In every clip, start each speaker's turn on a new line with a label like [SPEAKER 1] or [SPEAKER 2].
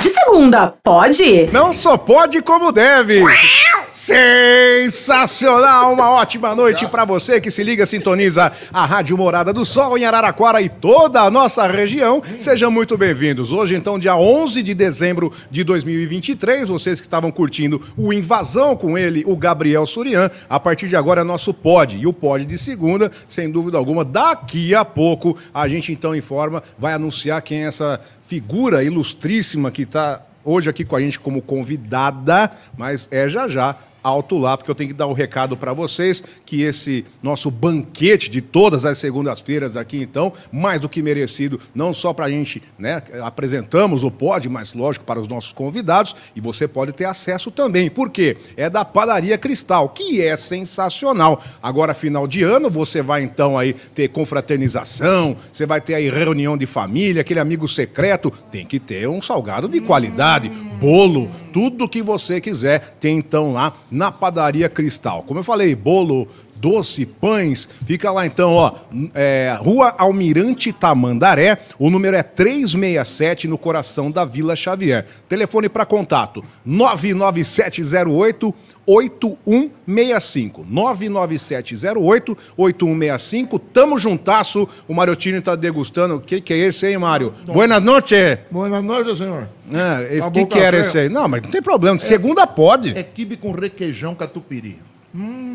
[SPEAKER 1] segunda, pode?
[SPEAKER 2] Não só pode, como deve. Sensacional! Uma ótima noite pra você que se liga, sintoniza a Rádio Morada do Sol em Araraquara e toda a nossa região. Sejam muito bem-vindos. Hoje, então, dia 11 de dezembro de 2023, vocês que estavam curtindo o Invasão com ele, o Gabriel Surian, a partir de agora é nosso pod. E o pod de segunda, sem dúvida alguma, daqui a pouco a gente então informa, vai anunciar quem é essa figura ilustríssima que tá está hoje aqui com a gente como convidada, mas é já já. Alto lá, porque eu tenho que dar o recado para vocês que esse nosso banquete de todas as segundas-feiras aqui, então, mais do que merecido, não só para a gente, né, apresentamos o pod, mas lógico para os nossos convidados, e você pode ter acesso também. Por quê? É da Padaria Cristal, que é sensacional. Agora, final de ano, você vai então aí ter confraternização, você vai ter aí reunião de família, aquele amigo secreto, tem que ter um salgado de qualidade, bolo, tudo que você quiser, tem então lá na Padaria Cristal. Como eu falei, bolo, doce, pães, fica lá então, ó, n- é, Rua Almirante Tamandaré, o número é 367 no coração da Vila Xavier. Telefone para contato: 99708 8165 99708 8165 Tamo juntasso. O Mariotini tá degustando. O que que é esse, hein, Mário? Buenas noches.
[SPEAKER 3] Boa noite, senhor.
[SPEAKER 2] Ah, esse,
[SPEAKER 3] Acabou
[SPEAKER 2] que
[SPEAKER 3] o
[SPEAKER 2] que era
[SPEAKER 3] café.
[SPEAKER 2] esse aí? Não, mas não tem problema. Segunda pode.
[SPEAKER 3] É quibe com requeijão catupiry.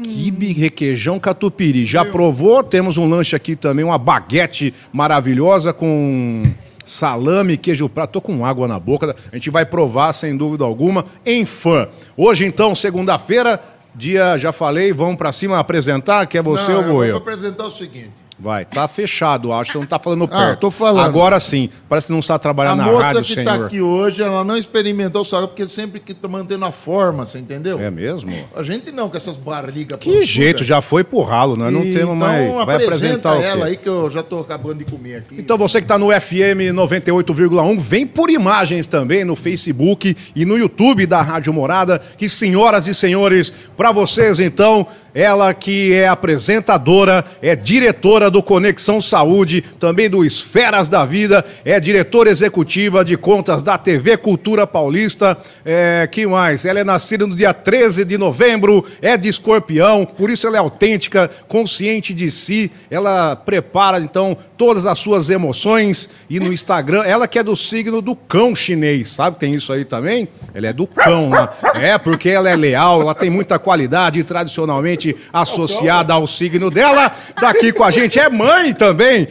[SPEAKER 2] Quibe, requeijão, catupiry. Já provou? Temos um lanche aqui também, uma baguete maravilhosa com salame, queijo prato. Tô com água na boca. A gente vai provar, sem dúvida alguma, em fã. Hoje, então, segunda-feira, dia, já falei, vamos pra cima apresentar? Quer você
[SPEAKER 3] Não,
[SPEAKER 2] ou vou eu?
[SPEAKER 3] vou apresentar o seguinte.
[SPEAKER 2] Vai, tá fechado, acho. Você não tá falando
[SPEAKER 3] Ah,
[SPEAKER 2] perto.
[SPEAKER 3] tô falando.
[SPEAKER 2] Agora sim. Parece que não está trabalhando
[SPEAKER 3] a
[SPEAKER 2] na
[SPEAKER 3] moça
[SPEAKER 2] rádio,
[SPEAKER 3] que
[SPEAKER 2] senhor.
[SPEAKER 3] tá aqui hoje, ela não experimentou o salgado, porque sempre que tá mantendo a forma, você entendeu?
[SPEAKER 2] É mesmo?
[SPEAKER 3] A gente não, com essas barrigas. então,
[SPEAKER 2] Que jeito, já foi pro ralo, né? Não temos mais. Vai apresentar o quê?
[SPEAKER 3] ela aí que eu já tô acabando de comer aqui.
[SPEAKER 2] Então você que está no FM 98,1, vem por imagens também no Facebook e no YouTube da Rádio Morada. Que senhoras e senhores, para vocês então, ela que é apresentadora, é diretora do Conexão Saúde, também do Esferas da Vida, é diretora executiva de contas da TV Cultura Paulista. É, que mais? Ela é nascida no dia 13 de novembro, é de escorpião, por isso ela é autêntica, consciente de si, ela prepara então todas as suas emoções e no Instagram, ela que é do signo do cão chinês, sabe? Tem isso aí também? Ela é do cão, né? É, porque ela é leal, ela tem muita qualidade tradicionalmente associada ao signo dela. Tá aqui com a gente, é mãe também.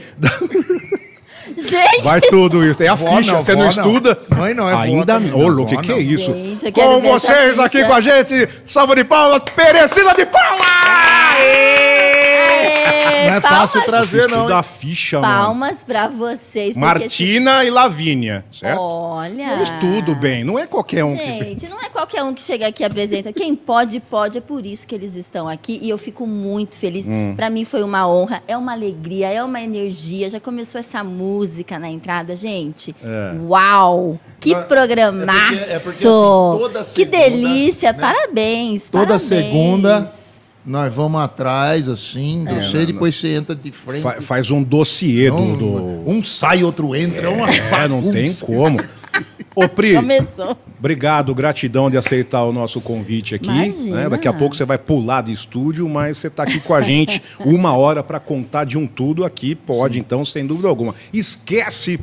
[SPEAKER 4] Gente!
[SPEAKER 2] Vai tudo isso. É a
[SPEAKER 3] Vó
[SPEAKER 2] ficha,
[SPEAKER 3] não,
[SPEAKER 2] você não,
[SPEAKER 3] vó não.
[SPEAKER 2] estuda.
[SPEAKER 3] Mãe não, é vó
[SPEAKER 2] Ainda
[SPEAKER 3] também,
[SPEAKER 2] não. Ô,
[SPEAKER 3] não,
[SPEAKER 2] Lu, o
[SPEAKER 3] vó
[SPEAKER 2] que, que é
[SPEAKER 3] não.
[SPEAKER 2] isso?
[SPEAKER 4] Gente, eu quero
[SPEAKER 2] com
[SPEAKER 4] ver essa
[SPEAKER 2] vocês aqui
[SPEAKER 4] ficha.
[SPEAKER 2] com a gente, salva de palmas, Perecida de Paula!
[SPEAKER 4] É,
[SPEAKER 3] não é
[SPEAKER 4] palmas,
[SPEAKER 3] fácil trazer, não.
[SPEAKER 2] da
[SPEAKER 3] hein?
[SPEAKER 2] ficha, mano.
[SPEAKER 4] palmas pra vocês. porque
[SPEAKER 2] Martina e Lavínia,
[SPEAKER 4] esse-
[SPEAKER 3] é?
[SPEAKER 2] certo?
[SPEAKER 4] Olha.
[SPEAKER 3] um
[SPEAKER 2] Eu estudo bem, não é qualquer um que...
[SPEAKER 4] Gente, não é qualquer um que chega aqui e apresenta. Quem pode, pode. É por isso que eles estão aqui e eu fico muito feliz.
[SPEAKER 3] Hum.
[SPEAKER 4] Pra mim foi uma honra, é uma alegria, é uma energia. Já começou essa música na entrada, gente.
[SPEAKER 3] É.
[SPEAKER 4] Uau! Que
[SPEAKER 3] Mas-
[SPEAKER 4] programaço!
[SPEAKER 3] é porque, assim, toda
[SPEAKER 4] que
[SPEAKER 3] segunda,
[SPEAKER 4] delícia!
[SPEAKER 3] né?
[SPEAKER 4] Parabéns!
[SPEAKER 3] Toda
[SPEAKER 4] parabéns.
[SPEAKER 3] segunda, nós vamos atrás, assim, do
[SPEAKER 2] É, não,
[SPEAKER 3] sei, depois você entra de frente.
[SPEAKER 2] Fa- faz um dossiê do... do-
[SPEAKER 3] Um sai, outro entra. É, uma
[SPEAKER 2] É, não tem
[SPEAKER 3] bagunça. Tá
[SPEAKER 2] como. Ô, Pri,
[SPEAKER 4] Começou.
[SPEAKER 2] Obrigado, gratidão de aceitar o nosso convite aqui.
[SPEAKER 4] Imagina.
[SPEAKER 2] né? Daqui a pouco você vai pular de estúdio, mas você está aqui com a gente uma hora para contar de um tudo aqui. Pode, então, sem dúvida alguma. Esquece.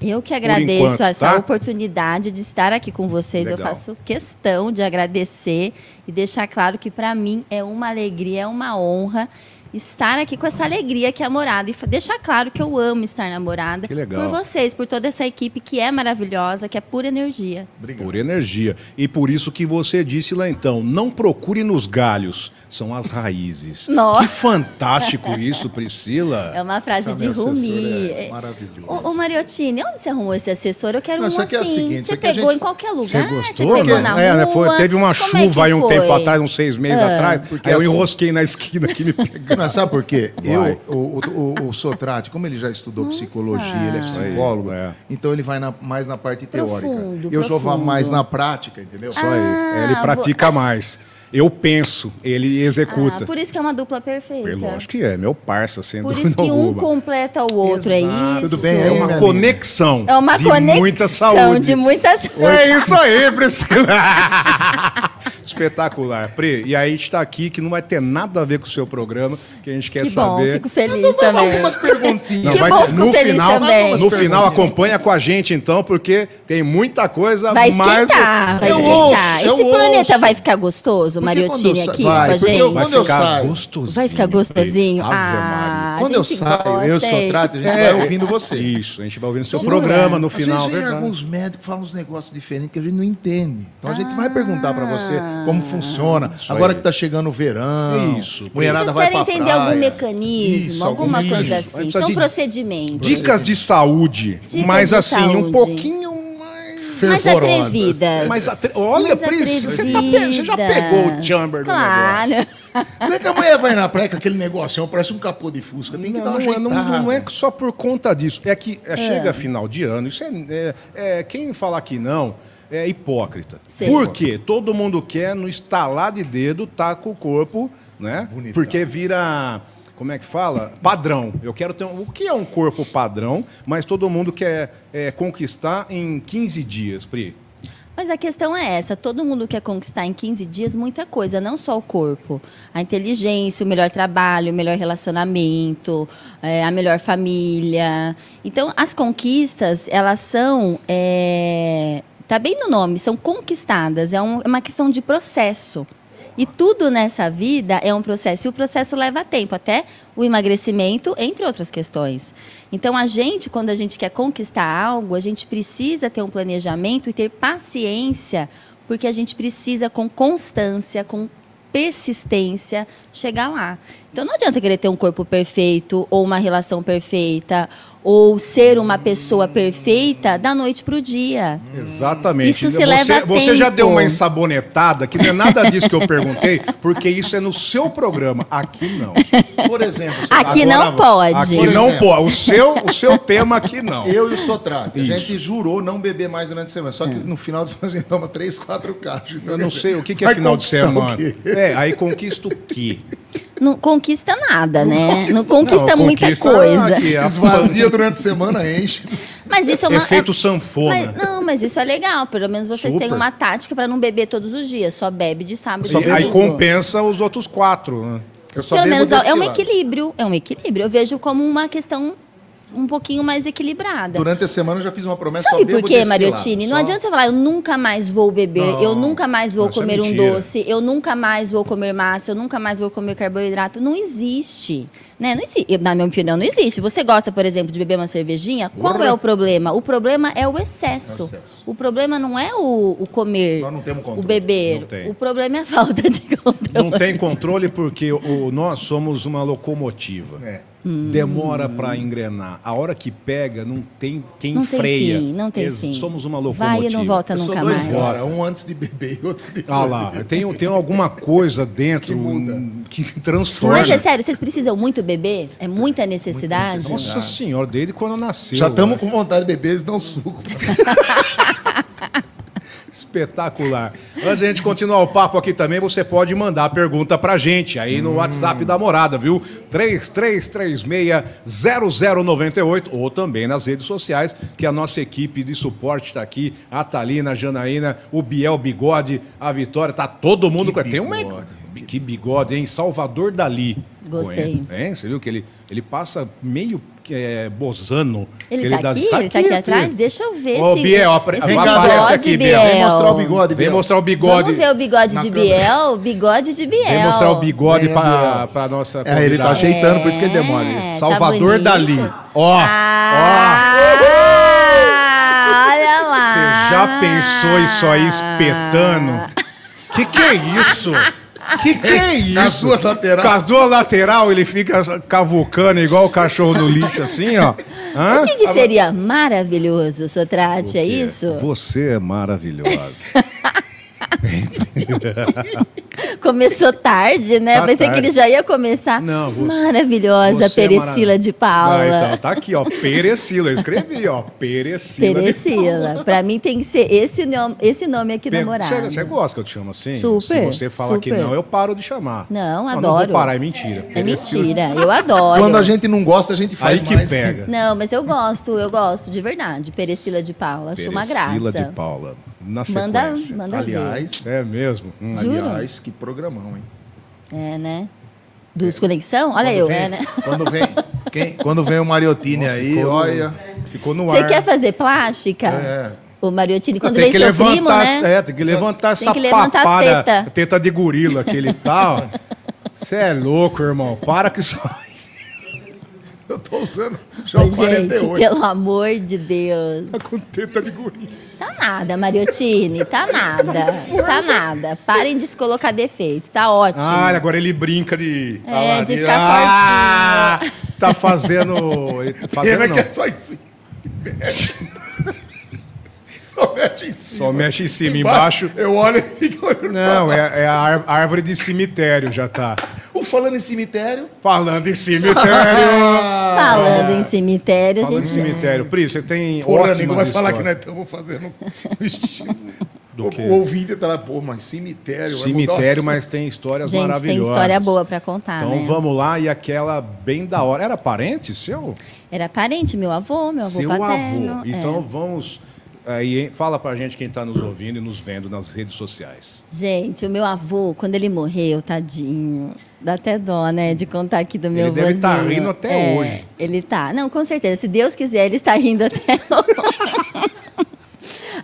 [SPEAKER 4] Eu que agradeço
[SPEAKER 2] enquanto,
[SPEAKER 4] essa
[SPEAKER 2] tá?
[SPEAKER 4] oportunidade de estar aqui com vocês. Eu
[SPEAKER 2] Legal.
[SPEAKER 4] faço questão de agradecer e deixar claro que para mim é uma alegria, é uma honra estar aqui com essa alegria que é a morada e fa- deixar claro que eu amo estar na morada
[SPEAKER 2] Que legal.
[SPEAKER 4] por vocês, por toda essa equipe que é maravilhosa, que é pura energia.
[SPEAKER 2] Por energia. E por isso que você disse lá então, não procure nos galhos, são as raízes.
[SPEAKER 4] Nossa.
[SPEAKER 2] Que fantástico isso, Priscila.
[SPEAKER 4] É uma frase
[SPEAKER 3] Essa
[SPEAKER 4] de
[SPEAKER 3] minha
[SPEAKER 4] Rumi.
[SPEAKER 3] assessora é maravilhosa.
[SPEAKER 4] Ô, ô Mariottini, onde você arrumou esse assessor? Eu quero
[SPEAKER 3] Não,
[SPEAKER 4] um
[SPEAKER 3] isso aqui
[SPEAKER 4] assim.
[SPEAKER 3] é o seguinte, isso
[SPEAKER 4] você
[SPEAKER 3] aqui a
[SPEAKER 4] pegou
[SPEAKER 3] gente-
[SPEAKER 4] em qualquer um lugar,
[SPEAKER 2] Você gostou?
[SPEAKER 4] você pegou
[SPEAKER 2] né?
[SPEAKER 4] na
[SPEAKER 2] É, né?
[SPEAKER 4] rua.
[SPEAKER 2] Foi- teve uma
[SPEAKER 4] Como é
[SPEAKER 2] chuva
[SPEAKER 4] que
[SPEAKER 2] aí um
[SPEAKER 4] foi? Ah.
[SPEAKER 2] tempo atrás, uns seis meses atrás.
[SPEAKER 3] porque
[SPEAKER 2] Aí eu
[SPEAKER 3] assim-
[SPEAKER 2] enrosquei na esquina que me pegou.
[SPEAKER 3] Não, sabe por quê?
[SPEAKER 2] Vai.
[SPEAKER 3] Eu, o, o, o, o Sotrate, como ele já estudou
[SPEAKER 4] Nossa.
[SPEAKER 3] psicologia, ele é psicólogo,
[SPEAKER 2] Aí, é.
[SPEAKER 3] então ele vai na- mais na parte teórica.
[SPEAKER 4] Profundo,
[SPEAKER 3] eu já vou
[SPEAKER 4] profundo.
[SPEAKER 3] mais na prática, entendeu?
[SPEAKER 2] Isso aí.
[SPEAKER 4] Ah,
[SPEAKER 2] É, ele pratica mais. Eu penso, ele executa.
[SPEAKER 4] Ah, por isso que é uma dupla perfeita.
[SPEAKER 2] Eu Lógico que é, meu parça, sem
[SPEAKER 4] Por
[SPEAKER 2] dúvida
[SPEAKER 4] isso que um
[SPEAKER 2] alguma.
[SPEAKER 4] completa o outro, é
[SPEAKER 2] Exato.
[SPEAKER 4] isso.
[SPEAKER 3] Tudo bem,
[SPEAKER 2] É uma
[SPEAKER 3] minha
[SPEAKER 2] conexão.
[SPEAKER 4] É uma
[SPEAKER 2] de
[SPEAKER 4] conexão
[SPEAKER 2] muita saúde.
[SPEAKER 4] de muita saúde.
[SPEAKER 2] É isso aí, Priscila. Espetacular. Pri, e aí está aqui que não vai ter nada a ver com o seu programa, que a gente quer
[SPEAKER 4] Que bom,
[SPEAKER 2] saber.
[SPEAKER 4] fico feliz também.
[SPEAKER 3] Algumas perguntinhas.
[SPEAKER 4] Que bom, fico
[SPEAKER 2] no
[SPEAKER 4] feliz
[SPEAKER 2] final,
[SPEAKER 4] também.
[SPEAKER 2] no final acompanha com a gente então, porque tem muita coisa
[SPEAKER 4] Vai
[SPEAKER 2] mais
[SPEAKER 4] esquentar, vai
[SPEAKER 3] Eu
[SPEAKER 4] esquentar.
[SPEAKER 3] ouço, eu
[SPEAKER 4] Esse planeta
[SPEAKER 3] ouço.
[SPEAKER 4] vai ficar
[SPEAKER 3] Porque
[SPEAKER 4] gostoso,
[SPEAKER 3] quando
[SPEAKER 4] Mariotini,
[SPEAKER 3] eu sa-
[SPEAKER 4] aqui
[SPEAKER 3] vai,
[SPEAKER 4] com a
[SPEAKER 3] porque
[SPEAKER 4] gente?
[SPEAKER 3] eu-
[SPEAKER 2] vai
[SPEAKER 3] quando eu
[SPEAKER 2] ficar
[SPEAKER 3] saio-
[SPEAKER 2] gostosinho.
[SPEAKER 4] Vai ficar gostosinho? Ah,
[SPEAKER 3] Quando
[SPEAKER 4] a
[SPEAKER 3] eu
[SPEAKER 4] gente
[SPEAKER 3] saio,
[SPEAKER 4] gosta,
[SPEAKER 3] eu só
[SPEAKER 4] hein?
[SPEAKER 3] trato, a gente vai ouvindo você.
[SPEAKER 2] Isso, a gente vai ouvindo seu
[SPEAKER 4] Jura?
[SPEAKER 2] programa no
[SPEAKER 3] É, Às
[SPEAKER 2] final,
[SPEAKER 3] vezes vem
[SPEAKER 2] verdade.
[SPEAKER 3] alguns médicos que falam uns negócios diferentes que a gente não entende. Então a gente
[SPEAKER 4] Ah.
[SPEAKER 3] vai perguntar pra você como funciona. Agora
[SPEAKER 2] aí.
[SPEAKER 3] que tá chegando o verão.
[SPEAKER 2] Isso.
[SPEAKER 3] Mulherada
[SPEAKER 4] Vocês
[SPEAKER 3] vai
[SPEAKER 4] querem
[SPEAKER 3] pra
[SPEAKER 4] entender
[SPEAKER 3] praia.
[SPEAKER 4] algum mecanismo,
[SPEAKER 3] Isso,
[SPEAKER 4] alguma
[SPEAKER 3] algum-
[SPEAKER 4] coisa
[SPEAKER 3] isso.
[SPEAKER 4] assim.
[SPEAKER 2] Precisa
[SPEAKER 4] São
[SPEAKER 2] de-
[SPEAKER 4] procedimentos.
[SPEAKER 2] Dicas de saúde,
[SPEAKER 4] Dicas
[SPEAKER 2] mas
[SPEAKER 4] de
[SPEAKER 2] assim, um
[SPEAKER 4] saúde.
[SPEAKER 2] pouquinho mais
[SPEAKER 4] mais
[SPEAKER 3] fervorosas.
[SPEAKER 4] atrevidas.
[SPEAKER 2] Mas atre- olha,
[SPEAKER 4] Mais
[SPEAKER 2] Pris, você tá pe- você já pegou o chamber do
[SPEAKER 4] claro.
[SPEAKER 3] Como é que a mulher vai na praia com aquele negócio? Parece um capô de fusca. Tem que dar
[SPEAKER 2] Não,
[SPEAKER 3] um uma
[SPEAKER 2] não, é- não-
[SPEAKER 3] ajeitada.
[SPEAKER 2] não é só por conta disso. É que é, chega final de ano, isso é, é- é- Quem falar que não é hipócrita.
[SPEAKER 4] Sim.
[SPEAKER 2] Por quê? Todo mundo quer, no estalar de dedo, tá com o corpo, né?
[SPEAKER 3] Bonitão.
[SPEAKER 2] Porque vira. Como é que fala? Padrão. Eu quero ter um, O que é um corpo padrão, mas todo mundo quer é, conquistar em 15 dias, Pri?
[SPEAKER 4] Mas a questão é essa: todo mundo quer conquistar em 15 dias muita coisa, não só o corpo. A inteligência, o melhor trabalho, o melhor relacionamento, é, a melhor família. Então, as conquistas, elas são. É, tá bem no nome, são conquistadas. É, um- é uma questão de processo. E tudo nessa vida é um processo. E o processo leva tempo, até o emagrecimento, entre outras questões. Então, a gente, quando a gente quer conquistar algo, a gente precisa ter um planejamento e ter paciência, porque a gente precisa, com constância, com persistência, chegar lá. Então, não adianta querer ter um corpo perfeito, ou uma relação perfeita, ou ser uma pessoa perfeita da noite para o dia.
[SPEAKER 2] Exatamente.
[SPEAKER 4] Isso se
[SPEAKER 2] você,
[SPEAKER 4] leva
[SPEAKER 2] você já
[SPEAKER 4] tempo.
[SPEAKER 2] deu uma ensabonetada que não é nada disso que eu perguntei, porque isso é no seu programa. Aqui não.
[SPEAKER 3] Por exemplo, assim,
[SPEAKER 4] Aqui
[SPEAKER 3] agora
[SPEAKER 4] não pode.
[SPEAKER 2] Aqui
[SPEAKER 3] Por
[SPEAKER 2] não
[SPEAKER 3] exemplo.
[SPEAKER 2] pode. O seu, o seu tema aqui não.
[SPEAKER 3] Eu e o Sotrato. A
[SPEAKER 2] Isso.
[SPEAKER 3] gente jurou não beber mais durante a semana. Só que no final de semana a gente toma três, quatro caixas.
[SPEAKER 2] Eu não sei o que, que é
[SPEAKER 3] Vai
[SPEAKER 2] final de
[SPEAKER 3] conquistar
[SPEAKER 2] semana.
[SPEAKER 3] o quê?
[SPEAKER 2] É, aí conquista o quê?
[SPEAKER 4] Não conquista nada, né? Não conquista
[SPEAKER 2] Não,
[SPEAKER 4] muita
[SPEAKER 2] conquista é
[SPEAKER 4] coisa.
[SPEAKER 2] aqui, as
[SPEAKER 3] Esvazia durante é a semana, enche.
[SPEAKER 4] Mas isso é uma.
[SPEAKER 2] Efeito
[SPEAKER 4] é-
[SPEAKER 2] sanfona.
[SPEAKER 4] Mas- não, mas isso é legal. Pelo menos vocês têm
[SPEAKER 2] Super.
[SPEAKER 4] uma tática para não beber todos os dias. Só bebe de sábado
[SPEAKER 2] Só-
[SPEAKER 4] e
[SPEAKER 2] aí
[SPEAKER 4] domingo.
[SPEAKER 2] compensa os outros quatro. né?
[SPEAKER 3] Eu só
[SPEAKER 4] Pelo
[SPEAKER 3] bebo
[SPEAKER 4] menos dá-
[SPEAKER 3] desse
[SPEAKER 4] é um
[SPEAKER 3] lado.
[SPEAKER 4] equilíbrio. É um equilíbrio. Eu vejo como uma questão um pouquinho mais equilibrada.
[SPEAKER 3] Durante a semana eu já fiz uma promessa. É só
[SPEAKER 4] Sabe
[SPEAKER 3] bebo
[SPEAKER 4] por quê,
[SPEAKER 3] desse
[SPEAKER 4] Mariotini?
[SPEAKER 3] lado,
[SPEAKER 4] Não
[SPEAKER 3] só.
[SPEAKER 4] adianta falar, eu nunca mais vou beber, eu nunca mais vou
[SPEAKER 2] isso é
[SPEAKER 4] comer um
[SPEAKER 2] mentira.
[SPEAKER 4] doce, eu nunca mais vou comer massa, eu nunca mais vou comer carboidrato. Não existe. Né? Não exi- eu- Na minha opinião, não existe. Você gosta, por exemplo, de beber uma cervejinha? Qual é o problema? O problema é o excesso.
[SPEAKER 3] É o excesso.
[SPEAKER 4] O problema não é o, o comer,
[SPEAKER 3] Nós não temos
[SPEAKER 4] o
[SPEAKER 3] controle.
[SPEAKER 4] beber.
[SPEAKER 2] Não tem.
[SPEAKER 4] O problema é a falta de
[SPEAKER 2] Não
[SPEAKER 4] controle.
[SPEAKER 2] tem controle porque o, nós somos uma locomotiva.
[SPEAKER 3] É.
[SPEAKER 2] Demora pra engrenar. A hora que pega, não tem quem
[SPEAKER 4] Não tem
[SPEAKER 2] freia.
[SPEAKER 4] fim, não tem
[SPEAKER 2] Ex-
[SPEAKER 4] fim.
[SPEAKER 2] Somos uma locomotiva.
[SPEAKER 4] Vai e não volta
[SPEAKER 3] Eu sou
[SPEAKER 4] nunca
[SPEAKER 3] dois
[SPEAKER 4] mais.
[SPEAKER 3] fora, um antes de beber e outro depois.
[SPEAKER 2] Ah lá, tem, tem alguma coisa dentro
[SPEAKER 3] muda.
[SPEAKER 2] um, que, transtorna.
[SPEAKER 4] Mas é sério, vocês precisam muito beber? É muita necessidade?
[SPEAKER 2] Nossa senhora, desde quando eu nasceu.
[SPEAKER 3] Já estamos
[SPEAKER 2] eu
[SPEAKER 3] com vontade de beber, eles dão um suco.
[SPEAKER 2] Espetacular. Antes da gente continuar o papo aqui também, você pode mandar a pergunta pra gente aí no WhatsApp da morada, viu? 33360098 ou também nas redes sociais, que a nossa equipe de suporte tá aqui, a Thalina, a Janaína, o Biel Bigode, a Vitória, tá todo mundo com. Tem uma.
[SPEAKER 3] bigode.
[SPEAKER 2] Que bigode, hein? Salvador Dali.
[SPEAKER 4] Gostei.
[SPEAKER 2] É, você viu que ele, ele passa meio é, bozano.
[SPEAKER 4] Ele,
[SPEAKER 2] que
[SPEAKER 4] tá, aqui? ele tá aqui atrás? Deixa eu ver
[SPEAKER 2] Ô,
[SPEAKER 4] se...
[SPEAKER 2] Biel, apre-
[SPEAKER 4] esse
[SPEAKER 2] Vem
[SPEAKER 3] cá,
[SPEAKER 4] bigode,
[SPEAKER 2] aparece aqui, Biel.
[SPEAKER 3] Vem mostrar o bigode,
[SPEAKER 2] Vem
[SPEAKER 3] Biel.
[SPEAKER 2] mostrar o bigode.
[SPEAKER 4] Vamos ver o bigode
[SPEAKER 3] Na
[SPEAKER 4] de
[SPEAKER 3] câmera.
[SPEAKER 4] Biel? Bigode de Biel.
[SPEAKER 2] Vem mostrar o bigode
[SPEAKER 3] Vem,
[SPEAKER 2] pra,
[SPEAKER 3] Biel.
[SPEAKER 2] pra nossa
[SPEAKER 3] É, ele tá
[SPEAKER 2] convidada.
[SPEAKER 3] ajeitando. Ajeitando, por isso que ele demora.
[SPEAKER 4] É, tá
[SPEAKER 2] Salvador
[SPEAKER 4] bonito.
[SPEAKER 2] Dali. Ó,
[SPEAKER 4] Ah, olha
[SPEAKER 2] ó.
[SPEAKER 4] lá.
[SPEAKER 2] Você
[SPEAKER 4] Ah.
[SPEAKER 2] já pensou isso aí espetando? Que que é isso? Que que é isso?
[SPEAKER 3] Com as duas laterais.
[SPEAKER 2] Com as duas lateral, ele fica cavucando igual o cachorro no lixo, assim, ó. Hã? é?
[SPEAKER 4] O que, é que seria maravilhoso, Sotrate, é isso?
[SPEAKER 2] Você é maravilhosa.
[SPEAKER 4] Começou tarde, né?
[SPEAKER 2] Tá
[SPEAKER 4] Pensei
[SPEAKER 2] tarde.
[SPEAKER 4] que ele já ia começar.
[SPEAKER 2] Não, você-
[SPEAKER 4] Maravilhosa
[SPEAKER 2] você é
[SPEAKER 4] Perecila
[SPEAKER 2] maravilhosa.
[SPEAKER 4] de
[SPEAKER 2] Ah,
[SPEAKER 4] Paula.
[SPEAKER 2] então, tá aqui, ó. Perecila. Eu escrevi, ó. Perecila.
[SPEAKER 4] Perecila. Pra mim tem que ser esse, nom- esse nome aqui da
[SPEAKER 2] Você,
[SPEAKER 4] morada.
[SPEAKER 2] você gosta que eu te chamo assim?
[SPEAKER 4] Super,
[SPEAKER 2] Se você falar que
[SPEAKER 4] super.
[SPEAKER 2] não, eu paro de chamar.
[SPEAKER 4] Não,
[SPEAKER 2] Não vou
[SPEAKER 4] adoro.
[SPEAKER 2] parar, é mentira.
[SPEAKER 4] É
[SPEAKER 2] Perecila.
[SPEAKER 4] mentira, eu adoro.
[SPEAKER 3] Quando a gente não gosta, a gente faz
[SPEAKER 2] Aí que
[SPEAKER 3] mais.
[SPEAKER 2] pega.
[SPEAKER 4] Não, mas eu gosto, eu gosto, de verdade. Perecila de Paula, acho uma
[SPEAKER 2] Perecila
[SPEAKER 4] graça.
[SPEAKER 2] de Paula. Na
[SPEAKER 4] Manda-
[SPEAKER 2] sequência.
[SPEAKER 4] manda-
[SPEAKER 3] Aliás, né?
[SPEAKER 2] É mesmo? Hum.
[SPEAKER 4] Juro?
[SPEAKER 3] aliás, que programão, hein?
[SPEAKER 4] É, né? Dos Conexão? Olha eu,
[SPEAKER 3] vem,
[SPEAKER 4] é, né?
[SPEAKER 3] Quando vem, quem- quando vem o Mariotini
[SPEAKER 2] Nossa,
[SPEAKER 3] aí,
[SPEAKER 2] ficou no-
[SPEAKER 3] olha.
[SPEAKER 2] Ficou no
[SPEAKER 4] Você
[SPEAKER 2] ar.
[SPEAKER 4] quer fazer plástica?
[SPEAKER 3] É.
[SPEAKER 4] O Mariotini, quando
[SPEAKER 2] tem
[SPEAKER 4] vem
[SPEAKER 2] que
[SPEAKER 4] seu
[SPEAKER 2] levantar,
[SPEAKER 4] primo,
[SPEAKER 2] as-
[SPEAKER 4] né?
[SPEAKER 2] é, tem que levantar essa
[SPEAKER 4] que levantar as
[SPEAKER 2] papada,
[SPEAKER 4] teta.
[SPEAKER 2] teta de gorila que ele tá, ó. Você é louco, irmão. Para que tá isso
[SPEAKER 3] Eu tô usando. Já
[SPEAKER 4] Ô,
[SPEAKER 3] o
[SPEAKER 4] gente,
[SPEAKER 3] 48.
[SPEAKER 4] pelo amor de Deus.
[SPEAKER 2] tá com teta de gorila.
[SPEAKER 4] Tá nada, Mariotini, tá nada. Tá nada. Parem de se colocar defeito, tá ótimo.
[SPEAKER 2] Ah, agora ele brinca de...
[SPEAKER 4] É,
[SPEAKER 2] Ah,
[SPEAKER 4] de ficar
[SPEAKER 2] Tá fazendo... ele tá
[SPEAKER 3] Pena
[SPEAKER 2] fazendo
[SPEAKER 3] que é
[SPEAKER 2] não.
[SPEAKER 3] só em cima. que mexe. Só mexe em cima.
[SPEAKER 2] Só mexe em cima, embaixo...
[SPEAKER 3] Eu olho e fico olhando.
[SPEAKER 2] Não, é, é a ar- árvore de cemitério já tá.
[SPEAKER 3] O falando em cemitério.
[SPEAKER 2] Falando em cemitério...
[SPEAKER 4] Falando em cemitério,
[SPEAKER 2] Falando em
[SPEAKER 4] gente.
[SPEAKER 2] cemitério. Pri, você tem
[SPEAKER 3] Porra,
[SPEAKER 2] ótimas
[SPEAKER 3] amigo, vai falar que é nós
[SPEAKER 2] histórias.
[SPEAKER 3] estamos fazendo um estilo.
[SPEAKER 2] Do
[SPEAKER 3] o,
[SPEAKER 2] quê?
[SPEAKER 3] o ouvinte tá lá, pô, mas cemitério. vai mudar o
[SPEAKER 2] Cemitério,
[SPEAKER 3] assunto.
[SPEAKER 2] mas tem histórias
[SPEAKER 4] Gente, tem
[SPEAKER 2] maravilhosas.
[SPEAKER 4] história boa pra contar,
[SPEAKER 2] Então
[SPEAKER 4] né?
[SPEAKER 2] vamos lá, e aquela bem da hora. Era parente seu?
[SPEAKER 4] Era parente, meu avô, meu avô
[SPEAKER 2] seu
[SPEAKER 4] paterno.
[SPEAKER 2] avô.
[SPEAKER 4] é.
[SPEAKER 2] Então vamos. Aí, hein? fala pra gente quem tá nos ouvindo e nos vendo nas redes sociais.
[SPEAKER 4] Gente, o meu avô, quando ele morreu, tadinho, dá até dó, né, de contar aqui do meu
[SPEAKER 2] Ele deve tá
[SPEAKER 4] avôzinho.
[SPEAKER 2] rindo até
[SPEAKER 4] É,
[SPEAKER 2] hoje.
[SPEAKER 4] Ele tá. Não, com certeza. Se Deus quiser, ele está rindo até hoje.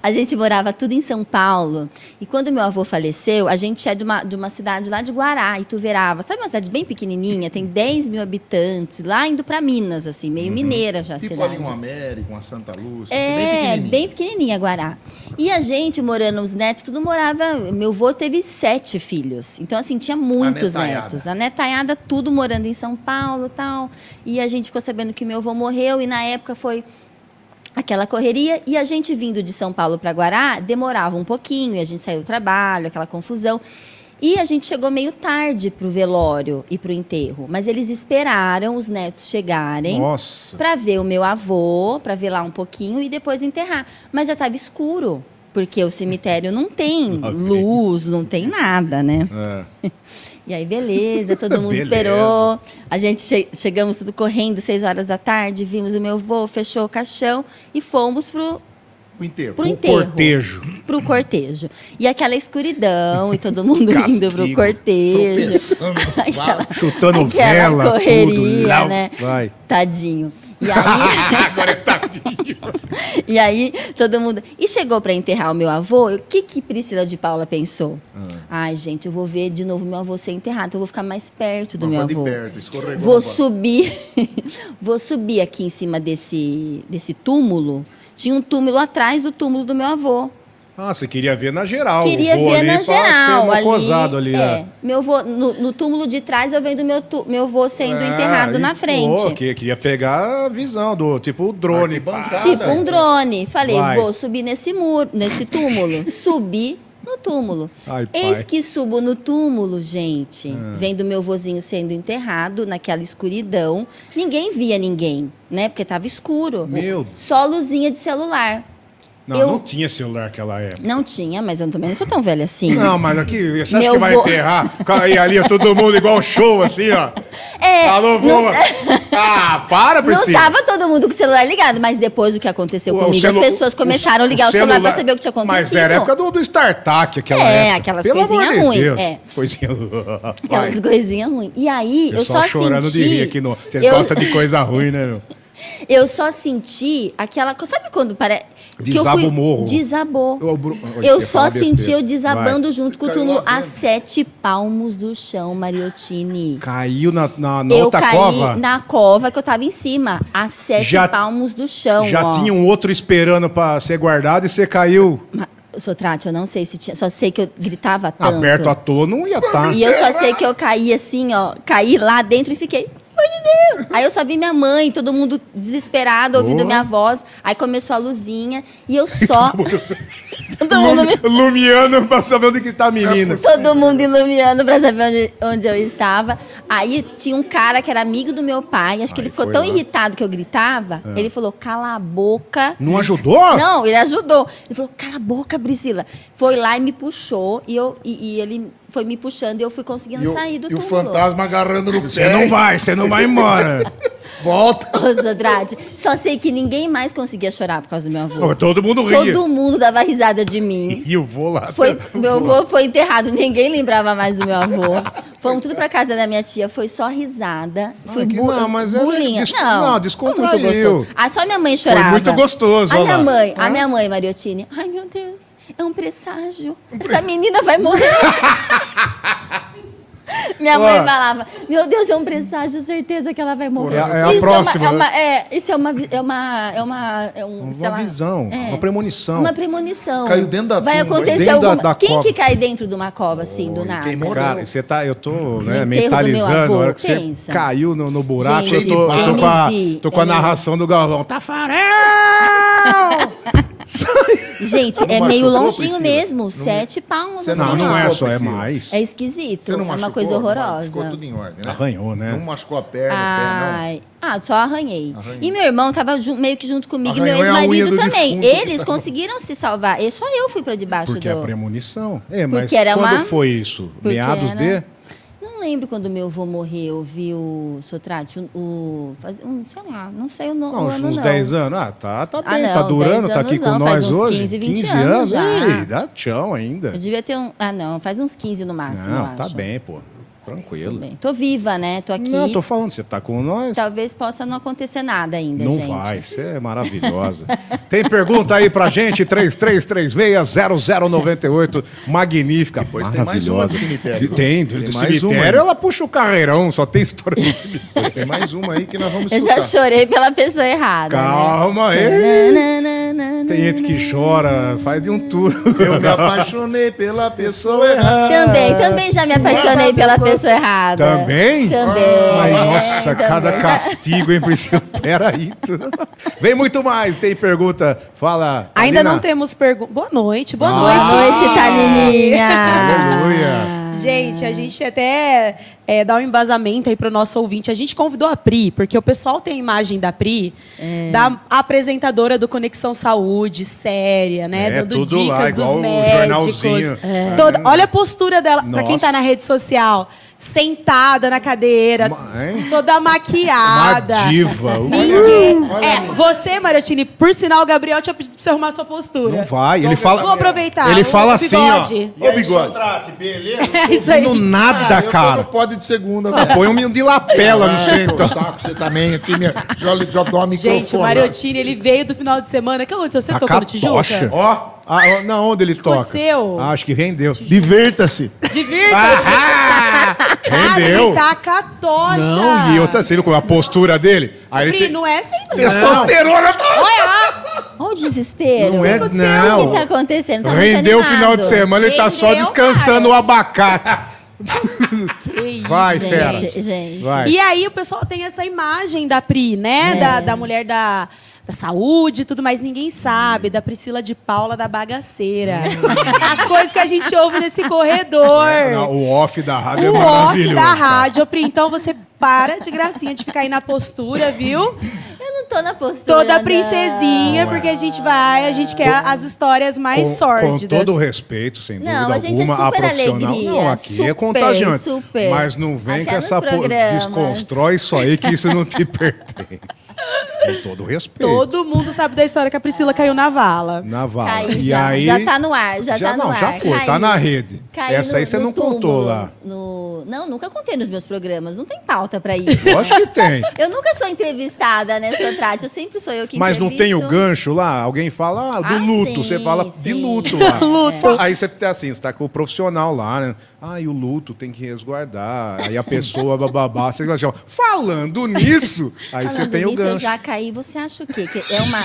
[SPEAKER 4] A gente morava tudo em São Paulo. E quando meu avô faleceu, a gente é de uma, de uma cidade lá de Guará, Ituverava. Sabe uma cidade bem pequenininha? Tem 10 mil habitantes, lá indo para Minas, assim, meio
[SPEAKER 2] Uhum.
[SPEAKER 4] mineira já a
[SPEAKER 3] Tipo
[SPEAKER 4] cidade.
[SPEAKER 3] ali uma América, uma Santa Lúcia. assim, bem
[SPEAKER 4] É,
[SPEAKER 3] pequenininho.
[SPEAKER 4] bem pequenininha, Guará. E a gente morando, os netos, tudo morava. Meu avô teve sete filhos. Então, assim, tinha muitos
[SPEAKER 3] netaiada.
[SPEAKER 4] netos. A netaiada, tudo morando em São Paulo tal. E a gente ficou sabendo que meu avô morreu, e na época foi aquela correria e a gente vindo de São Paulo para Guará demorava um pouquinho, e a gente saiu do trabalho, aquela confusão. E a gente chegou meio tarde pro velório e pro enterro, mas eles esperaram os netos chegarem
[SPEAKER 2] Nossa.
[SPEAKER 4] para ver o meu avô, para ver lá um pouquinho e depois enterrar. Mas já estava escuro, porque o cemitério não tem
[SPEAKER 2] Lá vem.
[SPEAKER 4] luz, não tem nada, né?
[SPEAKER 2] É.
[SPEAKER 4] E aí, beleza, todo mundo
[SPEAKER 2] Beleza.
[SPEAKER 4] esperou. A gente che- chegamos tudo correndo, seis horas da tarde, vimos o meu avô, fechou o caixão e fomos pro,
[SPEAKER 3] O enterro.
[SPEAKER 4] pro
[SPEAKER 2] É. O
[SPEAKER 4] enterro.
[SPEAKER 2] cortejo.
[SPEAKER 4] Pro cortejo. E aquela escuridão e todo mundo indo pro
[SPEAKER 2] Castigo.
[SPEAKER 4] cortejo.
[SPEAKER 3] Tropeçando no vaso.
[SPEAKER 2] Chutando
[SPEAKER 4] Aquela
[SPEAKER 2] vela, tudo.
[SPEAKER 4] correria,
[SPEAKER 2] Lau.
[SPEAKER 4] né?
[SPEAKER 2] Vai. Ah,
[SPEAKER 4] Tadinho. E aí,
[SPEAKER 3] Agora é tadinho.
[SPEAKER 4] e aí, todo mundo. E chegou pra enterrar o meu avô, o que que Priscila de Paula pensou?
[SPEAKER 2] Ah.
[SPEAKER 4] Ai, gente, eu vou ver de novo meu avô ser enterrado, então eu vou ficar mais perto do
[SPEAKER 3] Mas
[SPEAKER 4] meu
[SPEAKER 3] foi de
[SPEAKER 4] avô.
[SPEAKER 3] perto, escorregou
[SPEAKER 4] Vou
[SPEAKER 3] no vaso.
[SPEAKER 4] subir, vou subir aqui em cima desse, desse túmulo. Tinha um túmulo atrás do túmulo do meu avô.
[SPEAKER 2] Ah, você queria ver na geral.
[SPEAKER 4] Queria
[SPEAKER 2] Ah, o vô
[SPEAKER 4] ver
[SPEAKER 2] ali
[SPEAKER 4] na
[SPEAKER 2] pra ser
[SPEAKER 4] geral
[SPEAKER 2] mocosado
[SPEAKER 4] ali.
[SPEAKER 2] ali.
[SPEAKER 4] é.
[SPEAKER 2] é.
[SPEAKER 4] Meu avô, no, no túmulo de trás eu vendo meu tu- meu avô sendo
[SPEAKER 2] Ah,
[SPEAKER 4] enterrado
[SPEAKER 2] e-
[SPEAKER 4] na frente.
[SPEAKER 2] Ô, que- queria pegar a visão do tipo o drone.
[SPEAKER 3] Arquibancada.
[SPEAKER 2] pá.
[SPEAKER 4] Tipo um drone. Falei,
[SPEAKER 2] Tá Vai.
[SPEAKER 4] vou subir nesse muro, nesse túmulo. Subi no túmulo.
[SPEAKER 2] Ai, pai. Ah.
[SPEAKER 4] Eis que subo no túmulo, gente. Vendo meu vozinho sendo enterrado naquela escuridão. Ninguém via ninguém, né? Porque tava escuro.
[SPEAKER 2] Meu.
[SPEAKER 4] Só luzinha de celular.
[SPEAKER 2] Não,
[SPEAKER 4] Eu-
[SPEAKER 2] não tinha celular naquela época.
[SPEAKER 4] Não tinha, mas eu também não sou tão velha assim.
[SPEAKER 2] Não, mas aqui, você acha
[SPEAKER 4] Meu
[SPEAKER 2] que vai
[SPEAKER 4] vô-
[SPEAKER 2] enterrar? E ali, ó, todo mundo igual show, assim, ó.
[SPEAKER 4] É,
[SPEAKER 2] Alô,
[SPEAKER 4] não,
[SPEAKER 2] boa. Ah, para,
[SPEAKER 4] não
[SPEAKER 2] Priscila.
[SPEAKER 4] tava todo mundo com o celular ligado, mas depois do que aconteceu
[SPEAKER 2] O- o
[SPEAKER 4] comigo,
[SPEAKER 2] celu-
[SPEAKER 4] as pessoas começaram a ligar o, celular, pra saber o que tinha acontecido.
[SPEAKER 2] Mas era a época do, do StarTac, aquela
[SPEAKER 4] É,
[SPEAKER 2] época.
[SPEAKER 4] aquelas
[SPEAKER 2] Pelo amor
[SPEAKER 4] coisinhas
[SPEAKER 2] de
[SPEAKER 4] ruins,
[SPEAKER 2] Deus.
[SPEAKER 4] é.
[SPEAKER 2] Coisinha...
[SPEAKER 4] Aquelas coisinhas ruins. E aí, eu
[SPEAKER 2] Pessoal
[SPEAKER 4] só
[SPEAKER 2] chorando
[SPEAKER 4] senti...
[SPEAKER 2] de rir aqui. No... Vocês
[SPEAKER 4] eu-
[SPEAKER 2] gostam de coisa ruim, né, meu?
[SPEAKER 4] Eu só senti aquela. co- Sabe quando parece.
[SPEAKER 2] Desaba o morro.
[SPEAKER 4] Desabou.
[SPEAKER 2] Eu- Bru-
[SPEAKER 4] Eu,
[SPEAKER 2] Olha, ia
[SPEAKER 4] só
[SPEAKER 2] falar besteira.
[SPEAKER 4] senti eu desabando junto
[SPEAKER 3] Você
[SPEAKER 4] com o
[SPEAKER 3] caiu
[SPEAKER 4] túmulo
[SPEAKER 3] lá
[SPEAKER 4] a
[SPEAKER 3] dentro.
[SPEAKER 4] sete palmos do chão, Mariotini.
[SPEAKER 2] Caiu na, na, na
[SPEAKER 4] eu
[SPEAKER 2] outra
[SPEAKER 4] caí
[SPEAKER 2] cova.
[SPEAKER 4] na cova que eu tava em cima, a sete
[SPEAKER 2] Já-
[SPEAKER 4] palmos do chão.
[SPEAKER 2] Já
[SPEAKER 4] ó.
[SPEAKER 2] tinha um outro esperando pra ser guardado e você caiu.
[SPEAKER 4] Ma- Sotrate, eu não sei se tinha. Só sei que eu gritava tanto.
[SPEAKER 2] Aberto à toa, não ia tá. estar.
[SPEAKER 4] E eu só sei que eu caí assim, ó. Caí lá dentro e fiquei. "Pelo amor de Deus!" Aí eu só vi minha mãe, todo mundo
[SPEAKER 3] Oh.
[SPEAKER 4] desesperado, ouvindo
[SPEAKER 2] Boa.
[SPEAKER 4] minha voz. Aí começou a luzinha e eu só. Todo mundo me-
[SPEAKER 2] Lumiano pra saber onde que tá a menina.
[SPEAKER 3] assim.
[SPEAKER 4] Todo mundo iluminando pra saber onde, onde eu estava. Aí tinha um cara que era amigo do meu pai. Acho que
[SPEAKER 2] Aí
[SPEAKER 4] ele ficou
[SPEAKER 2] foi
[SPEAKER 4] tão
[SPEAKER 2] lá.
[SPEAKER 4] irritado que eu gritava.
[SPEAKER 3] É.
[SPEAKER 4] Ele falou, cala a boca.
[SPEAKER 2] Não ajudou?
[SPEAKER 4] Não, ele ajudou. Ele falou, cala a boca, Priscila. Foi lá e me puxou. E, eu, e, e ele foi me puxando e eu fui conseguindo
[SPEAKER 3] E o,
[SPEAKER 4] sair do
[SPEAKER 3] e o
[SPEAKER 4] túmulo.
[SPEAKER 3] fantasma agarrando no
[SPEAKER 2] Você
[SPEAKER 3] pé.
[SPEAKER 2] não vai, você não vai embora.
[SPEAKER 3] Volta.
[SPEAKER 4] Ô, Andrade, só sei que ninguém mais conseguia chorar por causa do meu avô.
[SPEAKER 2] Não, Todo mundo ri.
[SPEAKER 4] Todo mundo dava risada de mim.
[SPEAKER 2] E eu vou lá.
[SPEAKER 4] Foi, meu avô foi enterrado, ninguém lembrava mais do meu avô. Fomos tudo pra casa da minha tia, foi só risada. Fui
[SPEAKER 2] que
[SPEAKER 4] bu
[SPEAKER 2] não, mas é
[SPEAKER 4] bullying.
[SPEAKER 2] des- não,
[SPEAKER 4] não,
[SPEAKER 2] descontraiu.
[SPEAKER 4] foi muito gostoso. Ah, só minha mãe chorava.
[SPEAKER 2] muito gostoso,
[SPEAKER 4] A
[SPEAKER 2] olha
[SPEAKER 4] minha
[SPEAKER 2] lá.
[SPEAKER 4] mãe,
[SPEAKER 2] Hã?
[SPEAKER 4] a minha mãe, Mariotine. Ai, meu Deus, é um presságio. Essa menina vai morrer. Minha mãe
[SPEAKER 2] Ó.
[SPEAKER 4] falava, meu Deus, é um presságio, certeza que ela vai morrer.
[SPEAKER 2] É a- é a
[SPEAKER 4] isso
[SPEAKER 2] próxima,
[SPEAKER 4] É, uma, é, uma- é, isso é uma, vi- é uma, é uma, é um, sei
[SPEAKER 2] Uma
[SPEAKER 4] lá,
[SPEAKER 2] visão,
[SPEAKER 4] é.
[SPEAKER 2] uma premonição.
[SPEAKER 4] Uma premonição.
[SPEAKER 3] Caiu dentro da
[SPEAKER 4] Vai
[SPEAKER 3] tumba,
[SPEAKER 4] acontecer
[SPEAKER 2] dentro da-
[SPEAKER 4] alguma...
[SPEAKER 2] da
[SPEAKER 4] Quem
[SPEAKER 2] cova.
[SPEAKER 4] que cai dentro de uma cova, assim, do nada?
[SPEAKER 3] queimou
[SPEAKER 2] Cara, você tá. Eu tô né,
[SPEAKER 4] enterro do meu
[SPEAKER 2] mentalizando. A hora
[SPEAKER 4] avô,
[SPEAKER 2] que você
[SPEAKER 4] pensa.
[SPEAKER 2] caiu no, no buraco,
[SPEAKER 4] Gente,
[SPEAKER 2] eu tô, eu tô
[SPEAKER 4] eu
[SPEAKER 2] com a,
[SPEAKER 4] me vi, é
[SPEAKER 2] tô com a
[SPEAKER 4] eu me vi.
[SPEAKER 2] narração do Galvão. Tá Tafarel!
[SPEAKER 4] Gente, é
[SPEAKER 3] machucou,
[SPEAKER 4] meio longinho
[SPEAKER 3] Priscila?
[SPEAKER 4] mesmo. sete palmos,
[SPEAKER 3] Você
[SPEAKER 4] assim,
[SPEAKER 2] Não, não
[SPEAKER 4] ó.
[SPEAKER 2] é
[SPEAKER 3] machucou,
[SPEAKER 2] só, é
[SPEAKER 3] Priscila.
[SPEAKER 2] mais.
[SPEAKER 4] É esquisito.
[SPEAKER 3] Você não
[SPEAKER 4] é
[SPEAKER 3] machucou?
[SPEAKER 4] uma coisa horrorosa.
[SPEAKER 3] Ficou tudo em ordem, né?
[SPEAKER 2] Arranhou, né?
[SPEAKER 3] Não machucou a perna, o pé, não.
[SPEAKER 4] Ai. Ah, só arranhei. E meu irmão tava ju- meio que junto comigo e meu
[SPEAKER 3] Arranhou é a unha
[SPEAKER 4] ex-marido
[SPEAKER 3] do
[SPEAKER 4] também.
[SPEAKER 3] defunto que
[SPEAKER 4] Eles
[SPEAKER 3] tava-
[SPEAKER 4] conseguiram se salvar. E só eu fui pra debaixo
[SPEAKER 2] Porque é
[SPEAKER 4] do.
[SPEAKER 2] premonição. É, mas
[SPEAKER 4] Porque era
[SPEAKER 2] quando
[SPEAKER 4] uma-
[SPEAKER 2] foi isso?
[SPEAKER 4] Porque
[SPEAKER 2] Meados
[SPEAKER 4] era-
[SPEAKER 2] de.
[SPEAKER 4] Não lembro quando meu avô morreu, viu, Sotrate? O, o, faz- um, sei lá, não sei o, no,
[SPEAKER 2] Não,
[SPEAKER 4] o ano
[SPEAKER 2] uns
[SPEAKER 4] não.
[SPEAKER 2] 10 anos. Ah, tá, tá bem,
[SPEAKER 4] Ah, não,
[SPEAKER 2] tá durando,
[SPEAKER 4] 10
[SPEAKER 2] tá aqui
[SPEAKER 4] anos
[SPEAKER 2] com
[SPEAKER 4] não,
[SPEAKER 2] nós
[SPEAKER 4] faz uns
[SPEAKER 2] hoje.
[SPEAKER 4] 15, 20 anos já.
[SPEAKER 2] Ei, dá tchau ainda.
[SPEAKER 4] Eu devia ter um. Ah, não, faz uns 15 no máximo.
[SPEAKER 2] Não,
[SPEAKER 4] eu
[SPEAKER 2] tá
[SPEAKER 4] acho.
[SPEAKER 2] bem, pô. Tranquilo.
[SPEAKER 4] Bem, Tô viva, né? Tô aqui.
[SPEAKER 2] Não, tô falando, você tá com nós.
[SPEAKER 4] Talvez possa não acontecer nada ainda,
[SPEAKER 2] Não
[SPEAKER 4] gente.
[SPEAKER 2] vai, você é maravilhosa. Tem pergunta aí pra gente? 3336-0098. Magnífica, pois
[SPEAKER 3] tem mais uma do cemitério.
[SPEAKER 2] Tem, do
[SPEAKER 3] Tem
[SPEAKER 2] do
[SPEAKER 3] mais uma
[SPEAKER 2] cemitério
[SPEAKER 3] aí.
[SPEAKER 2] ela puxa o carreirão, só tem história do cemitério.
[SPEAKER 3] Pois tem mais uma aí que nós vamos
[SPEAKER 4] Eu já
[SPEAKER 3] escutar.
[SPEAKER 4] chorei pela pessoa errada.
[SPEAKER 2] Calma aí.
[SPEAKER 4] é Né? Nananana.
[SPEAKER 2] Tem gente que chora, faz de um tour.
[SPEAKER 3] Eu me apaixonei pela pessoa errada.
[SPEAKER 4] Também, também já me apaixonei pela pessoa errada.
[SPEAKER 2] Também?
[SPEAKER 4] Também.
[SPEAKER 2] Ai, nossa,
[SPEAKER 4] também.
[SPEAKER 2] cada castigo, hein, Priscila? Peraí. tu- Vem muito mais, tem pergunta. Fala.
[SPEAKER 1] Ainda
[SPEAKER 2] Alina.
[SPEAKER 1] não temos pergunta. Boa noite,
[SPEAKER 2] Ah.
[SPEAKER 1] boa
[SPEAKER 4] Boa
[SPEAKER 1] noite. Ah.
[SPEAKER 4] noite, Thalininha.
[SPEAKER 2] Aleluia.
[SPEAKER 1] Gente, a gente até é, dá um embasamento aí pro nosso ouvinte. A gente convidou a Pri, porque o pessoal tem a imagem da Pri,
[SPEAKER 2] É.
[SPEAKER 1] da apresentadora do Conexão Saúde, séria, né?
[SPEAKER 2] É,
[SPEAKER 1] Dando
[SPEAKER 2] tudo
[SPEAKER 1] dicas
[SPEAKER 2] lá, igual
[SPEAKER 1] dos
[SPEAKER 2] o
[SPEAKER 1] médicos.
[SPEAKER 2] jornalzinho. É.
[SPEAKER 1] Toda- olha a postura dela, pra quem
[SPEAKER 2] Nossa.
[SPEAKER 1] tá na rede social, sentada na cadeira,
[SPEAKER 2] Ma- hein?
[SPEAKER 1] toda
[SPEAKER 2] Uma
[SPEAKER 1] maquiada.
[SPEAKER 2] diva.
[SPEAKER 1] Ninguém. é, você, Mariotini, por sinal, o Gabriel tinha pedido pra você arrumar sua postura.
[SPEAKER 2] Não vai, ele
[SPEAKER 1] Vou
[SPEAKER 2] fala-
[SPEAKER 1] aproveitar.
[SPEAKER 2] ele
[SPEAKER 1] o
[SPEAKER 2] fala assim, ó.
[SPEAKER 1] bigode.
[SPEAKER 3] E aí,
[SPEAKER 2] bigode.
[SPEAKER 3] Sotrate, beleza?
[SPEAKER 1] É isso aí.
[SPEAKER 2] No nada,
[SPEAKER 3] eu
[SPEAKER 2] cara.
[SPEAKER 3] tô no pod de segunda.
[SPEAKER 2] Ah,
[SPEAKER 3] velho.
[SPEAKER 2] põe um de lapela
[SPEAKER 3] Ah,
[SPEAKER 2] no centro.
[SPEAKER 3] meu saco, você também aqui, minha... Já, já dou uma
[SPEAKER 1] Gente, o
[SPEAKER 3] microfona.
[SPEAKER 1] Mariotini, ele veio do final de semana. O que aconteceu? Você
[SPEAKER 2] Tá
[SPEAKER 1] tocou no Tijuca?
[SPEAKER 2] catocha.
[SPEAKER 3] Ó,
[SPEAKER 2] Ah, ó, na onde ele toca?
[SPEAKER 1] aconteceu?
[SPEAKER 2] Ah, acho que rendeu.
[SPEAKER 3] divirta-se.
[SPEAKER 1] Divirta-se.
[SPEAKER 2] Ah,
[SPEAKER 1] Cara,
[SPEAKER 2] rendeu.
[SPEAKER 1] ele tá catocha.
[SPEAKER 2] Não, e outra, você viu como é a postura dele? Aí ele
[SPEAKER 1] Pri,
[SPEAKER 2] tem-
[SPEAKER 1] não é sempre.
[SPEAKER 2] Testosterona
[SPEAKER 3] tá-
[SPEAKER 4] Olha o desespero.
[SPEAKER 2] Não é-
[SPEAKER 4] O que
[SPEAKER 2] não.
[SPEAKER 4] tá acontecendo? Tá muito
[SPEAKER 2] Rendeu o
[SPEAKER 4] animado.
[SPEAKER 2] final de semana, ele tá só
[SPEAKER 1] Rendeu, cara.
[SPEAKER 2] descansando o abacate. Vai,
[SPEAKER 4] Gente,
[SPEAKER 2] fera.
[SPEAKER 4] gente.
[SPEAKER 2] Vai. É.
[SPEAKER 1] E aí o pessoal tem essa imagem da Pri, né? Da, da mulher da, da saúde e tudo mais. Ninguém sabe. Da Priscila de Paula, da bagaceira. As coisas que a gente ouve nesse corredor.
[SPEAKER 2] É. Não, o off da rádio
[SPEAKER 1] O
[SPEAKER 2] é
[SPEAKER 1] Um off
[SPEAKER 2] maravilhoso.
[SPEAKER 1] da rádio, Pri. Então você para de gracinha de ficar aí na postura, viu?
[SPEAKER 4] Eu não tô na postura.
[SPEAKER 1] Toda
[SPEAKER 4] não.
[SPEAKER 1] princesinha, porque a gente vai, a gente quer as histórias mais
[SPEAKER 2] Com, com
[SPEAKER 1] sórdidas.
[SPEAKER 2] todo o respeito, sem dúvida
[SPEAKER 4] Não, a gente é
[SPEAKER 2] alguma, a
[SPEAKER 4] super
[SPEAKER 2] profissional.
[SPEAKER 4] alegria,
[SPEAKER 2] não, aqui é
[SPEAKER 4] super,
[SPEAKER 2] contagiante.
[SPEAKER 4] super.
[SPEAKER 2] Mas não vem
[SPEAKER 4] Até
[SPEAKER 2] com
[SPEAKER 4] nos
[SPEAKER 2] essa po-
[SPEAKER 4] programas.
[SPEAKER 2] desconstrói isso aí que isso não te pertence. Com todo o respeito.
[SPEAKER 1] Todo mundo sabe da história que a Priscila caiu na vala.
[SPEAKER 2] Na vala.
[SPEAKER 4] Tá aí,
[SPEAKER 2] Ah, e
[SPEAKER 4] já,
[SPEAKER 2] aí
[SPEAKER 4] já tá no ar, já, tá no
[SPEAKER 2] não,
[SPEAKER 4] ar.
[SPEAKER 2] já foi, tá
[SPEAKER 4] Caiu.
[SPEAKER 2] na rede.
[SPEAKER 4] Caiu
[SPEAKER 2] Essa aí
[SPEAKER 4] no-
[SPEAKER 2] você
[SPEAKER 4] no
[SPEAKER 2] não contou
[SPEAKER 4] túmulo,
[SPEAKER 2] lá.
[SPEAKER 4] no- Não, nunca contei nos meus programas, não tem pauta pra isso.
[SPEAKER 2] Eu acho que tem.
[SPEAKER 4] Eu nunca sou entrevistada nessa trate, eu sempre sou eu que
[SPEAKER 2] Mas não tem o
[SPEAKER 4] entrevisto.
[SPEAKER 2] gancho lá? Alguém fala ah, do
[SPEAKER 4] Ah,
[SPEAKER 2] luto,
[SPEAKER 4] sim,
[SPEAKER 2] você fala de
[SPEAKER 4] sim.
[SPEAKER 2] luto lá.
[SPEAKER 1] Luto.
[SPEAKER 2] Fa- Aí você tá assim, você tá com o profissional lá, né? Ah, e o luto tem que resguardar. Aí a pessoa bababá, você vai chamar, falando nisso, aí você
[SPEAKER 4] Falando
[SPEAKER 2] tem o
[SPEAKER 4] nisso, eu
[SPEAKER 2] gancho.
[SPEAKER 4] já caí. Você acha o quê? Que é, uma,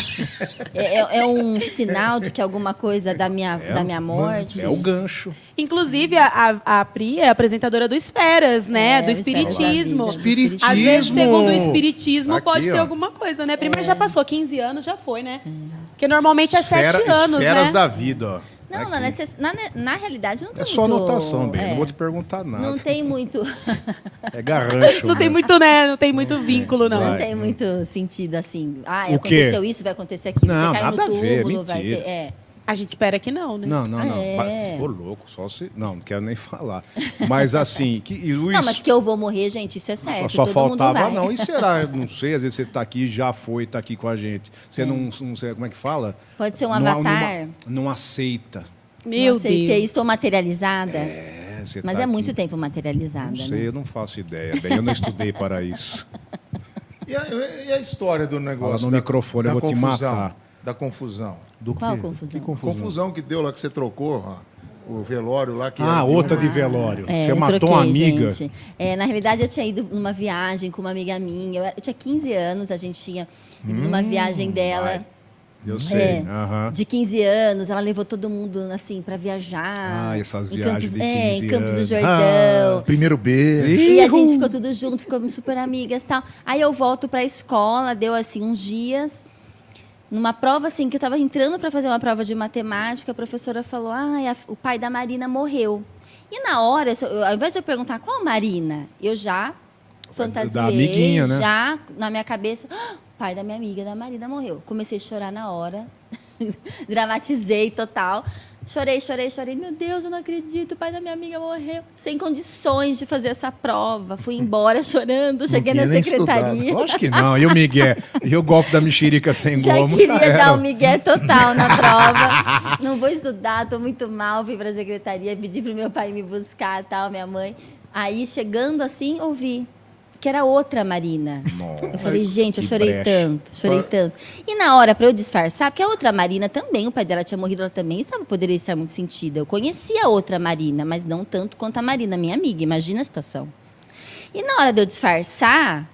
[SPEAKER 4] é, é- é um sinal de que alguma coisa da minha, da minha morte?
[SPEAKER 2] É o gancho.
[SPEAKER 1] Inclusive, a, a, a Pri é apresentadora do Esferas, né?
[SPEAKER 4] É,
[SPEAKER 1] do
[SPEAKER 4] o Esferas da
[SPEAKER 1] Espiritismo.
[SPEAKER 4] Vida.
[SPEAKER 2] Espiritismo.
[SPEAKER 1] Às vezes, segundo o espiritismo,
[SPEAKER 2] Aqui,
[SPEAKER 1] pode ter
[SPEAKER 2] ó.
[SPEAKER 1] alguma coisa, né, Pri? Mas já passou 15 anos, já foi, né? Porque normalmente é 7
[SPEAKER 2] Esfera-
[SPEAKER 1] anos,
[SPEAKER 2] esferas
[SPEAKER 1] né?
[SPEAKER 2] da vida, ó.
[SPEAKER 4] Não, na, necess- na, ne- na realidade não tem
[SPEAKER 2] É só
[SPEAKER 4] muito-
[SPEAKER 2] anotação, bem.
[SPEAKER 4] é.
[SPEAKER 2] Não vou te perguntar nada.
[SPEAKER 4] Não tem muito,
[SPEAKER 2] É garrancho.
[SPEAKER 1] Não tem
[SPEAKER 2] né?
[SPEAKER 1] muito, né? Não tem muito vínculo, não.
[SPEAKER 4] não
[SPEAKER 2] Vai.
[SPEAKER 4] tem muito sentido assim. Ah,
[SPEAKER 2] O quê?
[SPEAKER 4] aconteceu isso, vai acontecer aquilo.
[SPEAKER 2] Não,
[SPEAKER 4] você cai
[SPEAKER 2] nada a
[SPEAKER 4] no túmulo,
[SPEAKER 2] ver,
[SPEAKER 4] vai
[SPEAKER 2] mentira.
[SPEAKER 4] ter. É.
[SPEAKER 1] A gente espera que não, né?
[SPEAKER 2] Não, não, não.
[SPEAKER 4] Ah, é.
[SPEAKER 2] Ba- Ô, louco, só se. Não, não quero nem falar. Mas assim, que, e o
[SPEAKER 4] Não, mas que eu vou morrer, gente, isso é certo.
[SPEAKER 2] Só, só
[SPEAKER 4] todo
[SPEAKER 2] faltava,
[SPEAKER 4] mundo vai.
[SPEAKER 2] não. E será? Eu Não sei, às vezes você tá aqui, já foi, tá aqui com a gente. Você não, não sei como é que fala?
[SPEAKER 4] Pode ser um
[SPEAKER 2] Não- não-
[SPEAKER 4] avatar.
[SPEAKER 2] Não aceita.
[SPEAKER 1] Meu
[SPEAKER 4] não aceitei,
[SPEAKER 1] Deus.
[SPEAKER 4] estou materializada.
[SPEAKER 2] É, você
[SPEAKER 4] mas
[SPEAKER 2] tá
[SPEAKER 4] é muito
[SPEAKER 2] aqui.
[SPEAKER 4] tempo materializada,
[SPEAKER 2] Não
[SPEAKER 4] né?
[SPEAKER 2] sei, eu não faço ideia. Bem, eu não estudei para isso.
[SPEAKER 3] E a, e a história do negócio?
[SPEAKER 2] no microfone, eu vou te matar.
[SPEAKER 3] Da confusão.
[SPEAKER 2] Do
[SPEAKER 4] Qual
[SPEAKER 2] quê?
[SPEAKER 4] confusão?
[SPEAKER 2] Que confusão?
[SPEAKER 3] Confusão que deu lá que você trocou, ó, o velório lá que
[SPEAKER 2] Ah,
[SPEAKER 3] era-
[SPEAKER 2] outra de velório.
[SPEAKER 4] É,
[SPEAKER 2] você
[SPEAKER 4] eu
[SPEAKER 2] matou
[SPEAKER 4] troquei,
[SPEAKER 2] uma amiga.
[SPEAKER 4] gente. É, na realidade, eu tinha ido numa viagem com uma amiga minha. Eu, era- eu tinha 15 anos, a gente tinha ido numa viagem dela.
[SPEAKER 2] Hum, vai. Eu sei.
[SPEAKER 4] É,
[SPEAKER 2] aham.
[SPEAKER 4] De 15 anos, ela levou todo mundo assim para viajar.
[SPEAKER 2] Ah, essas
[SPEAKER 4] Em
[SPEAKER 2] viagens
[SPEAKER 4] Campos,
[SPEAKER 2] de
[SPEAKER 4] é,
[SPEAKER 2] 15
[SPEAKER 4] em Campos do
[SPEAKER 2] anos. Ah.
[SPEAKER 4] Jordão.
[SPEAKER 3] Primeiro B.
[SPEAKER 4] E a gente
[SPEAKER 2] Ihu!
[SPEAKER 4] ficou tudo junto, ficamos super amigas e tal. Aí eu volto pra escola, deu assim uns dias. Numa prova, assim, que eu tava entrando pra fazer uma prova de matemática, a professora falou: ah, o pai da Marina morreu. E na hora, se eu- eu- ao invés de eu perguntar qual Marina, eu já fantasiei,
[SPEAKER 2] amiguinha, né?
[SPEAKER 4] já na minha cabeça, "Ah, o pai da minha amiga, da Marina, morreu. Comecei a chorar na hora, dramatizei total. Chorei, chorei, chorei. Meu Deus, eu não acredito, o pai da minha amiga morreu. Sem condições de fazer essa prova. Fui embora chorando, cheguei
[SPEAKER 3] tinha
[SPEAKER 4] na
[SPEAKER 3] nem estudado.
[SPEAKER 4] secretaria.
[SPEAKER 2] Lógico que não. E o Miguel? E o golpe da mexerica sem
[SPEAKER 4] Já
[SPEAKER 2] gomo?
[SPEAKER 4] queria
[SPEAKER 2] era.
[SPEAKER 4] dar um migué total na prova. não vou estudar, tô muito mal. Vim pra secretaria, pedi pro meu pai me buscar tal, minha mãe. Aí, chegando assim, ouvi que era outra Marina. Eu falei, gente, eu
[SPEAKER 2] que
[SPEAKER 4] chorei
[SPEAKER 2] brecha.
[SPEAKER 4] tanto, chorei tanto. E na hora, pra eu disfarçar, porque a outra Marina também, o pai dela tinha morrido, ela também estava, poderia estar muito sentida. Eu conhecia a outra Marina, mas não tanto quanto a Marina, minha amiga. Imagina a situação. E na hora de eu disfarçar,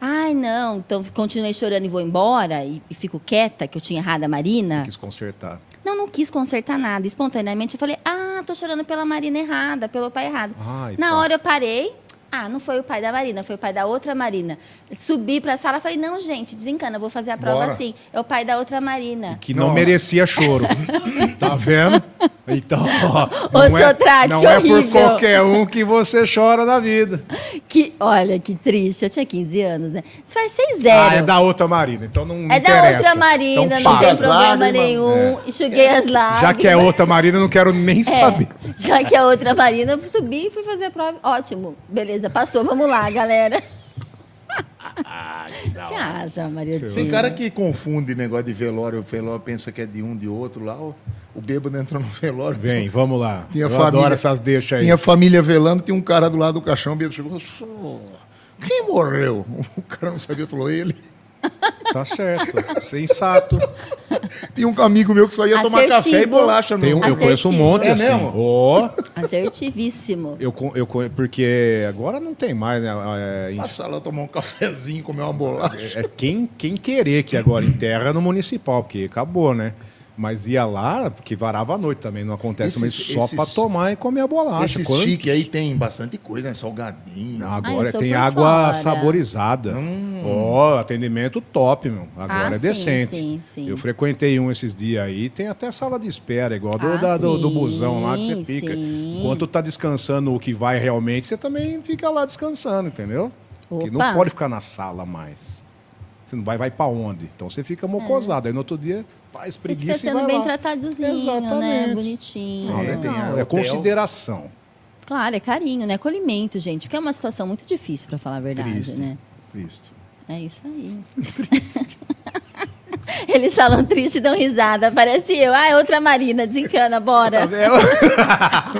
[SPEAKER 4] ai não, então continuei chorando e vou embora e, e fico quieta que eu tinha errado a Marina.
[SPEAKER 2] Quis consertar.
[SPEAKER 4] Não, não quis consertar nada. Espontaneamente eu falei, ah, tô chorando pela Marina errada, pelo pai errado.
[SPEAKER 2] Ai,
[SPEAKER 4] na
[SPEAKER 2] pá.
[SPEAKER 4] hora eu parei. Ah, não foi o pai da Marina, foi o pai da outra Marina. Subi pra sala e falei, não, gente, desencana, eu vou fazer a prova
[SPEAKER 3] Bora.
[SPEAKER 4] assim. É o pai da outra Marina.
[SPEAKER 2] Que não
[SPEAKER 3] Nossa.
[SPEAKER 2] merecia choro. tá vendo? Então, ó,
[SPEAKER 4] Ô,
[SPEAKER 2] não, é,
[SPEAKER 4] Sotrate,
[SPEAKER 2] não
[SPEAKER 4] que
[SPEAKER 2] é por
[SPEAKER 4] horrível.
[SPEAKER 2] qualquer um que você chora na vida.
[SPEAKER 4] Que, olha, que triste, eu tinha 15 anos, né? Disfarcei zero.
[SPEAKER 2] Ah, é da outra Marina, então não
[SPEAKER 4] É da
[SPEAKER 2] interessa.
[SPEAKER 4] outra Marina,
[SPEAKER 2] Então
[SPEAKER 4] não tem
[SPEAKER 2] passa. É.
[SPEAKER 4] problema
[SPEAKER 3] Lágrima.
[SPEAKER 4] nenhum. Enxuguei as lágrimas.
[SPEAKER 2] Já que é outra Marina, eu não quero nem saber.
[SPEAKER 4] É, já que é outra Marina, eu subi e fui fazer a prova. Ótimo. Beleza, passou. Vamos lá, galera. Você acha, Maria
[SPEAKER 3] Esse
[SPEAKER 4] Tina?
[SPEAKER 3] cara que confunde negócio de velório, o velório pensa que é de um, de outro lá, o, o bêbado entrou no velório.
[SPEAKER 2] Vem, vamos lá.
[SPEAKER 3] Tinha
[SPEAKER 2] eu
[SPEAKER 3] família-
[SPEAKER 2] adoro essas deixas aí.
[SPEAKER 3] Tinha família velando, tinha um cara do lado do caixão, o bêbado chegou, "Sô, quem morreu? O cara não sabia, falou ele.
[SPEAKER 2] Tá certo, sensato.
[SPEAKER 3] Tinha um amigo meu que só ia tomar
[SPEAKER 4] Assertivo.
[SPEAKER 3] café e bolacha.
[SPEAKER 2] Tem um, eu
[SPEAKER 4] Assertivo.
[SPEAKER 2] conheço um monte
[SPEAKER 3] É
[SPEAKER 2] assim.
[SPEAKER 3] mesmo?
[SPEAKER 2] Ó,
[SPEAKER 4] Assertivíssimo.
[SPEAKER 2] eu, con- eu, con- porque agora não tem mais, né? é, em-
[SPEAKER 3] Passar lá, tomar um cafezinho, comer uma bolacha.
[SPEAKER 2] É quem, quem querer que agora enterra no municipal, porque acabou, né? Mas ia lá, porque varava a noite também, não acontece, mas
[SPEAKER 3] Esses-
[SPEAKER 2] só
[SPEAKER 3] esses-
[SPEAKER 2] pra tomar e comer a bolacha.
[SPEAKER 3] Esse
[SPEAKER 2] Quantos-
[SPEAKER 3] chique aí tem bastante coisa, né? Salgadinho.
[SPEAKER 2] Não,
[SPEAKER 4] Ah,
[SPEAKER 2] Agora
[SPEAKER 4] eu sou
[SPEAKER 2] tem
[SPEAKER 4] por
[SPEAKER 2] água
[SPEAKER 4] fora.
[SPEAKER 2] saborizada. Ó,
[SPEAKER 3] Hum.
[SPEAKER 2] atendimento top, meu. Agora
[SPEAKER 4] Ah,
[SPEAKER 2] é
[SPEAKER 4] sim,
[SPEAKER 2] decente.
[SPEAKER 4] sim, sim.
[SPEAKER 2] Eu frequentei um esses dias aí, tem até sala de espera, igual do,
[SPEAKER 4] Ah,
[SPEAKER 2] da- do, do
[SPEAKER 4] sim,
[SPEAKER 2] busão lá que você fica.
[SPEAKER 4] sim.
[SPEAKER 2] Enquanto tá descansando o que vai realmente, você também fica lá descansando, entendeu? Porque não
[SPEAKER 4] Opa.
[SPEAKER 2] pode ficar na sala mais. Você não vai, vai pra onde? Então você fica mocosado. Aí no outro dia faz
[SPEAKER 4] Você fica
[SPEAKER 2] preguiça e
[SPEAKER 4] sendo
[SPEAKER 2] vai
[SPEAKER 4] bem
[SPEAKER 2] lá.
[SPEAKER 4] tratadozinho,
[SPEAKER 2] Exatamente.
[SPEAKER 4] né? Bonitinho.
[SPEAKER 2] Não,
[SPEAKER 3] É, tem a
[SPEAKER 2] não, é
[SPEAKER 3] hotel.
[SPEAKER 2] consideração.
[SPEAKER 4] Claro, é carinho, né? Acolhimento, gente. Porque é uma situação muito difícil, pra falar a verdade,
[SPEAKER 3] Triste.
[SPEAKER 4] né?
[SPEAKER 3] Triste.
[SPEAKER 4] É isso aí. Eles falam triste e dão risada. Parece eu. Ah, é outra Marina, desencana, bora.
[SPEAKER 3] Tá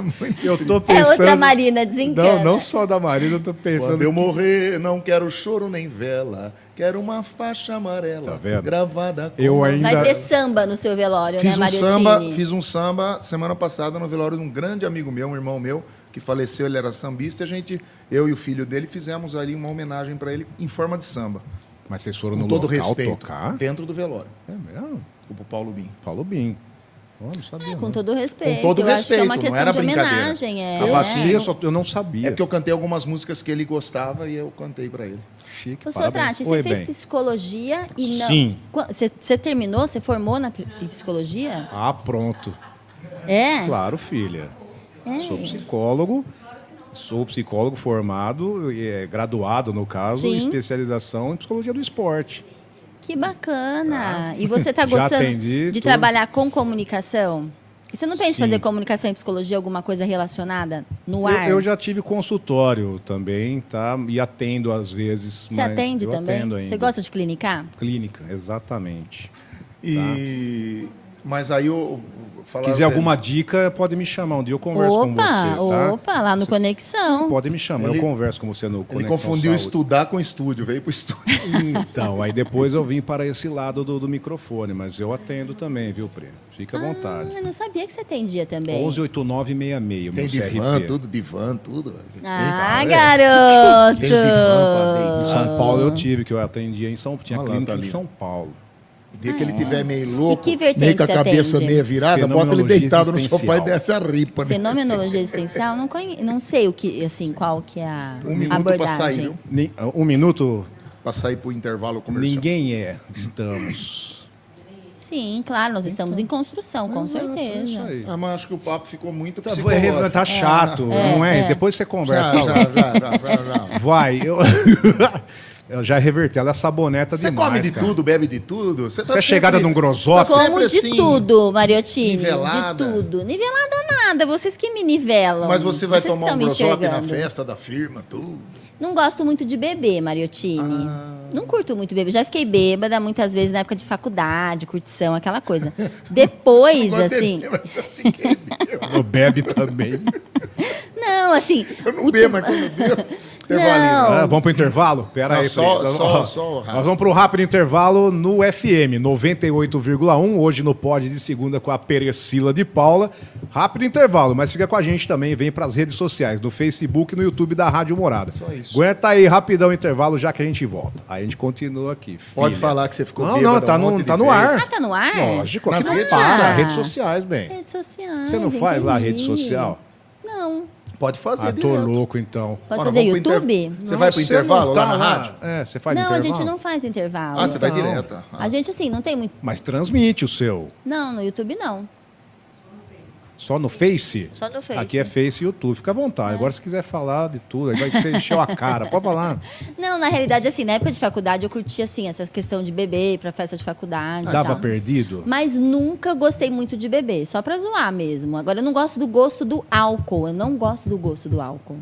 [SPEAKER 2] Eu tô
[SPEAKER 4] É
[SPEAKER 2] pensando.
[SPEAKER 4] outra Marina, desencana.
[SPEAKER 2] Não, não só da Marina, eu tô pensando.
[SPEAKER 3] Quando eu morrer, não quero choro nem vela. Quero uma faixa amarela
[SPEAKER 2] Tá vendo?
[SPEAKER 3] gravada com...
[SPEAKER 2] Eu ainda.
[SPEAKER 4] Vai ter samba no seu velório,
[SPEAKER 3] Fiz
[SPEAKER 4] né,
[SPEAKER 3] um,
[SPEAKER 4] Maria
[SPEAKER 3] samba,
[SPEAKER 4] Tini?
[SPEAKER 3] fiz um samba semana passada no velório de um grande amigo meu, um irmão meu, que faleceu, ele era sambista. A gente, eu e o filho dele, fizemos ali uma homenagem pra ele em forma de samba.
[SPEAKER 2] Mas vocês foram
[SPEAKER 3] Com
[SPEAKER 2] no
[SPEAKER 3] todo
[SPEAKER 2] local
[SPEAKER 3] respeito.
[SPEAKER 2] tocar?
[SPEAKER 3] Dentro do velório.
[SPEAKER 2] É mesmo?
[SPEAKER 3] O Paulo Bim.
[SPEAKER 2] Falou bem. Ó, não sabia.
[SPEAKER 4] É,
[SPEAKER 2] não.
[SPEAKER 4] com todo respeito.
[SPEAKER 3] Com todo
[SPEAKER 4] eu acho que é
[SPEAKER 3] respeito,
[SPEAKER 4] uma
[SPEAKER 3] não
[SPEAKER 4] questão
[SPEAKER 3] era
[SPEAKER 4] de
[SPEAKER 3] brincadeira.
[SPEAKER 4] homenagem. É,
[SPEAKER 2] Eu,
[SPEAKER 4] é.
[SPEAKER 2] sabia, só, eu não sabia.
[SPEAKER 3] É porque eu cantei algumas músicas que ele gostava e eu cantei pra ele.
[SPEAKER 2] Chique,
[SPEAKER 4] Ô,
[SPEAKER 2] parabéns.
[SPEAKER 4] Sotrate,
[SPEAKER 2] Oi,
[SPEAKER 4] você fez
[SPEAKER 2] bem.
[SPEAKER 4] psicologia e não.
[SPEAKER 2] Sim.
[SPEAKER 4] Qua- Você, você terminou? Você formou na pi- em psicologia?
[SPEAKER 2] Ah, pronto.
[SPEAKER 4] É?
[SPEAKER 2] Claro, filha.
[SPEAKER 4] É.
[SPEAKER 2] Sou psicólogo, sou psicólogo formado, é, graduado, no caso, em
[SPEAKER 4] Sim.
[SPEAKER 2] especialização em psicologia do esporte.
[SPEAKER 4] Que bacana. E você tá
[SPEAKER 2] Ah. Já
[SPEAKER 4] gostando
[SPEAKER 2] atendi
[SPEAKER 4] de
[SPEAKER 2] tudo.
[SPEAKER 4] trabalhar com comunicação? E Você não pensa em
[SPEAKER 2] Sim.
[SPEAKER 4] fazer comunicação e psicologia, alguma coisa relacionada no
[SPEAKER 2] Eu,
[SPEAKER 4] ar?
[SPEAKER 2] eu já tive consultório também, tá? E atendo às vezes.
[SPEAKER 4] Você
[SPEAKER 2] mas
[SPEAKER 4] atende
[SPEAKER 2] eu
[SPEAKER 4] também?
[SPEAKER 2] Atendo ainda.
[SPEAKER 4] Você gosta de clinicar?
[SPEAKER 2] Clínica, exatamente.
[SPEAKER 3] E... Mas aí eu... Falar
[SPEAKER 2] quiser alguma dica, pode me chamar. Um dia eu converso com você,
[SPEAKER 4] opa,
[SPEAKER 2] tá?
[SPEAKER 4] opa, lá no Conexão.
[SPEAKER 2] Pode me chamar,
[SPEAKER 3] Ele-
[SPEAKER 2] eu converso com você no
[SPEAKER 3] Ele
[SPEAKER 2] Conexão
[SPEAKER 3] confundiu
[SPEAKER 2] Saúde.
[SPEAKER 3] estudar com estúdio, veio pro estúdio.
[SPEAKER 2] Então, aí depois eu vim para esse lado do, do microfone, mas eu atendo também, viu, Pri? Fica à vontade.
[SPEAKER 4] Ah, eu não sabia que você atendia também.
[SPEAKER 2] 118966,
[SPEAKER 3] Tem
[SPEAKER 2] meu
[SPEAKER 3] divã,
[SPEAKER 2] CRP.
[SPEAKER 3] tudo, divã, tudo.
[SPEAKER 4] Ah,
[SPEAKER 3] Tem,
[SPEAKER 4] garoto!
[SPEAKER 3] Tem divã,
[SPEAKER 2] Em São Paulo eu tive, que eu atendia em São Paulo. Tinha
[SPEAKER 3] Olha lá, tá
[SPEAKER 2] clínica em
[SPEAKER 3] Thalita.
[SPEAKER 2] São Paulo.
[SPEAKER 3] O dia que ele tiver meio louco,
[SPEAKER 4] Ah. E que vertente
[SPEAKER 3] meio com a
[SPEAKER 4] você
[SPEAKER 3] cabeça
[SPEAKER 4] atende?
[SPEAKER 3] meia virada, bota ele
[SPEAKER 2] Fenomenologia
[SPEAKER 3] deitado no sofá e
[SPEAKER 2] existencial.
[SPEAKER 3] desce a ripa. Né?
[SPEAKER 4] Fenomenologia existencial, não, conhe... não sei o que, assim, qual que é a
[SPEAKER 3] Um minuto pra
[SPEAKER 4] abordagem.
[SPEAKER 3] sair, viu?
[SPEAKER 2] Ni- Um minuto,
[SPEAKER 3] Pra sair pro intervalo comercial.
[SPEAKER 2] ninguém é, estamos.
[SPEAKER 4] Sim, claro, nós estamos
[SPEAKER 3] Então.
[SPEAKER 4] em construção, com certeza.
[SPEAKER 3] Ah, mas acho que o papo ficou muito
[SPEAKER 2] Tá,
[SPEAKER 3] psicológico.
[SPEAKER 2] tá chato, não é? Depois você
[SPEAKER 3] Já,
[SPEAKER 2] conversa. Tá
[SPEAKER 3] já, já, já, já, já.
[SPEAKER 2] Vai, eu, eu já reverti. Ela é saboneta
[SPEAKER 3] Você
[SPEAKER 2] demais,
[SPEAKER 3] come de
[SPEAKER 2] cara.
[SPEAKER 3] tudo, bebe de tudo? Você tá
[SPEAKER 2] Você é chegada
[SPEAKER 3] sempre
[SPEAKER 2] num grossócio.
[SPEAKER 4] Como
[SPEAKER 3] sempre
[SPEAKER 4] de
[SPEAKER 3] assim,
[SPEAKER 4] tudo, Mariottini.
[SPEAKER 3] nivelada.
[SPEAKER 4] De tudo. Nivelada nada, vocês que me nivelam.
[SPEAKER 3] Mas você vai
[SPEAKER 4] Vocês que
[SPEAKER 3] tomar
[SPEAKER 4] estão
[SPEAKER 3] um
[SPEAKER 4] me
[SPEAKER 3] grossop na
[SPEAKER 4] enxergando.
[SPEAKER 3] festa da firma, tudo.
[SPEAKER 4] Não gosto muito de beber, Mariottini.
[SPEAKER 3] Ah.
[SPEAKER 4] Não curto muito beber. Já fiquei bêbada muitas vezes na época de faculdade, curtição, aquela coisa. Depois,
[SPEAKER 3] Agora
[SPEAKER 4] assim.
[SPEAKER 3] bebeu, mas
[SPEAKER 2] Eu bebe também.
[SPEAKER 4] Não, assim.
[SPEAKER 3] Eu não
[SPEAKER 4] ultim-
[SPEAKER 3] bebo, mas quando bebo... intervalinho.
[SPEAKER 4] Não.
[SPEAKER 2] Ah, vamos pro intervalo? Pera
[SPEAKER 3] Não,
[SPEAKER 2] aí,
[SPEAKER 3] só-
[SPEAKER 2] Pri.
[SPEAKER 3] só-
[SPEAKER 2] Ó,
[SPEAKER 3] só o rápido.
[SPEAKER 2] Nós vamos pro rápido intervalo no FM 98,1, hoje no pod de segunda com a Perecila de Paula. Rápido intervalo, mas fica com a gente também, vem pras redes sociais, no Facebook e no YouTube da Rádio Morada. Só
[SPEAKER 3] isso.
[SPEAKER 2] Aguenta aí rapidão o intervalo já que a gente volta. Aí a gente continua aqui.
[SPEAKER 3] Pode
[SPEAKER 2] filha.
[SPEAKER 3] falar que você ficou
[SPEAKER 2] Não, não,
[SPEAKER 3] bêbada
[SPEAKER 2] tá
[SPEAKER 3] um monte
[SPEAKER 2] no,
[SPEAKER 3] de
[SPEAKER 2] tá no
[SPEAKER 3] vez.
[SPEAKER 2] ar.
[SPEAKER 4] Ah, tá no ar?
[SPEAKER 2] Lógico, aqui
[SPEAKER 3] Nas
[SPEAKER 2] não
[SPEAKER 3] é redes
[SPEAKER 2] passa.
[SPEAKER 4] sociais.
[SPEAKER 2] Redes sociais, bem.
[SPEAKER 4] Redes sociais.
[SPEAKER 2] Você não faz lá a rede
[SPEAKER 4] Ah, entendi.
[SPEAKER 2] social?
[SPEAKER 4] Não.
[SPEAKER 3] Pode fazer
[SPEAKER 2] Ah, tô
[SPEAKER 3] é direto.
[SPEAKER 2] louco então.
[SPEAKER 4] Pode
[SPEAKER 3] Ora,
[SPEAKER 4] fazer
[SPEAKER 3] vamos pro
[SPEAKER 4] YouTube?
[SPEAKER 3] interv- Você vai pro
[SPEAKER 2] Não,
[SPEAKER 3] intervalo
[SPEAKER 2] não tá
[SPEAKER 3] lá na rádio?
[SPEAKER 2] É, você faz
[SPEAKER 4] não,
[SPEAKER 2] intervalo. tá-
[SPEAKER 4] a gente não tá. faz intervalo.
[SPEAKER 3] Ah, você vai
[SPEAKER 2] Não.
[SPEAKER 3] direto. Ah.
[SPEAKER 4] A gente, assim, não tem muito.
[SPEAKER 2] Mas transmite o seu.
[SPEAKER 4] Não, no YouTube não.
[SPEAKER 2] Só no Face?
[SPEAKER 5] Só no Face.
[SPEAKER 2] Aqui é Face e YouTube. Fica à
[SPEAKER 4] É.
[SPEAKER 2] vontade. Agora, se quiser falar de tudo, aí vai que você encheu a cara. Pode falar.
[SPEAKER 4] Não, na realidade, assim, na época de faculdade eu curti, assim, essa questão de beber pra festa de faculdade. e
[SPEAKER 2] Dava
[SPEAKER 4] tal.
[SPEAKER 2] perdido?
[SPEAKER 4] Mas nunca gostei muito de beber, só pra zoar mesmo. Agora, eu não gosto do gosto do álcool. Eu não gosto do gosto do álcool.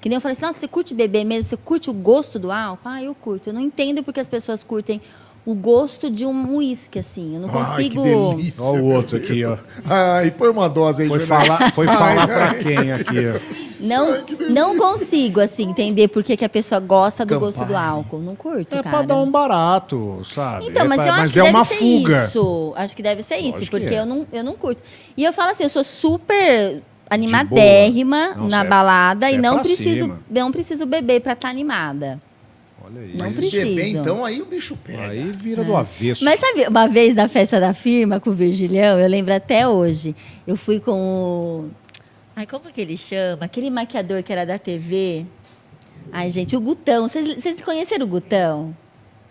[SPEAKER 4] Que nem eu falei assim, nossa, você curte beber mesmo? Você curte o gosto do álcool? Ah, eu curto. Eu não entendo porque as pessoas curtem o gosto de um uísque, assim. Eu não
[SPEAKER 3] Ai, que
[SPEAKER 4] consigo.
[SPEAKER 3] delícia.
[SPEAKER 2] Ó o outro aqui, ó.
[SPEAKER 3] Ai, põe uma dose aí.
[SPEAKER 2] Tá Foi
[SPEAKER 3] Juliana.
[SPEAKER 2] falar, foi falar pra quem aqui, ó.
[SPEAKER 4] Não, não consigo, assim, entender por que, que a pessoa gosta do gosto do
[SPEAKER 3] Campari.
[SPEAKER 4] álcool. Não curto,
[SPEAKER 2] É
[SPEAKER 4] cara.
[SPEAKER 2] pra dar um barato, sabe?
[SPEAKER 4] Então,
[SPEAKER 2] É
[SPEAKER 4] mas
[SPEAKER 2] pra-
[SPEAKER 4] eu acho que
[SPEAKER 2] é
[SPEAKER 4] deve
[SPEAKER 2] uma
[SPEAKER 4] ser
[SPEAKER 2] fuga.
[SPEAKER 4] isso. Acho que deve ser isso,
[SPEAKER 2] Lógico que
[SPEAKER 4] porque
[SPEAKER 2] é.
[SPEAKER 4] eu, não, eu não curto. E eu falo assim, eu sou super animadérrima
[SPEAKER 2] boa. Não,
[SPEAKER 4] na
[SPEAKER 2] cê é-
[SPEAKER 4] balada
[SPEAKER 2] cê
[SPEAKER 4] e
[SPEAKER 2] é
[SPEAKER 4] não
[SPEAKER 2] pra
[SPEAKER 4] preciso,
[SPEAKER 2] cima.
[SPEAKER 4] não preciso beber pra estar animada.
[SPEAKER 2] Olha aí.
[SPEAKER 4] Não
[SPEAKER 3] Mas se
[SPEAKER 4] precisa.
[SPEAKER 3] beber, então, aí o bicho pega.
[SPEAKER 2] Aí vira do avesso.
[SPEAKER 4] Mas tá sabe, uma vez na festa da firma com o Virgilião, eu lembro até hoje, eu fui com o... Ai, como que ele chama? Aquele maquiador que era da TV. Ai, gente, o Gutão. Vocês vocês conheceram o Gutão?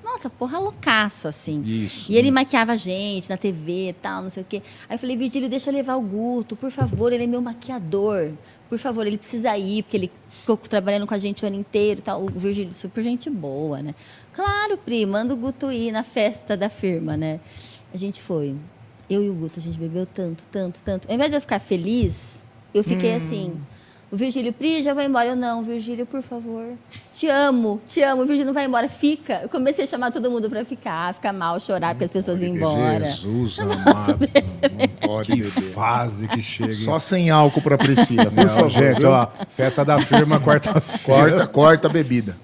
[SPEAKER 4] Nossa, porra, loucaço, assim.
[SPEAKER 2] Isso.
[SPEAKER 4] E ele maquiava a gente na TV e tal, não sei o quê. Aí eu falei, Virgílio, deixa eu levar o Guto, por favor, ele é meu maquiador. Por favor, ele precisa ir, porque ele ficou trabalhando com a gente o ano inteiro e tal. O Virgílio, super gente boa, né? Claro, Pri, manda o Guto ir na festa da firma, né? A gente foi. Eu e o Guto, a gente bebeu tanto, tanto, tanto. Ao invés de eu ficar feliz, eu fiquei assim. O Virgílio, Pri, já vai embora. Eu não, Virgílio, por favor. Te amo, te amo. O Virgílio não vai embora, fica. Eu comecei a chamar todo mundo pra ficar, ficar mal, chorar, porque as pessoas iam embora.
[SPEAKER 2] Jesus amado.
[SPEAKER 3] Não pode
[SPEAKER 2] Que
[SPEAKER 3] beber.
[SPEAKER 2] fase que chega. hein?
[SPEAKER 3] Só sem álcool pra Priscila, por
[SPEAKER 2] Não,
[SPEAKER 3] favor.
[SPEAKER 2] gente,
[SPEAKER 3] viu?
[SPEAKER 2] ó. Festa da firma quarta-feira.
[SPEAKER 3] Corta, corta a bebida.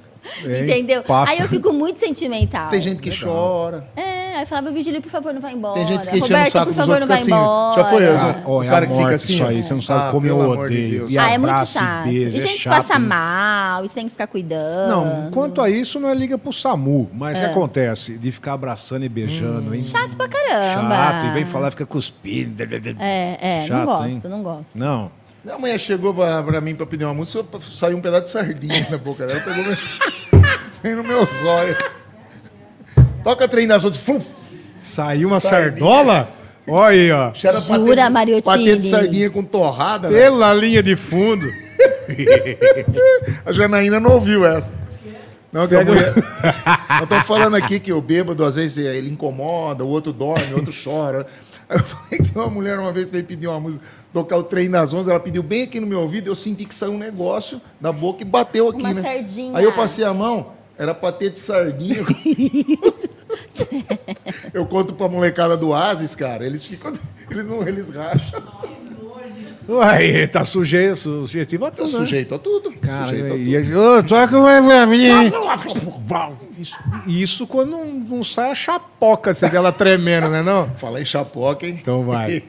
[SPEAKER 2] hein?
[SPEAKER 4] Entendeu?
[SPEAKER 2] Passa.
[SPEAKER 4] Aí eu fico muito sentimental.
[SPEAKER 3] Tem gente que chora.
[SPEAKER 4] É, aí eu falava, Virgílio, por favor, não vai embora.
[SPEAKER 3] Tem gente que enche o
[SPEAKER 4] Roberto,
[SPEAKER 3] saco
[SPEAKER 4] por
[SPEAKER 3] dos
[SPEAKER 4] favor,
[SPEAKER 3] outros
[SPEAKER 4] não
[SPEAKER 3] fica
[SPEAKER 4] vai
[SPEAKER 3] assim.
[SPEAKER 4] embora.
[SPEAKER 3] Já foi eu,
[SPEAKER 2] Ah,
[SPEAKER 3] O
[SPEAKER 2] olha,
[SPEAKER 3] cara
[SPEAKER 2] a
[SPEAKER 3] que fica
[SPEAKER 2] morte
[SPEAKER 3] assim,
[SPEAKER 2] isso aí,
[SPEAKER 3] ó.
[SPEAKER 2] você não sabe
[SPEAKER 3] Ah,
[SPEAKER 2] como eu
[SPEAKER 3] pelo amor de
[SPEAKER 2] odeio.
[SPEAKER 3] Deus.
[SPEAKER 2] e
[SPEAKER 4] Ah, é muito
[SPEAKER 2] abraça
[SPEAKER 4] chato.
[SPEAKER 2] e beija,
[SPEAKER 4] e
[SPEAKER 2] é
[SPEAKER 4] gente que
[SPEAKER 2] chato,
[SPEAKER 4] passa
[SPEAKER 2] né?
[SPEAKER 4] mal, isso tem que ficar cuidando.
[SPEAKER 2] Não, quanto a isso, não é liga pro SAMU. Mas o que acontece? De ficar abraçando e beijando, hein?
[SPEAKER 4] É. Chato pra caramba.
[SPEAKER 2] Chato, e vem falar, fica cuspindo.
[SPEAKER 4] É, é,
[SPEAKER 2] Chato,
[SPEAKER 4] não gosto,
[SPEAKER 2] hein?
[SPEAKER 4] não gosto.
[SPEAKER 2] Não.
[SPEAKER 3] Minha mulher chegou pra, pra mim pra pedir uma música, eu- saiu um pedaço de sardinha na boca dela, pegou meu... veio no meu zóio. Toca trem das outras, fum!
[SPEAKER 2] Saiu uma
[SPEAKER 3] Sardinha.
[SPEAKER 2] sardola? Olha aí, ó.
[SPEAKER 3] Cheira patê
[SPEAKER 4] Jura,
[SPEAKER 3] de-
[SPEAKER 4] Mariottini?
[SPEAKER 3] Patê de sardinha com torrada. né?
[SPEAKER 2] Pela linha de fundo.
[SPEAKER 3] A Janaína não ouviu essa. Não, que é a
[SPEAKER 2] Pega-
[SPEAKER 3] mulher... Nós estamos falando aqui que o bêbado, às vezes, é, ele incomoda, o outro dorme, o outro chora. Aí Eu falei que uma mulher uma vez veio pedir uma música, tocar o trem das 11, ela pediu bem aqui no meu ouvido, eu senti que saiu um negócio da boca e bateu aqui,
[SPEAKER 4] Uma
[SPEAKER 3] né?
[SPEAKER 4] sardinha.
[SPEAKER 3] Aí eu passei a mão, era patê de sardinha. eu conto pra molecada do Asis, cara, eles ficam... Eles não, eles racham.
[SPEAKER 2] Aí, tá suje... sujetivo a
[SPEAKER 3] Eu
[SPEAKER 2] tudo, né?
[SPEAKER 3] Tá sujeito a tudo.
[SPEAKER 2] Cara,
[SPEAKER 3] sujeito Tá a tudo.
[SPEAKER 2] e, e, ô, toca uma pra mim. hein? Isso, isso quando não, não sai a chapoca, você vê ela tremendo, né não?
[SPEAKER 3] Fala em chapoca, hein?
[SPEAKER 2] Então vai.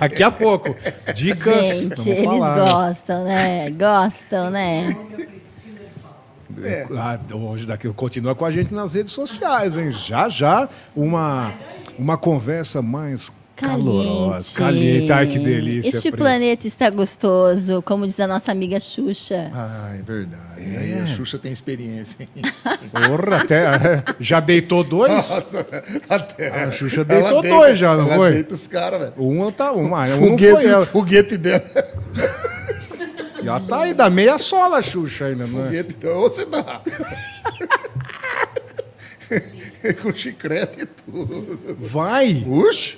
[SPEAKER 2] Daqui a pouco. Dicas. vamos
[SPEAKER 4] Gente, eles
[SPEAKER 2] falar, né?
[SPEAKER 4] gostam, né? Gostam, né?
[SPEAKER 3] É.
[SPEAKER 2] Ah, hoje daqui continua com a gente nas redes sociais, hein? Já já uma uma conversa mais
[SPEAKER 4] Caliente.
[SPEAKER 2] calorosa, caliente. Ai que delícia.
[SPEAKER 4] Este
[SPEAKER 2] Pri.
[SPEAKER 4] planeta está gostoso, como diz a nossa amiga Xuxa.
[SPEAKER 3] Ah, é verdade. Aí a Xuxa tem experiência, hein?
[SPEAKER 2] Porra, até é, já deitou dois?
[SPEAKER 3] Nossa, até.
[SPEAKER 2] Ah, A Xuxa
[SPEAKER 3] Ela
[SPEAKER 2] deitou
[SPEAKER 3] deita-
[SPEAKER 2] dois já, não
[SPEAKER 3] ela
[SPEAKER 2] foi?
[SPEAKER 3] deita os caras, velho.
[SPEAKER 2] Uma tá uma, um não foi
[SPEAKER 3] Foguete,
[SPEAKER 2] ela.
[SPEAKER 3] foguete dela.
[SPEAKER 2] Já tá aí da meia sola, Xuxa ainda, não é?
[SPEAKER 3] Foguete dela. Ou você dá. Com chiclete e tudo.
[SPEAKER 2] Vai.
[SPEAKER 3] Uxi.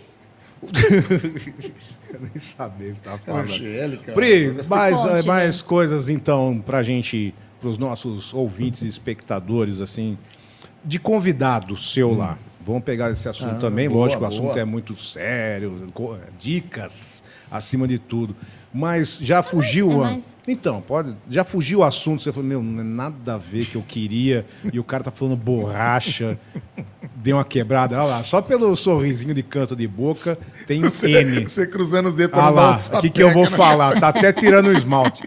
[SPEAKER 2] Eu nem sabia o que tá falando.
[SPEAKER 3] Angélica.
[SPEAKER 2] Pri, mais,
[SPEAKER 3] né?
[SPEAKER 4] Conte,
[SPEAKER 2] eh, mais coisas então pra gente, pros nossos ouvintes e espectadores, assim, de convidado seu lá. Vamos pegar esse assunto também,
[SPEAKER 3] Hum. Ah, boa,
[SPEAKER 2] lógico,
[SPEAKER 3] boa.
[SPEAKER 2] o assunto é muito sério, co- dicas acima de tudo. Mas já fugiu.
[SPEAKER 4] é
[SPEAKER 2] a-
[SPEAKER 4] mais-
[SPEAKER 2] Então, pode. Já fugiu o assunto, você falou, meu, não é nada a ver que eu queria, e o cara tá falando borracha. Deu uma quebrada, olha lá, só pelo sorrisinho de canto de boca tem N.
[SPEAKER 3] Você cruzando os dedos pra
[SPEAKER 2] Ah
[SPEAKER 3] não dar
[SPEAKER 2] lá,
[SPEAKER 3] um
[SPEAKER 2] o que, que eu vou
[SPEAKER 3] sapeca, né?
[SPEAKER 2] falar? Tá até tirando o esmalte.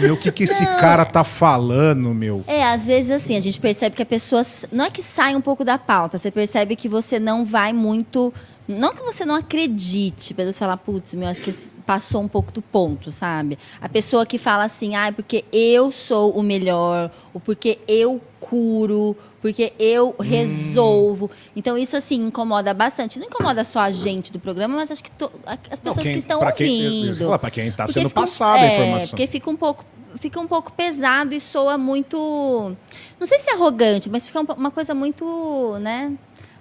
[SPEAKER 2] Meu, o que, que esse cara tá falando, meu?
[SPEAKER 4] É, às vezes assim, a gente percebe que a pessoa. s- Não é que sai um pouco da pauta, você percebe que você não vai muito. Não que você não acredite, mas você fala, putz, meu, acho que esse passou um pouco do ponto, sabe? A pessoa que fala assim, ah, é porque eu sou o melhor, ou porque eu curo, porque eu
[SPEAKER 2] Hum.
[SPEAKER 4] resolvo. Então isso, assim, incomoda bastante. Não incomoda só a gente do programa, mas acho que to- a- as pessoas que estão
[SPEAKER 2] pra quem, eu- eu ia
[SPEAKER 4] ouvindo.
[SPEAKER 2] falar, pra quem tá
[SPEAKER 4] Porque
[SPEAKER 2] sendo
[SPEAKER 4] fica um-
[SPEAKER 2] passada a
[SPEAKER 4] é,
[SPEAKER 2] informação.
[SPEAKER 4] Porque fica um pouco fica um pouco pesado e soa muito não sei se é arrogante, mas fica um po- uma coisa muito, né?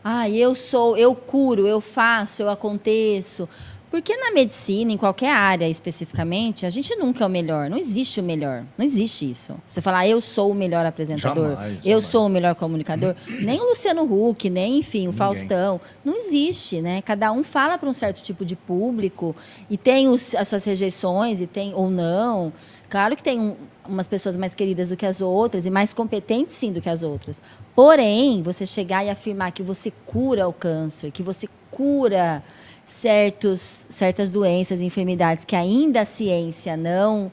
[SPEAKER 4] Ah, eu sou, eu curo, eu faço, eu aconteço. Porque na medicina, em qualquer área especificamente, a gente nunca é o melhor. Não existe o melhor. Não existe isso. Você falar, eu sou o melhor apresentador,
[SPEAKER 3] Jamais,
[SPEAKER 4] eu
[SPEAKER 3] jamais.
[SPEAKER 4] sou o melhor comunicador. nem o Luciano Huck, nem, enfim, o Faustão. Não existe, né? Cada um fala para um certo tipo de público e tem os- as suas rejeições e tem ou não. Claro que tem um- umas pessoas mais queridas do que as outras e mais competentes sim do que as outras. Porém, você chegar e afirmar que você cura o câncer, que você cura certos, certas doenças e enfermidades que ainda a ciência não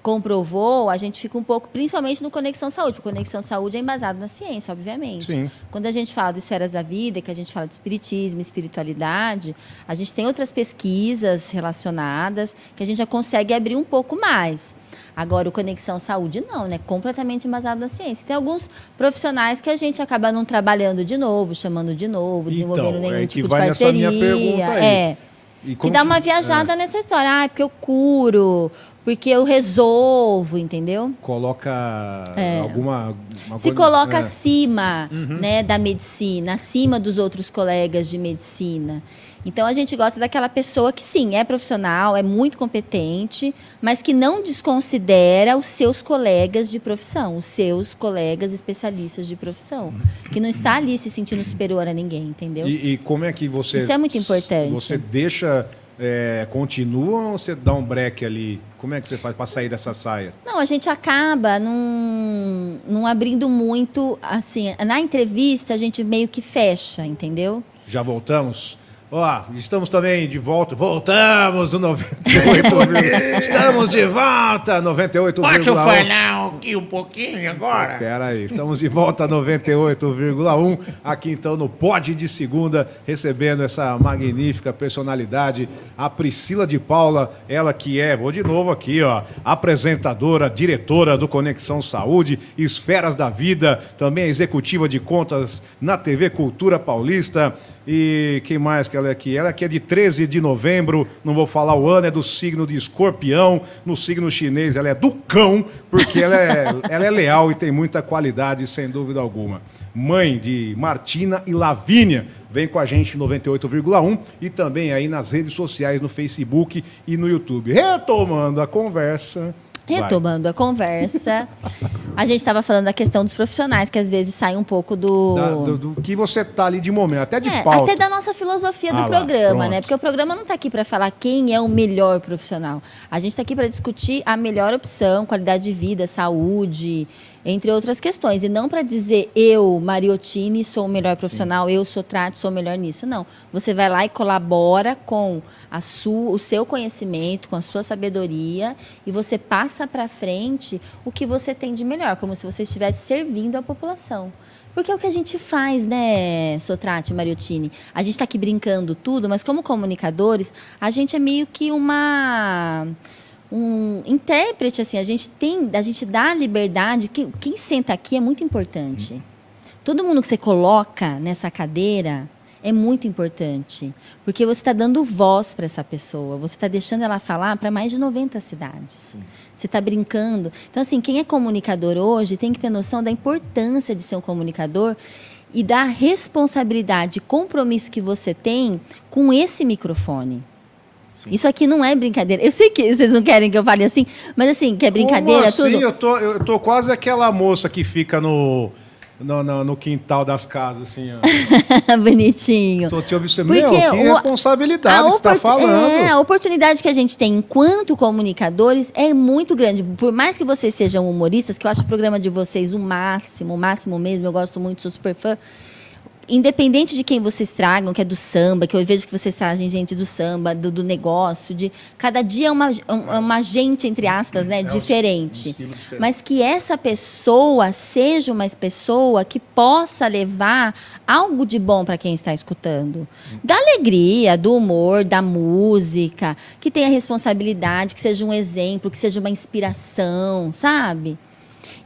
[SPEAKER 4] comprovou, a gente fica um pouco, principalmente no Conexão Saúde, porque Conexão Saúde é embasado na ciência, obviamente.
[SPEAKER 2] Sim.
[SPEAKER 4] Quando a gente fala de esferas da vida, que a gente fala de espiritismo, espiritualidade, a gente tem outras pesquisas relacionadas que a gente já consegue abrir um pouco mais. Agora, o Conexão Saúde não, né? Completamente embasado na ciência. Tem alguns profissionais que a gente acaba não trabalhando de novo, chamando de novo,
[SPEAKER 2] Então,
[SPEAKER 4] desenvolvendo nenhum
[SPEAKER 2] é que
[SPEAKER 4] tipo de
[SPEAKER 2] vai nessa
[SPEAKER 4] parceria.
[SPEAKER 2] minha pergunta aí.
[SPEAKER 4] É.
[SPEAKER 2] E
[SPEAKER 4] Que
[SPEAKER 2] como é?
[SPEAKER 4] dá uma viajada nessa história. Ah, é porque eu curo, porque eu resolvo, entendeu?
[SPEAKER 2] Coloca eh, alguma, alguma
[SPEAKER 4] É. Se
[SPEAKER 2] coisa-
[SPEAKER 4] coloca assim.
[SPEAKER 2] é. Uhum.
[SPEAKER 4] acima né, da medicina, acima dos outros colegas de medicina. Então a gente gosta daquela pessoa que sim, é profissional, é muito competente, mas que não desconsidera os seus colegas de profissão, os seus colegas especialistas de profissão. Que não está ali se sentindo superior a ninguém, entendeu?
[SPEAKER 2] E, e como é que você.
[SPEAKER 4] Isso é muito importante.
[SPEAKER 2] Você deixa. é, continua ou você dá um break ali? Como é que você faz pra sair dessa saia?
[SPEAKER 4] Não, a gente acaba num, num abrindo muito, assim, na entrevista a gente meio que fecha, entendeu?
[SPEAKER 2] Já voltamos? Ó, estamos também de volta. Voltamos no 98. um. estamos de volta! 98.
[SPEAKER 5] Posso falar aqui um pouquinho agora?
[SPEAKER 2] um. Pera aí, estamos de volta a 98,1 aqui então no Pod de Segunda, recebendo essa magnífica personalidade, a Priscila de Paula, ela que é, vou de novo aqui, ó, apresentadora, diretora do Conexão Saúde, Esferas da Vida, também é executiva de contas na TV Cultura Paulista e quem mais que ela aqui. Ela aqui é de 13 de novembro, não vou falar o ano, é do signo de escorpião. No signo chinês, ela é do cão, porque ela é, ela é leal e tem muita qualidade, sem dúvida alguma. Mãe de Martina e Lavínia, vem com a gente em 98,1 e também aí nas redes sociais, no Facebook e no YouTube. Retomando a conversa. vai.
[SPEAKER 4] Retomando a conversa, a gente estava falando da questão dos profissionais, que às vezes sai um pouco do.
[SPEAKER 2] Da- do, do que você tá ali de momento, até de
[SPEAKER 4] É,
[SPEAKER 2] pauta.
[SPEAKER 4] até da nossa filosofia do
[SPEAKER 2] Ah lá,
[SPEAKER 4] programa, né?
[SPEAKER 2] pronto.
[SPEAKER 4] Porque o programa não está aqui para falar quem é o melhor profissional. A gente está aqui para discutir a melhor opção, qualidade de vida, saúde, entre outras questões. E não para dizer eu, Mariottini, sou o melhor profissional, eu sou Trate, sou o melhor nisso. Não. Você vai lá e colabora com a sua, o seu conhecimento, com a sua sabedoria e você passa para frente o que você tem de melhor, como se você estivesse servindo a população. Porque é o que a gente faz, né, Sotrate, Mariottini? A gente tá aqui brincando tudo, mas como comunicadores, a gente é meio que uma um intérprete assim, a gente tem, a gente dá liberdade, quem, quem senta aqui é muito importante. Todo mundo que você coloca nessa cadeira é muito importante, porque você está dando voz para essa pessoa, você está deixando ela falar para mais de 90 cidades. Você está brincando. Então, assim, quem é comunicador hoje tem que ter noção da importância de ser um comunicador e da responsabilidade e compromisso que você tem com esse microfone. Isso aqui não é brincadeira. Eu sei que vocês não querem que eu fale assim, mas assim, que é
[SPEAKER 2] Como
[SPEAKER 4] brincadeira,
[SPEAKER 2] assim?
[SPEAKER 4] tudo.
[SPEAKER 2] Eu tô, eu tô quase aquela moça que fica no, no, no- no quintal das casas, assim, ó.
[SPEAKER 4] Bonitinho.
[SPEAKER 2] Tô te observando.
[SPEAKER 4] Então, Porque
[SPEAKER 2] Meu, que
[SPEAKER 4] o-
[SPEAKER 2] responsabilidade
[SPEAKER 4] A
[SPEAKER 2] que você tá
[SPEAKER 4] oportu-
[SPEAKER 2] falando.
[SPEAKER 4] É, a oportunidade que a gente tem enquanto comunicadores é muito grande. Por mais que vocês sejam humoristas, que eu acho o programa de vocês o máximo, o máximo mesmo, eu gosto muito, sou super fã. Independente de quem vocês tragam, que é do samba, que eu vejo que vocês trazem gente do samba, do, do negócio, de cada dia é uma, um- é uma gente, entre aspas,
[SPEAKER 3] É
[SPEAKER 4] né, diferente.
[SPEAKER 3] um estilo diferente.
[SPEAKER 4] Mas que essa pessoa seja uma pessoa que possa levar algo de bom para quem está escutando. Da alegria, do humor, da música, que tenha responsabilidade, que seja um exemplo, que seja uma inspiração, sabe?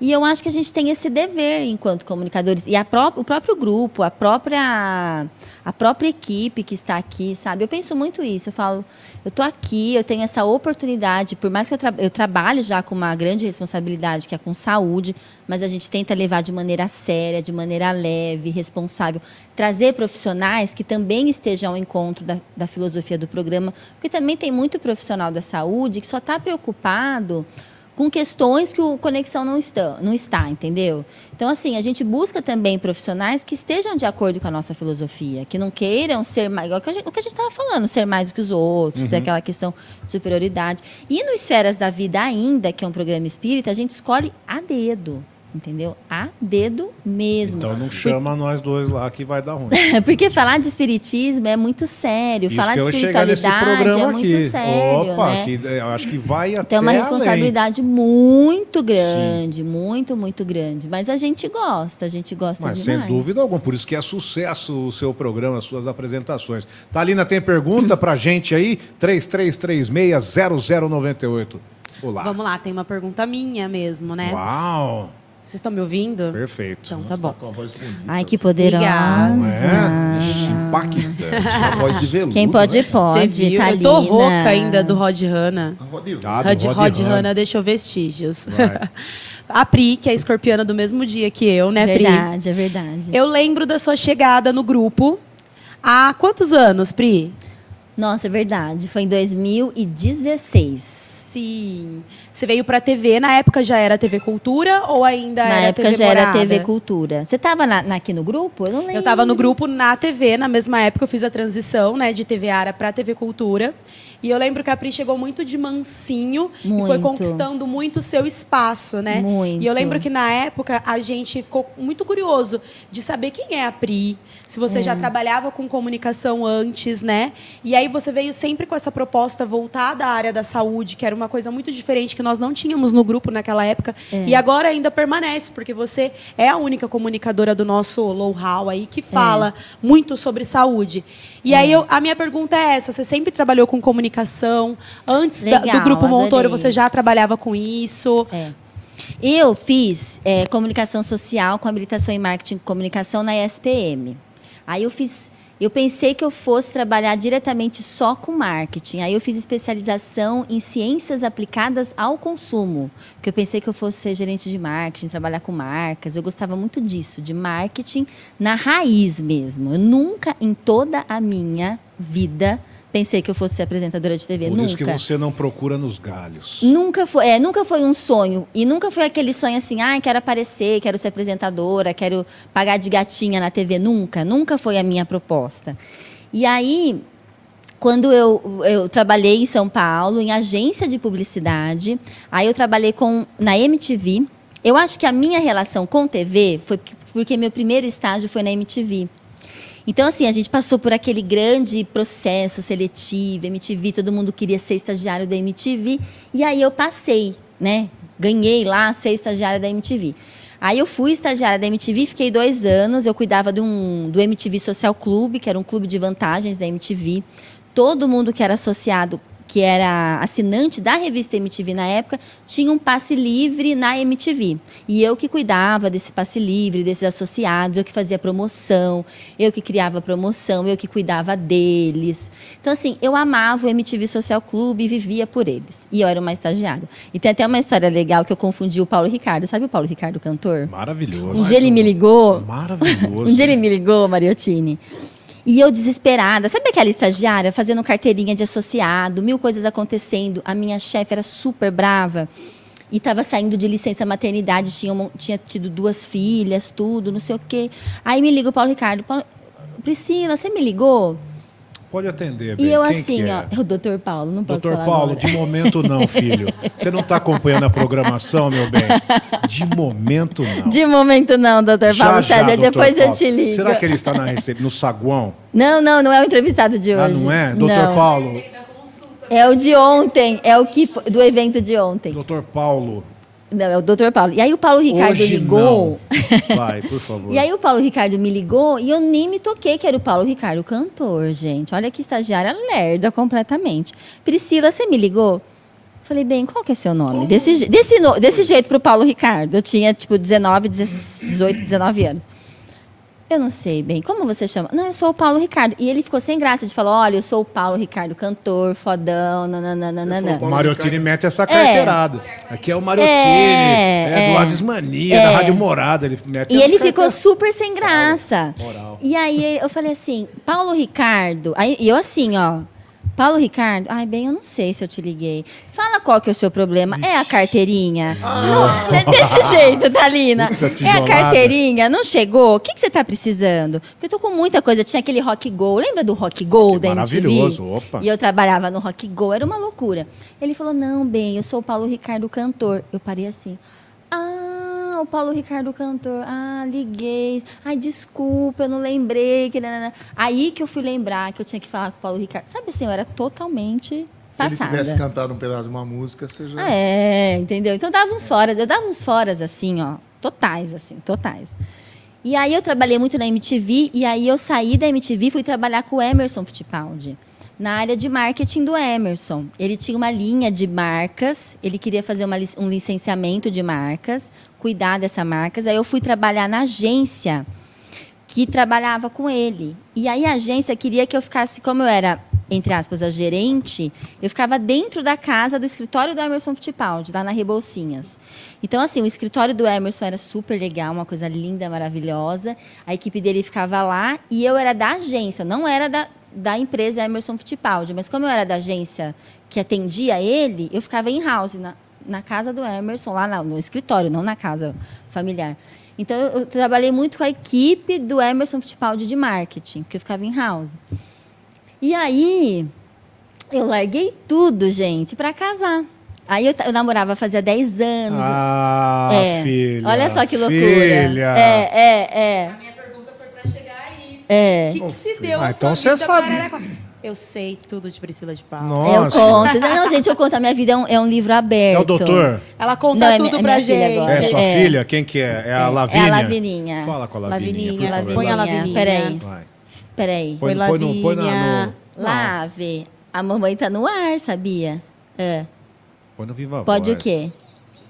[SPEAKER 4] E eu acho que a gente tem esse dever enquanto comunicadores. E a pró- o próprio grupo, a própria, a própria equipe que está aqui, sabe? Eu penso muito isso. Eu falo, eu estou aqui, eu tenho essa oportunidade. Por mais que eu, tra- eu trabalhe já com uma grande responsabilidade, que é com saúde, mas a gente tenta levar de maneira séria, de maneira leve, responsável. Trazer profissionais que também estejam ao encontro da, da filosofia do programa. Porque também tem muito profissional da saúde que só está preocupado com questões que o Conexão não está, não está, entendeu? Então, assim, a gente busca também profissionais que estejam de acordo com a nossa filosofia, que não queiram ser mais. O que a gente- o que a gente estava falando, ser mais do que os outros,
[SPEAKER 2] Uhum.
[SPEAKER 4] ter aquela questão de superioridade. E no Esferas da Vida, ainda, que é um programa espírita, a gente escolhe a dedo, entendeu? A dedo mesmo.
[SPEAKER 2] Então não chama nós dois lá que vai dar ruim.
[SPEAKER 4] Porque falar de espiritismo é muito sério,
[SPEAKER 2] Isso
[SPEAKER 4] falar
[SPEAKER 2] que
[SPEAKER 4] de
[SPEAKER 2] eu ia chegar nesse
[SPEAKER 4] espiritualidade é
[SPEAKER 2] programa
[SPEAKER 4] muito
[SPEAKER 2] aqui.
[SPEAKER 4] sério.
[SPEAKER 2] Opa,
[SPEAKER 4] né?
[SPEAKER 2] que, eh, eu acho que vai até
[SPEAKER 4] Tem uma
[SPEAKER 2] além.
[SPEAKER 4] responsabilidade muito grande, muito, muito grande. Mas a gente gosta, a gente gosta
[SPEAKER 2] Mas
[SPEAKER 4] demais.
[SPEAKER 2] sem dúvida alguma, por isso que é sucesso o seu programa, as suas apresentações. Talina, tem pergunta pra gente aí? 33360098. Olá.
[SPEAKER 1] Vamos lá, tem uma pergunta minha mesmo, né?
[SPEAKER 2] Uau,
[SPEAKER 1] Vocês estão me ouvindo?
[SPEAKER 2] perfeito.
[SPEAKER 1] Então tá bom.
[SPEAKER 3] Com a voz bonita.
[SPEAKER 4] Ai, que poderosa.
[SPEAKER 1] Obrigada.
[SPEAKER 2] Não é? Ixi, impactante.
[SPEAKER 3] A voz de veludo.
[SPEAKER 4] Quem
[SPEAKER 2] né?
[SPEAKER 4] pode,
[SPEAKER 1] Você
[SPEAKER 4] pode,
[SPEAKER 1] viu?
[SPEAKER 4] tá
[SPEAKER 1] Eu tô rouca ainda do Rod Hanna.
[SPEAKER 2] Ah, do
[SPEAKER 1] Rod,
[SPEAKER 2] Rod
[SPEAKER 1] Rod,
[SPEAKER 2] Hanna.
[SPEAKER 1] Hanna deixou vestígios. a Pri, que é escorpiana do mesmo dia que eu, né, Pri?
[SPEAKER 4] verdade, é verdade.
[SPEAKER 1] Eu lembro da sua chegada no grupo há quantos anos, Pri?
[SPEAKER 4] Nossa, é verdade. Foi em 2016.
[SPEAKER 1] Sim. Você veio pra TV, na época já era TV Cultura ou ainda
[SPEAKER 4] na
[SPEAKER 1] era
[SPEAKER 4] época
[SPEAKER 1] TV
[SPEAKER 4] já era
[SPEAKER 1] Morada?
[SPEAKER 4] TV Cultura. Você tava na- na- aqui no grupo? Eu não lembro.
[SPEAKER 1] Eu tava no grupo na TV, na mesma época eu fiz a transição, né, de TV Ara pra TV Cultura. E eu lembro que a Pri chegou muito de mansinho e foi
[SPEAKER 4] Muito.
[SPEAKER 1] conquistando muito o seu espaço, né?
[SPEAKER 4] Muito.
[SPEAKER 1] E eu lembro que na época a gente ficou muito curioso de saber quem é a Pri, se você
[SPEAKER 4] É.
[SPEAKER 1] já trabalhava com comunicação antes, né? E aí você veio sempre com essa proposta voltada à área da saúde, que era uma coisa muito diferente que nós não tínhamos no grupo naquela época.
[SPEAKER 4] É.
[SPEAKER 1] E agora ainda permanece, porque você é a única comunicadora do nosso know-how aí que fala
[SPEAKER 4] É.
[SPEAKER 1] muito sobre saúde. E aí eu- a minha pergunta é essa: você sempre trabalhou com comunicação? Antes da- do
[SPEAKER 4] Legal,
[SPEAKER 1] grupo Montoro,
[SPEAKER 4] adorei.
[SPEAKER 1] você já trabalhava com isso?
[SPEAKER 4] É. Eu fiz eh, comunicação social com habilitação em marketing e comunicação na ESPM. Aí eu fiz. Eu pensei que eu fosse trabalhar diretamente só com marketing. Aí eu fiz especialização em ciências aplicadas ao consumo, porque eu pensei que eu fosse ser gerente de marketing, trabalhar com marcas. Eu gostava muito disso, de marketing na raiz mesmo. Eu nunca em toda a minha vida pensei que eu fosse ser apresentadora de TV,
[SPEAKER 2] Por
[SPEAKER 4] nunca.
[SPEAKER 2] isso que você não procura nos galhos.
[SPEAKER 4] Nunca foi, é, nunca foi um sonho. E nunca foi aquele sonho assim, ah, quero aparecer, quero ser apresentadora, quero pagar de gatinha na TV. Nunca, nunca foi a minha proposta. E aí, quando eu, eu trabalhei em São Paulo, em agência de publicidade, aí eu trabalhei com na MTV. Eu acho que a minha relação com TV foi porque- porque meu primeiro estágio foi na MTV. Então, assim, a gente passou por aquele grande processo seletivo, MTV, todo mundo queria ser estagiário da MTV. E aí eu passei, né? Ganhei lá ser estagiária da MTV. Aí eu fui estagiária da MTV, fiquei dois anos. Eu cuidava de um, do MTV Social Clube, que era um clube de vantagens da MTV. Todo mundo que era associado, que era assinante da revista MTV na época, tinha um passe livre na MTV. E eu que cuidava desse passe livre, desses associados, eu que fazia promoção, eu que criava promoção, eu que cuidava deles. Então, assim, eu amava o MTV Social Clube e vivia por eles. E eu era uma estagiária. E tem até uma história legal que eu confundi o Paulo Ricardo. Sabe o Paulo Ricardo, cantor?
[SPEAKER 2] Maravilhoso.
[SPEAKER 4] Um dia ele me ligou.
[SPEAKER 2] Maravilhoso.
[SPEAKER 4] Um dia ele me ligou, Mariottini. E eu desesperada, sabe aquela estagiária fazendo carteirinha de associado, mil coisas acontecendo. A minha chefe era super brava e estava saindo de licença maternidade, tinha, uma- tinha tido duas filhas, tudo, não sei o quê. Aí me liga o Paulo Ricardo, Paulo, Priscila, você me ligou?
[SPEAKER 2] Pode atender,
[SPEAKER 4] E
[SPEAKER 2] bem.
[SPEAKER 4] eu
[SPEAKER 2] Quem
[SPEAKER 4] assim,
[SPEAKER 2] que é?
[SPEAKER 4] ó, é o doutor Paulo, não posso
[SPEAKER 2] Doutor
[SPEAKER 4] falar
[SPEAKER 2] Paulo,
[SPEAKER 4] agora.
[SPEAKER 2] de momento não, filho. Você não está acompanhando a programação, meu bem. De momento não.
[SPEAKER 4] De momento não, doutor
[SPEAKER 2] Já,
[SPEAKER 4] Paulo
[SPEAKER 2] já,
[SPEAKER 4] César,
[SPEAKER 2] doutor
[SPEAKER 4] depois eu
[SPEAKER 2] Paulo.
[SPEAKER 4] te ligo.
[SPEAKER 2] Será que é- ele está na receita, no saguão?
[SPEAKER 4] Não, não, não é o entrevistado de
[SPEAKER 2] Ah,
[SPEAKER 4] hoje.
[SPEAKER 2] não é? Doutor
[SPEAKER 4] Não.
[SPEAKER 2] Paulo,
[SPEAKER 4] É o de ontem, é o que foi, do evento de ontem.
[SPEAKER 2] doutor Paulo.
[SPEAKER 4] Não, é o Dr. Paulo. E aí o Paulo Ricardo
[SPEAKER 2] hoje
[SPEAKER 4] ligou.
[SPEAKER 2] Não. Vai, por favor.
[SPEAKER 4] E aí o Paulo Ricardo me ligou e eu nem me toquei que era o Paulo Ricardo, o cantor, gente. Olha que estagiária lerda completamente. Priscila, você me ligou? Falei, bem, qual que é seu nome? Desse, je- desse, no- desse jeito pro Paulo Ricardo. Eu tinha, tipo, 19, 18, 19 anos. Eu não sei bem. Como você chama? Não, eu sou o Paulo Ricardo. E ele ficou sem graça de falar: olha, eu sou o Paulo Ricardo, cantor, fodão, nananana.
[SPEAKER 2] O Mariotini mete essa carteirada. Aqui é o Mariotini, é,
[SPEAKER 4] É,
[SPEAKER 2] do
[SPEAKER 4] é.
[SPEAKER 2] Asis Mania, da Rádio Morada. Ele mete
[SPEAKER 4] E
[SPEAKER 2] as
[SPEAKER 4] ele ficou
[SPEAKER 2] carteiras.
[SPEAKER 4] super sem graça.
[SPEAKER 2] moral.
[SPEAKER 4] E aí eu falei assim, Paulo Ricardo. Aí eu assim, ó. Paulo Ricardo, ai bem, eu não sei se eu te liguei. Fala qual que é o seu problema. É a carteirinha? Não, é desse jeito, Thalina.
[SPEAKER 2] Puta
[SPEAKER 4] É
[SPEAKER 2] tijolada.
[SPEAKER 4] a carteirinha? Não chegou? O que, que você tá precisando? Porque eu tô com muita coisa. Tinha aquele Rock Go. Lembra do Rock Go
[SPEAKER 2] Que
[SPEAKER 4] da MTV?
[SPEAKER 2] maravilhoso, opa.
[SPEAKER 4] E eu trabalhava no Rock Go, era uma loucura. Ele falou: Não, bem, eu sou o Paulo Ricardo cantor. Eu parei assim. Ah, o Paulo Ricardo cantor. Ah, liguei. Ai, desculpa, eu não lembrei. que nanana." Aí que eu fui lembrar que eu tinha que falar com o Paulo Ricardo. Sabe assim, eu era totalmente
[SPEAKER 3] Se ele
[SPEAKER 4] passada.
[SPEAKER 3] tivesse cantado um pedaço de uma música, você já.
[SPEAKER 4] Ah, é, entendeu? Então eu dava uns foras, eu dava uns foras assim, ó, totais, assim, totais. E aí eu trabalhei muito na MTV, e aí eu saí da MTV e fui trabalhar com o Emerson Fittipaldi, na área de marketing do Emerson. Ele tinha uma linha de marcas, ele queria fazer uma lic- um licenciamento de marcas, cuidar dessas marcas. Aí eu fui trabalhar na agência que trabalhava com ele. E aí a agência queria que eu ficasse, como eu era, entre aspas, a gerente, eu ficava dentro da casa do escritório do Emerson Fittipaldi, lá na Reboucinhas. Então, assim, o escritório do Emerson era super legal, uma coisa linda, maravilhosa. A equipe dele ficava lá e eu era da agência, eu não era da, da empresa Emerson Fittipaldi. Mas como eu era da agência que atendia ele, eu ficava em house, na, na casa do Emerson, lá na- no escritório, não na casa familiar. Então, eu, eu trabalhei muito com a equipe do Emerson Fittipaldi de marketing, porque eu ficava em house. E aí, eu larguei tudo, gente, pra casar. Aí eu, ta- eu namorava fazia 10 anos.
[SPEAKER 2] Ah,
[SPEAKER 4] É.
[SPEAKER 2] filha.
[SPEAKER 4] Olha só que loucura.
[SPEAKER 2] Filha.
[SPEAKER 4] É, é, é.
[SPEAKER 1] A minha pergunta foi pra chegar aí.
[SPEAKER 4] É.
[SPEAKER 1] O que, que se deu?
[SPEAKER 2] Ah,
[SPEAKER 1] na
[SPEAKER 2] então
[SPEAKER 1] sua
[SPEAKER 2] você
[SPEAKER 1] vida,
[SPEAKER 2] sabe.
[SPEAKER 1] Pararaquara? Eu sei tudo de Priscila de Paulo.
[SPEAKER 4] Eu
[SPEAKER 2] Nossa.
[SPEAKER 4] É conto. Não, não, gente, eu conto. A minha vida é um, é um livro aberto.
[SPEAKER 2] É o doutor?
[SPEAKER 1] Ela conta
[SPEAKER 4] Não, é
[SPEAKER 1] tudo
[SPEAKER 4] minha- é
[SPEAKER 1] pra
[SPEAKER 4] minha filha
[SPEAKER 1] gente.
[SPEAKER 4] agora.
[SPEAKER 2] É
[SPEAKER 4] Acho-
[SPEAKER 2] sua
[SPEAKER 4] é.
[SPEAKER 2] filha? Quem que é? É a Lavínia?
[SPEAKER 4] É a Lavininha.
[SPEAKER 2] Fala com a Lavínia,
[SPEAKER 1] Lavininha,
[SPEAKER 2] por
[SPEAKER 1] Lavininha.
[SPEAKER 2] favor.
[SPEAKER 1] Põe a
[SPEAKER 4] Lavininha,
[SPEAKER 1] Lavininha.
[SPEAKER 4] peraí.
[SPEAKER 2] Vai.
[SPEAKER 4] Peraí.
[SPEAKER 2] Põe,
[SPEAKER 1] Oi,
[SPEAKER 2] põe no, põe na-
[SPEAKER 1] Lavínia.
[SPEAKER 2] no- não,
[SPEAKER 4] Lave. A mamãe tá no ar, sabia? É.
[SPEAKER 2] põe no Viva
[SPEAKER 4] Pode
[SPEAKER 2] Voz.
[SPEAKER 4] o quê?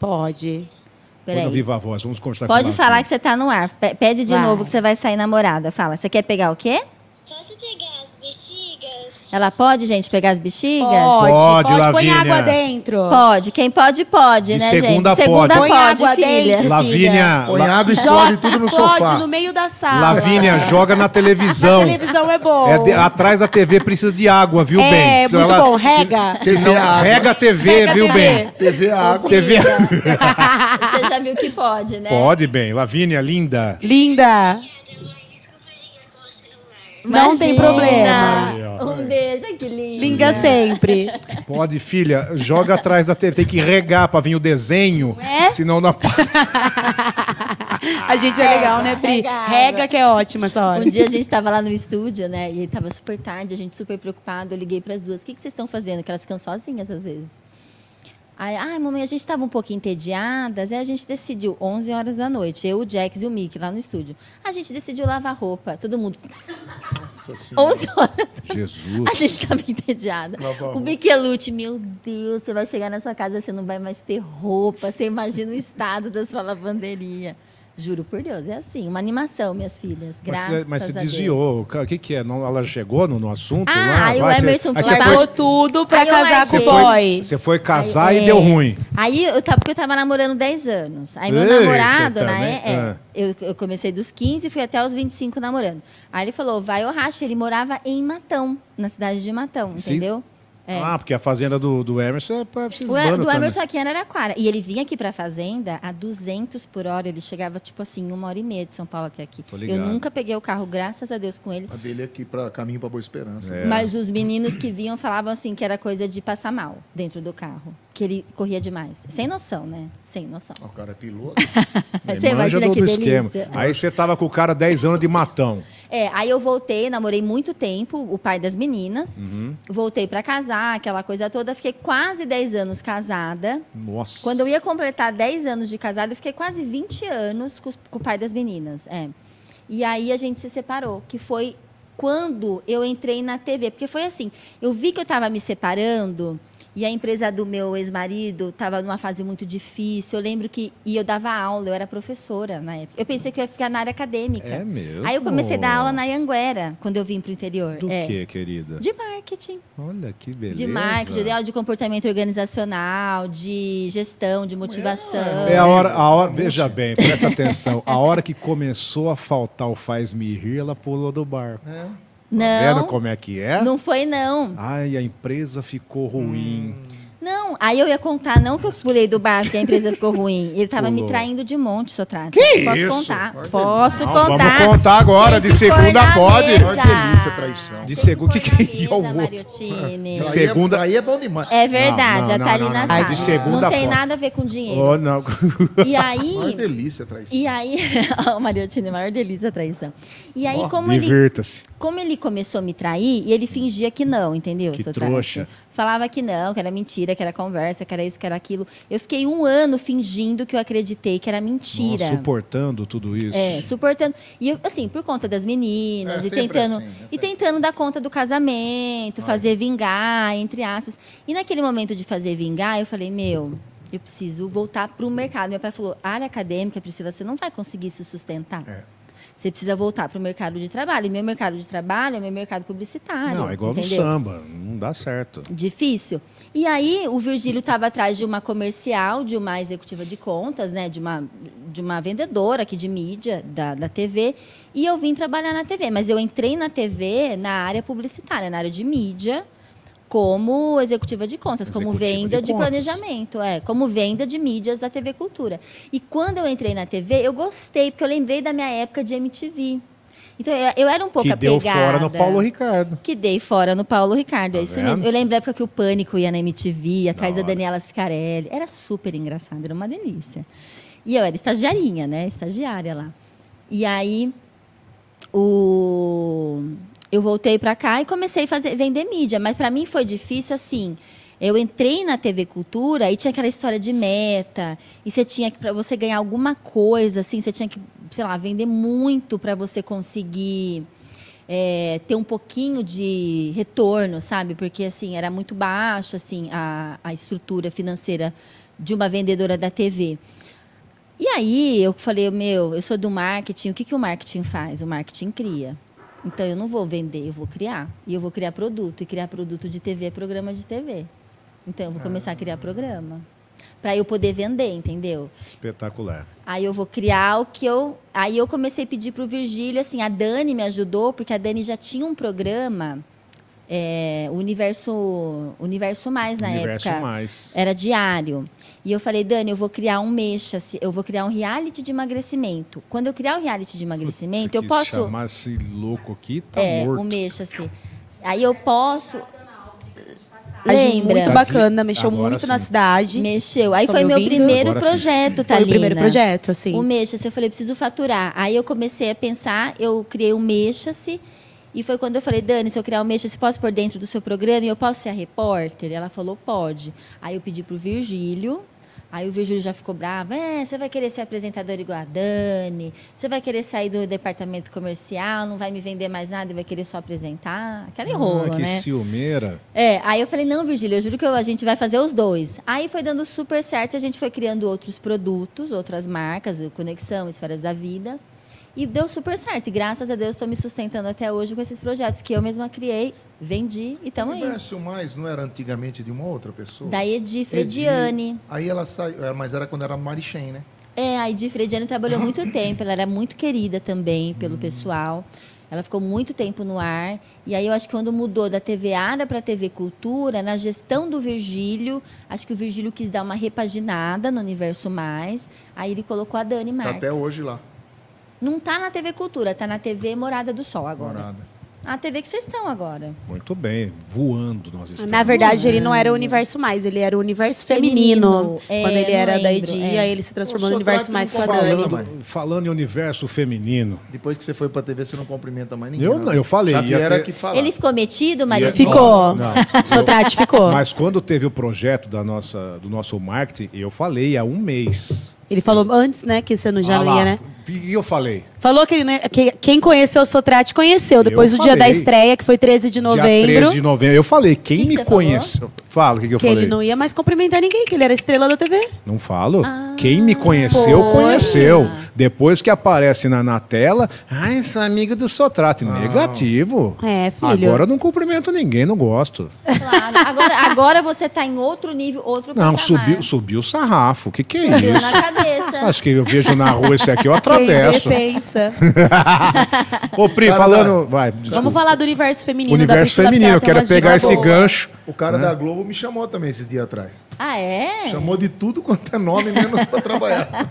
[SPEAKER 1] Pode.
[SPEAKER 2] Põe no
[SPEAKER 4] Peraí.
[SPEAKER 2] Viva Voz. Vamos conversar com
[SPEAKER 4] Pode
[SPEAKER 2] a
[SPEAKER 4] falar que você tá no ar. Pe- Pede de
[SPEAKER 1] Vai.
[SPEAKER 4] novo que você vai sair namorada. Fala. Você quer pegar o quê?
[SPEAKER 6] Posso ter
[SPEAKER 4] Ela pode, gente, pegar as bexigas?
[SPEAKER 2] Pode,
[SPEAKER 1] Pode, pode. Põe
[SPEAKER 2] Lavínia.
[SPEAKER 1] água dentro.
[SPEAKER 4] Pode. Quem pode, pode,
[SPEAKER 2] De
[SPEAKER 4] né,
[SPEAKER 2] segunda
[SPEAKER 4] gente?
[SPEAKER 2] pode.
[SPEAKER 4] Segunda
[SPEAKER 1] Põe
[SPEAKER 4] pode,
[SPEAKER 1] água
[SPEAKER 4] é filha.
[SPEAKER 1] dentro.
[SPEAKER 2] Lavínia,
[SPEAKER 3] Põe
[SPEAKER 2] La-
[SPEAKER 3] água e
[SPEAKER 1] Joga,
[SPEAKER 3] explode tudo no
[SPEAKER 1] explode
[SPEAKER 3] sofá.
[SPEAKER 1] no meio da sala.
[SPEAKER 2] Lavínia, joga na
[SPEAKER 1] A
[SPEAKER 2] televisão.
[SPEAKER 1] televisão é boa.
[SPEAKER 2] É de- atrás da TV precisa de água, viu, bem?
[SPEAKER 1] É, muito bom. Rega.
[SPEAKER 2] Se, não,
[SPEAKER 3] TV água.
[SPEAKER 2] rega a TV,
[SPEAKER 1] Rega a
[SPEAKER 2] viu,
[SPEAKER 1] TV.
[SPEAKER 2] bem?
[SPEAKER 3] TV é água.
[SPEAKER 2] TV.
[SPEAKER 4] né? Você já viu que pode, né?
[SPEAKER 2] Pode, bem. Lavínia, linda.
[SPEAKER 1] Linda. Não tem problema.
[SPEAKER 2] Olha aí, ó.
[SPEAKER 4] Um beijo, que lindo.
[SPEAKER 1] Linga sempre.
[SPEAKER 2] Pode, filha. Joga atrás da TV. Tem que regar pra vir o desenho.
[SPEAKER 1] É?
[SPEAKER 2] Senão não aparece.
[SPEAKER 1] A gente é legal, né, Pri?
[SPEAKER 4] Ah, Rega.
[SPEAKER 1] Rega que é ótima essa hora.
[SPEAKER 4] Um dia a gente tava lá no estúdio, né? E tava super tarde, a gente super preocupado. Eu liguei pras duas. O que, que vocês estão fazendo? Que elas ficam sozinhas às vezes. Aí, ai, mamãe, a gente tava um pouco entediadas. Aí a gente decidiu, 11 horas da noite, eu, o Jax e o Mickey lá no estúdio. A gente decidiu lavar roupa. Todo mundo, 11 horas.
[SPEAKER 2] Jesus.
[SPEAKER 4] A gente tava entediada. O Miquelute, meu Deus, você vai chegar na sua casa, você não vai mais ter roupa. Você imagina o estado da sua lavanderia. Juro por Deus, é assim, uma animação, minhas filhas.
[SPEAKER 2] Mas
[SPEAKER 4] Graças
[SPEAKER 2] você, mas você
[SPEAKER 4] a Deus.
[SPEAKER 2] desviou. O que, que é? Não, ela chegou no, no assunto?
[SPEAKER 4] Ah,
[SPEAKER 2] lá,
[SPEAKER 4] aí o
[SPEAKER 2] Vai, você-
[SPEAKER 4] Emerson
[SPEAKER 2] aí você
[SPEAKER 4] foi lá-
[SPEAKER 2] foi,
[SPEAKER 1] Largou tudo pra
[SPEAKER 4] Aí eu
[SPEAKER 1] casar com
[SPEAKER 4] larguei.
[SPEAKER 1] o
[SPEAKER 2] você,
[SPEAKER 1] boy.
[SPEAKER 2] foi, você foi casar
[SPEAKER 4] Aí,
[SPEAKER 2] e
[SPEAKER 4] é.
[SPEAKER 2] deu ruim.
[SPEAKER 4] Aí eu tava, porque eu tava namorando 10 anos. Aí meu
[SPEAKER 2] Eita,
[SPEAKER 4] namorado,
[SPEAKER 2] também,
[SPEAKER 4] né? é,
[SPEAKER 2] ah.
[SPEAKER 4] eu, eu comecei dos 15 e fui até os 25 namorando. Aí ele falou, vai ou racha. Ele morava em Matão, na cidade de Matão,
[SPEAKER 2] Sim.
[SPEAKER 4] entendeu? É.
[SPEAKER 2] Ah, porque a fazenda do, do Emerson é pra vocês
[SPEAKER 4] O E-
[SPEAKER 2] bando
[SPEAKER 4] do
[SPEAKER 2] também.
[SPEAKER 4] Emerson aqui era Araraquara. E ele vinha aqui pra fazenda a 200 por hora. Ele chegava, tipo assim, uma hora e meia de São Paulo até aqui.
[SPEAKER 2] Tô
[SPEAKER 4] Eu
[SPEAKER 2] ligado.
[SPEAKER 4] nunca peguei o carro, graças a Deus, com ele.
[SPEAKER 3] A dele é aqui para caminho para Boa Esperança.
[SPEAKER 2] É.
[SPEAKER 4] Mas os meninos que vinham falavam assim que era coisa de passar mal dentro do carro. Que ele corria demais. Sem noção, né? Sem noção.
[SPEAKER 3] Ó, O cara é piloto.
[SPEAKER 2] Aí
[SPEAKER 4] Você
[SPEAKER 2] manja
[SPEAKER 4] imagina
[SPEAKER 2] do-
[SPEAKER 4] que
[SPEAKER 2] do
[SPEAKER 4] delícia.
[SPEAKER 2] Aí você tava com o cara 10 anos de matão.
[SPEAKER 4] É, aí eu voltei, namorei muito tempo, o pai das meninas. Voltei pra casar, aquela coisa toda. Fiquei quase 10 anos casada.
[SPEAKER 2] Nossa.
[SPEAKER 4] Quando eu ia completar 10 anos de casada, eu fiquei quase 20 anos com, os- com o pai das meninas. É. E aí a gente se separou, que foi quando eu entrei na TV. Porque foi assim, eu vi que eu estava me separando e a empresa do meu ex-marido estava numa fase muito difícil. Eu lembro que... E eu dava aula, eu era professora na época. Eu pensei que eu ia ficar na área acadêmica.
[SPEAKER 2] É mesmo?
[SPEAKER 4] Aí eu comecei a dar aula na Anguera, quando eu vim pro interior.
[SPEAKER 2] Do
[SPEAKER 4] é.
[SPEAKER 2] que, querida?
[SPEAKER 4] De marketing.
[SPEAKER 2] Olha que beleza.
[SPEAKER 4] De marketing, eu dei aula de comportamento organizacional, de gestão, de motivação.
[SPEAKER 2] É a hora, a hora, veja bem, presta atenção. A hora que começou a faltar o faz-me rir, ela pulou do barco. Tá vendo
[SPEAKER 4] Não,
[SPEAKER 2] como é que é?
[SPEAKER 4] não foi não.
[SPEAKER 2] Ai, a empresa ficou ruim.
[SPEAKER 4] Hum. Não, aí eu ia contar, não que eu pulei do barco que a empresa ficou ruim. Ele tava me
[SPEAKER 2] Pulou.
[SPEAKER 4] traindo de monte, Sotrate. Que Posso
[SPEAKER 2] isso?
[SPEAKER 4] contar, posso
[SPEAKER 2] Não,
[SPEAKER 4] contar.
[SPEAKER 2] vamos contar agora,
[SPEAKER 4] Tem
[SPEAKER 2] de
[SPEAKER 4] que pôr
[SPEAKER 2] segunda
[SPEAKER 4] na
[SPEAKER 2] pode.
[SPEAKER 4] mesa.
[SPEAKER 3] Olha que delícia, traição.
[SPEAKER 2] De
[SPEAKER 4] Tem que
[SPEAKER 2] segunda, o
[SPEAKER 4] pôr
[SPEAKER 2] que que
[SPEAKER 4] na
[SPEAKER 2] é o
[SPEAKER 4] mesa,
[SPEAKER 2] outro?
[SPEAKER 4] Mariottini.
[SPEAKER 2] De segunda-
[SPEAKER 3] Aí é bom demais.
[SPEAKER 4] É verdade,
[SPEAKER 2] Não,
[SPEAKER 4] a
[SPEAKER 2] não,
[SPEAKER 4] Thalina
[SPEAKER 2] não, não.
[SPEAKER 4] sabe.
[SPEAKER 2] Ai, de segunda
[SPEAKER 4] não tem
[SPEAKER 2] pode.
[SPEAKER 4] nada a ver com dinheiro.
[SPEAKER 2] Oh, não.
[SPEAKER 4] E
[SPEAKER 3] Olha
[SPEAKER 4] aí,
[SPEAKER 3] que delícia, traição.
[SPEAKER 4] E aí, o Mariottini, maior delícia a traição. E aí, como ele,
[SPEAKER 2] Divirta-se.
[SPEAKER 4] como ele começou a me trair, e ele fingia que não, entendeu?
[SPEAKER 2] Que
[SPEAKER 4] seu
[SPEAKER 2] trouxa.
[SPEAKER 4] traste? Falava que não, que era mentira, que era conversa, que era isso, que era aquilo. Eu fiquei um ano fingindo que eu acreditei que era mentira.
[SPEAKER 2] Nossa, Suportando tudo isso.
[SPEAKER 4] É, suportando. E eu, assim, por conta das meninas,
[SPEAKER 3] É,
[SPEAKER 4] e
[SPEAKER 3] sempre
[SPEAKER 4] tentando.
[SPEAKER 3] assim, é
[SPEAKER 4] e
[SPEAKER 3] sempre.
[SPEAKER 4] tentando dar conta do casamento, fazer vingar, entre aspas. E naquele momento de fazer vingar, eu falei, meu, eu preciso voltar pro mercado. Meu pai falou, área acadêmica, Priscila, você não vai conseguir se sustentar.
[SPEAKER 3] É.
[SPEAKER 4] Você precisa voltar pro mercado de trabalho. E meu mercado de trabalho é meu mercado publicitário.
[SPEAKER 2] não, é igual
[SPEAKER 4] entendeu?
[SPEAKER 2] no samba. Não dá certo.
[SPEAKER 4] Difícil. E aí, o Virgílio estava atrás de uma comercial, de uma executiva de contas, né? De uma, de uma vendedora aqui de mídia, da, da TV. E eu vim trabalhar na TV. Mas eu entrei na TV na área publicitária, na área de mídia, como executiva de contas, como
[SPEAKER 2] Executiva
[SPEAKER 4] venda
[SPEAKER 2] de
[SPEAKER 4] de,
[SPEAKER 2] contas.
[SPEAKER 4] planejamento, é, como venda de mídias da TV Cultura. E quando eu entrei na TV, eu gostei, porque eu lembrei da minha época de MTV. Então, eu, eu era um pouco
[SPEAKER 2] que deu
[SPEAKER 4] apegada.
[SPEAKER 2] fora no Paulo Ricardo.
[SPEAKER 4] Que dei fora no Paulo Ricardo,
[SPEAKER 2] Tá
[SPEAKER 4] é isso
[SPEAKER 2] vendo?
[SPEAKER 4] mesmo. Eu lembro da época que o Pânico ia na MTV, atrás
[SPEAKER 2] Da
[SPEAKER 4] da,
[SPEAKER 2] hora.
[SPEAKER 4] Daniela Scarelli. Era super engraçado, era uma delícia. E eu era estagiarinha, né? Estagiária lá. E aí, o... eu voltei pra cá e comecei a fazer, vender mídia. Mas pra mim foi difícil, assim... Eu entrei na TV Cultura e tinha aquela história de meta. E você tinha que, para você ganhar alguma coisa, assim, você tinha que, sei lá, vender muito pra você conseguir é, ter um pouquinho de retorno, sabe? Porque assim era muito baixo assim a, a estrutura financeira de uma vendedora da TV. E aí eu falei meu, eu sou do marketing. O que que o marketing faz? O marketing cria. Então eu não vou vender, eu vou criar. E eu vou criar produto. E criar produto de TV é programa de TV. Então eu vou começar a criar programa. Pra eu poder vender, entendeu?
[SPEAKER 2] Espetacular.
[SPEAKER 4] Aí eu vou criar o que eu. Aí eu comecei a pedir pro Virgílio, assim, a Dani me ajudou, porque a Dani já tinha um programa. é, Universo Universo Mais na
[SPEAKER 2] Universo
[SPEAKER 4] época.
[SPEAKER 2] Mais.
[SPEAKER 4] Era diário. E eu falei, Dani, eu vou criar um mexa, eu vou criar um reality de emagrecimento. Quando eu criar um reality de emagrecimento, eu
[SPEAKER 2] Se
[SPEAKER 4] posso.
[SPEAKER 2] chamar esse louco aqui, tá
[SPEAKER 4] é,
[SPEAKER 2] morto.
[SPEAKER 4] um mexa-se. Aí eu posso.
[SPEAKER 1] Agiu
[SPEAKER 4] Lembra?
[SPEAKER 1] muito bacana, mexeu
[SPEAKER 2] Agora
[SPEAKER 1] muito na
[SPEAKER 2] Tá, sim.
[SPEAKER 1] cidade.
[SPEAKER 4] Mexeu. Aí
[SPEAKER 1] Estão
[SPEAKER 4] foi
[SPEAKER 1] Tá me
[SPEAKER 4] meu
[SPEAKER 1] ouvindo?
[SPEAKER 4] primeiro
[SPEAKER 2] Agora sim.
[SPEAKER 4] projeto, tá
[SPEAKER 1] Foi
[SPEAKER 4] Thalina.
[SPEAKER 1] o primeiro projeto, assim.
[SPEAKER 4] O Mexa-se, eu falei, preciso faturar. Aí eu comecei a pensar, eu criei o Mexa-se. E foi quando eu falei, Dani, se eu criar o Mexa-se, posso pôr dentro do seu programa e eu posso ser a repórter? Ela falou, pode. Aí eu pedi pro Virgílio. Aí o Virgílio já ficou bravo. É, você vai querer ser apresentadora igual a Dani? Você vai querer sair do departamento comercial? Não vai me vender mais nada e vai querer só apresentar? Aquela enrola,
[SPEAKER 2] ah, que
[SPEAKER 4] né?
[SPEAKER 2] ciumeira.
[SPEAKER 4] É, aí eu falei, não, Virgílio, eu juro que eu- a gente vai fazer os dois. Aí foi dando super certo, a gente foi criando outros produtos, outras marcas, o Conexão, Esferas da Vida. E deu super certo. E graças a Deus estou me sustentando até hoje com esses projetos que eu mesma criei, vendi e
[SPEAKER 3] O
[SPEAKER 4] estamos aí.
[SPEAKER 3] Universo Mais não era antigamente de uma outra pessoa?
[SPEAKER 4] Da Edi
[SPEAKER 3] Edi.
[SPEAKER 4] Frediani.
[SPEAKER 3] Aí ela saiu, é, mas era quando era Marichém, né?
[SPEAKER 4] É, a Edi Frediani trabalhou muito tempo, ela era muito querida também pelo pessoal. Ela ficou muito tempo no ar. E aí eu acho que quando mudou da TV Ara para TV Cultura, na gestão do Virgílio, acho que o Virgílio quis dar uma repaginada no Universo Mais. Aí ele colocou a Dani
[SPEAKER 3] Tá
[SPEAKER 4] Marques.
[SPEAKER 3] até hoje lá.
[SPEAKER 4] Não tá na TV Cultura, tá na TV Morada do Sol agora.
[SPEAKER 3] Morada.
[SPEAKER 4] A TV que vocês estão agora.
[SPEAKER 2] Muito bem, voando nós estamos.
[SPEAKER 1] Na verdade, ele não era o universo mais, ele era o universo feminino.
[SPEAKER 4] Uhum. Feminino, é,
[SPEAKER 1] quando ele
[SPEAKER 4] eu
[SPEAKER 1] era da
[SPEAKER 4] lembro,
[SPEAKER 1] Edi,
[SPEAKER 4] é.
[SPEAKER 1] aí ele se transformou no
[SPEAKER 3] Eu sou
[SPEAKER 1] universo
[SPEAKER 3] trato
[SPEAKER 1] mais
[SPEAKER 3] de
[SPEAKER 1] com a
[SPEAKER 3] falar,
[SPEAKER 1] Dani.
[SPEAKER 3] né?
[SPEAKER 2] falando, falando em universo feminino.
[SPEAKER 3] Depois que você foi pra TV, você não cumprimenta mais ninguém. né?
[SPEAKER 2] Eu não, eu falei.
[SPEAKER 3] Já
[SPEAKER 2] ia
[SPEAKER 3] vieram
[SPEAKER 2] ter-
[SPEAKER 3] aqui falar.
[SPEAKER 4] Ele ficou metido, Maria?
[SPEAKER 2] ia-
[SPEAKER 1] Ficou.
[SPEAKER 2] é Não,
[SPEAKER 1] Sotrate ficou.
[SPEAKER 2] Mas quando teve o projeto da nossa, do nosso marketing, eu falei há um mês.
[SPEAKER 1] Ele falou antes, né, que você não já
[SPEAKER 2] Ah
[SPEAKER 1] não
[SPEAKER 2] lá,
[SPEAKER 1] ia, né?
[SPEAKER 2] E eu falei.
[SPEAKER 1] Falou que, ele não ia- que- quem conheceu o Sotrate conheceu. Depois do dia da
[SPEAKER 2] falei.
[SPEAKER 1] estreia, que foi 13 de
[SPEAKER 2] Dia
[SPEAKER 1] novembro,
[SPEAKER 2] 13 de novembro. Eu falei, quem
[SPEAKER 4] Que que
[SPEAKER 2] me
[SPEAKER 4] você falou?
[SPEAKER 2] conheceu? Fala, o que, que eu
[SPEAKER 1] que
[SPEAKER 2] falei?
[SPEAKER 1] ele
[SPEAKER 2] Não...
[SPEAKER 1] não ia mais cumprimentar ninguém, que ele era estrela da TV.
[SPEAKER 2] falo.
[SPEAKER 1] Ah,
[SPEAKER 2] quem me conheceu,
[SPEAKER 4] foi.
[SPEAKER 2] conheceu. Depois que aparece na, na tela, ai, sou amigo do Sotrate. Negativo.
[SPEAKER 1] É, filho.
[SPEAKER 2] Agora eu não cumprimento ninguém, não gosto.
[SPEAKER 4] Claro. Agora, agora você tá em outro nível, outro
[SPEAKER 2] Não,
[SPEAKER 4] patamar.
[SPEAKER 2] subiu, subiu o sarrafo. O que, que é
[SPEAKER 4] Subiu
[SPEAKER 2] isso?
[SPEAKER 4] na cabeça.
[SPEAKER 2] Acho que eu vejo na rua esse aqui, eu
[SPEAKER 1] Quem
[SPEAKER 2] atravesso.
[SPEAKER 1] vê, pensa.
[SPEAKER 2] Ô, Pri,
[SPEAKER 3] Cara,
[SPEAKER 2] falando. Vai, desculpa.
[SPEAKER 1] Vamos falar do universo feminino. da
[SPEAKER 2] Universo
[SPEAKER 1] Priscila, porque
[SPEAKER 2] feminino,
[SPEAKER 1] ela
[SPEAKER 2] eu
[SPEAKER 1] tem
[SPEAKER 2] quero
[SPEAKER 1] umas dicas
[SPEAKER 2] pegar esse
[SPEAKER 1] boas.
[SPEAKER 2] gancho.
[SPEAKER 3] O cara da Globo me chamou também esses dias atrás.
[SPEAKER 4] Ah, é?
[SPEAKER 3] Chamou de tudo quanto é nome, menos pra trabalhar.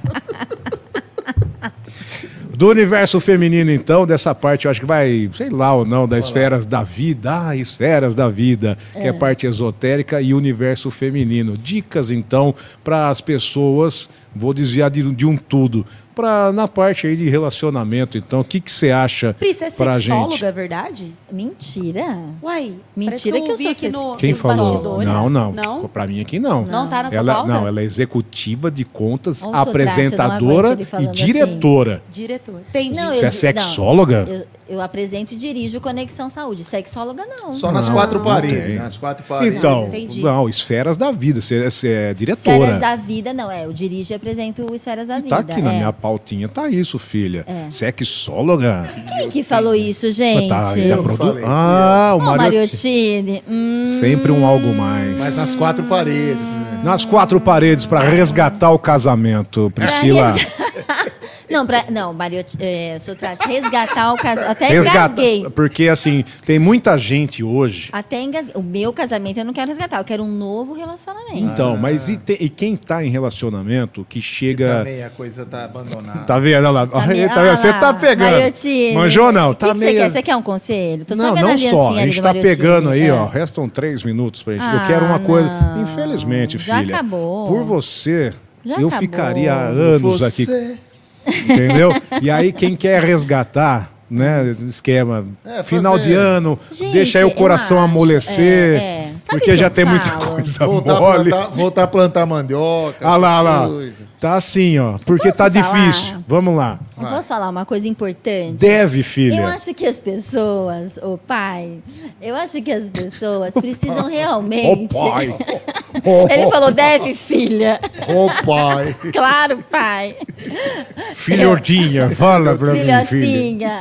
[SPEAKER 2] Do universo feminino, então, dessa parte, eu acho que vai, sei lá ou não, das esferas da vida. Ah, esferas da vida, que é parte esotérica e universo feminino. Dicas, então, para as pessoas, vou desviar de, de um tudo. Pra, na parte aí de relacionamento, então, o que que você acha
[SPEAKER 1] Pri, você é
[SPEAKER 2] pra
[SPEAKER 1] sexóloga,
[SPEAKER 2] gente?
[SPEAKER 1] verdade?
[SPEAKER 4] Mentira.
[SPEAKER 1] Uai, parece
[SPEAKER 4] Mentira que eu
[SPEAKER 1] ouvi
[SPEAKER 4] sou
[SPEAKER 1] aqui
[SPEAKER 4] sex-
[SPEAKER 1] no,
[SPEAKER 2] Quem
[SPEAKER 1] nos
[SPEAKER 2] falou?
[SPEAKER 1] é bastidores.
[SPEAKER 2] Não, não.
[SPEAKER 1] Não?
[SPEAKER 2] Pra mim aqui não.
[SPEAKER 1] Não tá na sua
[SPEAKER 2] ela,
[SPEAKER 1] pauta?
[SPEAKER 2] Não, ela é executiva de contas,
[SPEAKER 4] Olha o Sotrate, eu não
[SPEAKER 2] apresentadora
[SPEAKER 4] aguento ele
[SPEAKER 2] e
[SPEAKER 4] falando
[SPEAKER 2] diretora.
[SPEAKER 1] Diretor. Entendi.
[SPEAKER 4] Não,
[SPEAKER 2] Você
[SPEAKER 4] eu
[SPEAKER 2] é
[SPEAKER 4] di-
[SPEAKER 2] sexóloga?
[SPEAKER 4] Eu, eu apresento e dirijo Conexão Saúde. Sexóloga, não.
[SPEAKER 3] Só nas
[SPEAKER 2] Não,
[SPEAKER 3] quatro
[SPEAKER 2] não
[SPEAKER 3] paredes.
[SPEAKER 2] tem.
[SPEAKER 3] Nas quatro paredes.
[SPEAKER 2] Então,
[SPEAKER 1] Entendi.
[SPEAKER 2] não, esferas da vida, você é, você é diretora.
[SPEAKER 4] Ah, Esferas da Vida, não. É, eu dirijo e apresento o Esferas da Vida.
[SPEAKER 2] Tá aqui na
[SPEAKER 4] é.
[SPEAKER 2] minha pautinha, tá isso, filha. é Sexóloga.
[SPEAKER 4] Quem que falou isso, gente?
[SPEAKER 2] Tá,
[SPEAKER 4] Ô,
[SPEAKER 2] tá produ-
[SPEAKER 3] falei.
[SPEAKER 2] Ah, o Mariotti.
[SPEAKER 4] Mariottini. Hum,
[SPEAKER 2] Sempre um algo mais.
[SPEAKER 3] Mas nas quatro paredes, né?
[SPEAKER 2] Nas quatro paredes pra resgatar o casamento, Priscila.
[SPEAKER 4] não, pra, não, Mariotti, é, Sotrate, resgatar o caso. Até
[SPEAKER 2] Resgata-
[SPEAKER 4] engasguei.
[SPEAKER 2] Porque, assim, tem muita gente hoje
[SPEAKER 3] Ah.
[SPEAKER 4] Até engasguei. O meu casamento eu não quero resgatar. Eu quero um novo relacionamento.
[SPEAKER 2] Então, mas e, te- e quem tá em relacionamento que chega.
[SPEAKER 3] Também a coisa tá abandonada.
[SPEAKER 2] É. Tá vendo? Olha lá.
[SPEAKER 4] Tá me-
[SPEAKER 2] Aí, tá
[SPEAKER 4] Ah
[SPEAKER 2] vendo?
[SPEAKER 4] lá,
[SPEAKER 2] Você tá pegando.
[SPEAKER 4] Mariottini.
[SPEAKER 2] Manjou ou não? Tá
[SPEAKER 4] O que que você
[SPEAKER 2] meio-
[SPEAKER 4] quer? Você quer um conselho? Tô
[SPEAKER 2] não,
[SPEAKER 4] vendo
[SPEAKER 2] não
[SPEAKER 4] a
[SPEAKER 2] só.
[SPEAKER 4] aliancinha
[SPEAKER 2] A
[SPEAKER 4] ali assim,
[SPEAKER 2] gente
[SPEAKER 4] do
[SPEAKER 2] tá
[SPEAKER 4] Mariottini.
[SPEAKER 2] pegando aí,
[SPEAKER 4] É.
[SPEAKER 2] ó. Restam três minutos pra gente.
[SPEAKER 4] Ah,
[SPEAKER 2] eu quero uma coisa.
[SPEAKER 4] não.
[SPEAKER 2] Infelizmente,
[SPEAKER 4] Já
[SPEAKER 2] filha.
[SPEAKER 4] acabou.
[SPEAKER 2] Por você,
[SPEAKER 4] Já
[SPEAKER 2] eu
[SPEAKER 4] acabou.
[SPEAKER 2] ficaria há anos
[SPEAKER 3] Você-
[SPEAKER 2] aqui. Entendeu? E aí, quem quer resgatar. Né, esse esquema.
[SPEAKER 3] É,
[SPEAKER 2] Final
[SPEAKER 3] fazer-
[SPEAKER 2] de ano,
[SPEAKER 4] Gente,
[SPEAKER 2] deixa aí o
[SPEAKER 4] eu
[SPEAKER 2] coração
[SPEAKER 4] acho,
[SPEAKER 2] amolecer.
[SPEAKER 4] é, é. Sabe Sabe o
[SPEAKER 2] Porque
[SPEAKER 4] que
[SPEAKER 2] já
[SPEAKER 4] eu
[SPEAKER 2] tem muita
[SPEAKER 4] falo?
[SPEAKER 2] coisa
[SPEAKER 3] Voltar a,
[SPEAKER 2] Tá mole.
[SPEAKER 3] plantar, voltar a plantar mandioca.
[SPEAKER 2] Ah lá, ah lá.
[SPEAKER 3] coisa.
[SPEAKER 2] Tá assim, ó. Porque
[SPEAKER 4] Posso
[SPEAKER 2] tá
[SPEAKER 4] falar?
[SPEAKER 2] difícil. Vamos lá.
[SPEAKER 4] Eu posso falar uma coisa importante?
[SPEAKER 2] Deve,
[SPEAKER 4] Eu
[SPEAKER 2] filha.
[SPEAKER 4] acho que as pessoas, ô pai, eu acho que as pessoas precisam
[SPEAKER 2] Ô,
[SPEAKER 4] realmente.
[SPEAKER 2] pai.
[SPEAKER 4] Ele falou, deve, filha.
[SPEAKER 3] Ô pai.
[SPEAKER 4] Claro, pai.
[SPEAKER 2] Filhotinha, fala pra mim, filha. Ah.
[SPEAKER 4] Filhotinha.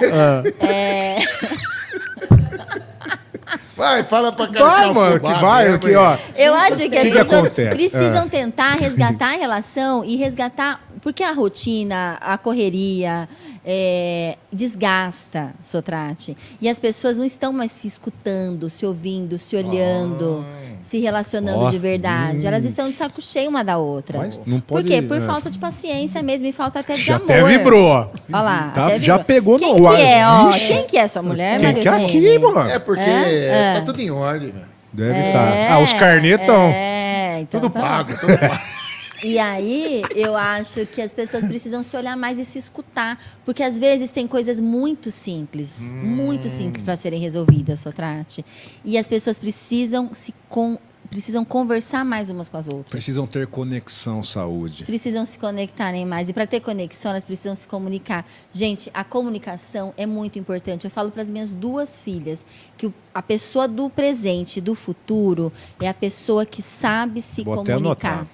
[SPEAKER 4] É,
[SPEAKER 3] Vai, fala pra cá.
[SPEAKER 2] Vai, mano, que vai aqui, ó.
[SPEAKER 4] Eu acho que as
[SPEAKER 2] que
[SPEAKER 4] pessoas
[SPEAKER 2] acontece? Ah.
[SPEAKER 4] precisam tentar resgatar a relação e resgatar. Porque a rotina, a correria, é, desgasta, Sotrate. E as pessoas não estão mais se escutando, se ouvindo, se olhando, se relacionando
[SPEAKER 2] Ó, hum.
[SPEAKER 4] de verdade. Elas estão de saco cheio uma da outra.
[SPEAKER 2] Mas não
[SPEAKER 4] Por
[SPEAKER 2] pode-
[SPEAKER 4] quê? Por
[SPEAKER 2] é.
[SPEAKER 4] falta de paciência mesmo e falta até É de
[SPEAKER 2] Já
[SPEAKER 4] amor.
[SPEAKER 2] até vibrou.
[SPEAKER 4] Olha lá.
[SPEAKER 2] Tá-
[SPEAKER 4] até
[SPEAKER 2] já
[SPEAKER 4] vibrou.
[SPEAKER 2] pegou
[SPEAKER 4] Quem
[SPEAKER 2] no ar.
[SPEAKER 4] Que é, ó?
[SPEAKER 2] Ixi.
[SPEAKER 4] Quem que é sua mulher,
[SPEAKER 2] Quem que é
[SPEAKER 4] Mariotini?
[SPEAKER 2] aqui, mano?
[SPEAKER 3] É porque
[SPEAKER 4] É?
[SPEAKER 3] tá tudo em ordem, velho.
[SPEAKER 2] Deve
[SPEAKER 4] É,
[SPEAKER 2] estar. Ah, os carnetão.
[SPEAKER 4] É, então
[SPEAKER 3] Tudo
[SPEAKER 4] tá
[SPEAKER 3] pago, tudo pago.
[SPEAKER 4] E aí, eu acho que as pessoas precisam se olhar mais e se escutar, porque às vezes tem coisas muito simples, muito simples para serem resolvidas, Sotrate. E as pessoas precisam se con- precisam conversar mais umas com as outras.
[SPEAKER 2] Precisam ter conexão saúde.
[SPEAKER 4] Precisam se conectarem mais. E para ter conexão, elas precisam se comunicar. Gente, a comunicação é muito importante. Eu falo para as minhas duas filhas que o- a pessoa do presente, e do futuro, é a pessoa que sabe se
[SPEAKER 2] Vou até
[SPEAKER 4] comunicar.
[SPEAKER 2] anotar.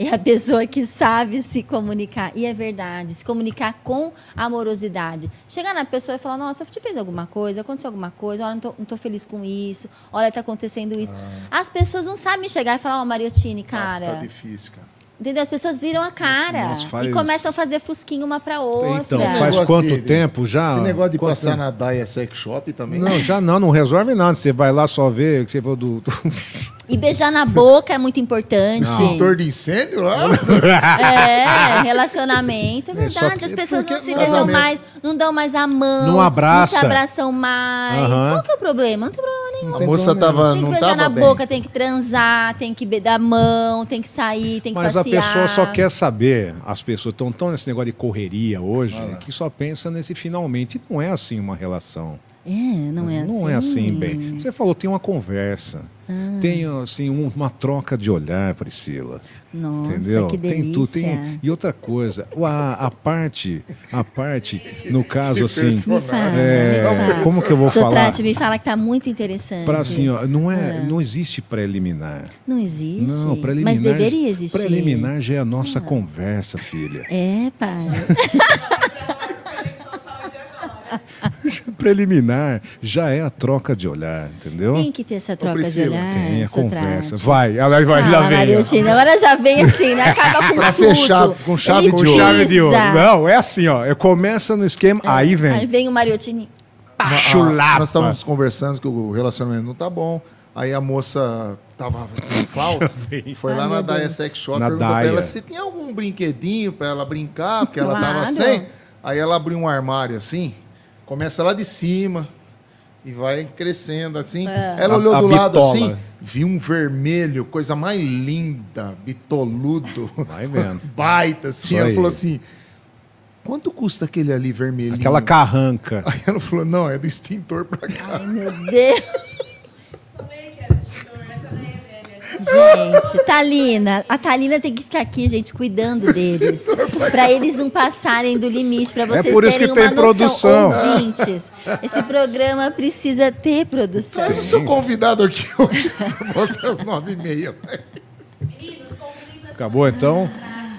[SPEAKER 4] É a pessoa que sabe se comunicar. E é verdade. Se comunicar com amorosidade. Chegar na pessoa e falar: Nossa, eu te fiz alguma coisa, aconteceu alguma coisa, olha, não tô, não tô feliz com isso, olha, tá acontecendo isso.
[SPEAKER 2] Ah.
[SPEAKER 4] As pessoas não sabem chegar e falar: Ó, Mariotini, cara.
[SPEAKER 3] Tá difícil, cara.
[SPEAKER 4] Entendeu? As pessoas viram a cara
[SPEAKER 2] Nossa, faz-
[SPEAKER 4] e começam a fazer fusquinho uma pra outra.
[SPEAKER 2] Então,
[SPEAKER 3] Esse
[SPEAKER 2] faz
[SPEAKER 3] negócio
[SPEAKER 2] quanto
[SPEAKER 3] dele-
[SPEAKER 2] tempo já?
[SPEAKER 3] Esse negócio de
[SPEAKER 2] Quanto
[SPEAKER 3] passar
[SPEAKER 2] tempo?
[SPEAKER 3] na Daia Sex Shop também.
[SPEAKER 2] Não, já não, não resolve nada. Você vai lá só ver que você falou do. do-
[SPEAKER 4] E beijar na boca é muito importante.
[SPEAKER 3] Extintor de incêndio lá?
[SPEAKER 4] É, relacionamento, é
[SPEAKER 2] só
[SPEAKER 4] verdade.
[SPEAKER 2] que-
[SPEAKER 4] As pessoas
[SPEAKER 2] porque
[SPEAKER 4] não se
[SPEAKER 2] não-
[SPEAKER 4] beijam
[SPEAKER 3] casamento.
[SPEAKER 4] mais, não dão mais a mão,
[SPEAKER 2] Não abraça.
[SPEAKER 4] não se abração mais.
[SPEAKER 2] Aham.
[SPEAKER 4] Qual que é o problema? Não tem problema nenhum.
[SPEAKER 3] A moça tava,
[SPEAKER 4] Tem que
[SPEAKER 3] não
[SPEAKER 4] beijar
[SPEAKER 3] tava
[SPEAKER 4] na
[SPEAKER 3] bem.
[SPEAKER 4] boca, tem que transar, tem que be- dar mão, tem que sair, tem que
[SPEAKER 2] Mas a
[SPEAKER 4] passear.
[SPEAKER 2] pessoa só quer saber. As pessoas estão tão nesse negócio de correria hoje que só pensa nesse finalmente. Não é assim uma relação.
[SPEAKER 4] É, não é assim. Ah.
[SPEAKER 2] Não é assim, bem. Você falou, tem uma conversa. Tem assim, um- uma troca de olhar, Priscila.
[SPEAKER 4] Nossa,
[SPEAKER 2] Entendeu?
[SPEAKER 4] que delícia.
[SPEAKER 2] Tem tudo, tem. E outra coisa, o- a, a parte, a parte, no caso assim,
[SPEAKER 4] Me fala, me
[SPEAKER 2] é,
[SPEAKER 4] fala.
[SPEAKER 2] como que eu vou falar?
[SPEAKER 4] Sotrate, me fala que tá muito interessante.
[SPEAKER 2] Para assim, ó, não é, não existe preliminar.
[SPEAKER 4] Não existe.
[SPEAKER 2] Não, preliminar.
[SPEAKER 4] Ah. Mas deveria existir. Ah.
[SPEAKER 2] Preliminar já é a nossa conversa, filha.
[SPEAKER 4] É, pai.
[SPEAKER 2] Então, Preliminar já é a troca de olhar, entendeu?
[SPEAKER 4] Tem que ter essa troca de
[SPEAKER 3] Priscila,
[SPEAKER 4] olhar.
[SPEAKER 2] Tem a
[SPEAKER 4] Sotrate.
[SPEAKER 2] é conversa. Vai, ela vai,
[SPEAKER 4] Fala,
[SPEAKER 2] lá vem. ó.
[SPEAKER 4] Mariotina, agora já vem assim, né? Acaba com
[SPEAKER 3] Pra
[SPEAKER 4] tudo.
[SPEAKER 3] fechar,
[SPEAKER 2] Com chave
[SPEAKER 4] Ele
[SPEAKER 2] de ouro.
[SPEAKER 4] pisa. Ah,
[SPEAKER 2] Chave de ouro. Não, é assim, ó. é- Começa no esquema, aí vem.
[SPEAKER 4] Aí vem o Mariotini.
[SPEAKER 3] Ah,
[SPEAKER 2] Chulapa.
[SPEAKER 3] Nós estávamos conversando que o relacionamento não tá bom. Aí a moça tava com falta, foi lá
[SPEAKER 4] Ai,
[SPEAKER 3] na
[SPEAKER 4] meu
[SPEAKER 3] Daia
[SPEAKER 4] Deus.
[SPEAKER 3] Sex Shop,
[SPEAKER 2] Na
[SPEAKER 3] perguntou
[SPEAKER 2] Daia.
[SPEAKER 3] pra ela se tem algum brinquedinho pra ela brincar, porque ela tava
[SPEAKER 4] Claro.
[SPEAKER 3] sem. Aí ela abriu um armário assim, começa lá de cima e vai crescendo assim.
[SPEAKER 4] É.
[SPEAKER 3] Ela
[SPEAKER 2] A-
[SPEAKER 3] olhou
[SPEAKER 2] a
[SPEAKER 3] do lado
[SPEAKER 2] bitola.
[SPEAKER 3] assim, viu um vermelho, coisa mais linda, bitoludo,
[SPEAKER 2] Vai vendo.
[SPEAKER 3] baita assim.
[SPEAKER 2] Isso
[SPEAKER 3] Ela
[SPEAKER 2] aí.
[SPEAKER 3] falou assim, quanto custa aquele ali vermelhinho?
[SPEAKER 2] Aquela carranca.
[SPEAKER 3] Aí ela falou, não, é do extintor pra cá.
[SPEAKER 4] Meu Deus. então, Gente, Thalina, a Thalina tem que ficar aqui, gente, cuidando deles. Pra eles não passarem do limite, pra vocês
[SPEAKER 2] É por isso
[SPEAKER 4] terem
[SPEAKER 2] que
[SPEAKER 4] uma
[SPEAKER 2] tem
[SPEAKER 4] noção,
[SPEAKER 2] produção.
[SPEAKER 4] ouvintes. Esse programa precisa ter produção.
[SPEAKER 3] Traz o seu convidado aqui hoje. Volta às nove e meia.
[SPEAKER 2] Acabou então?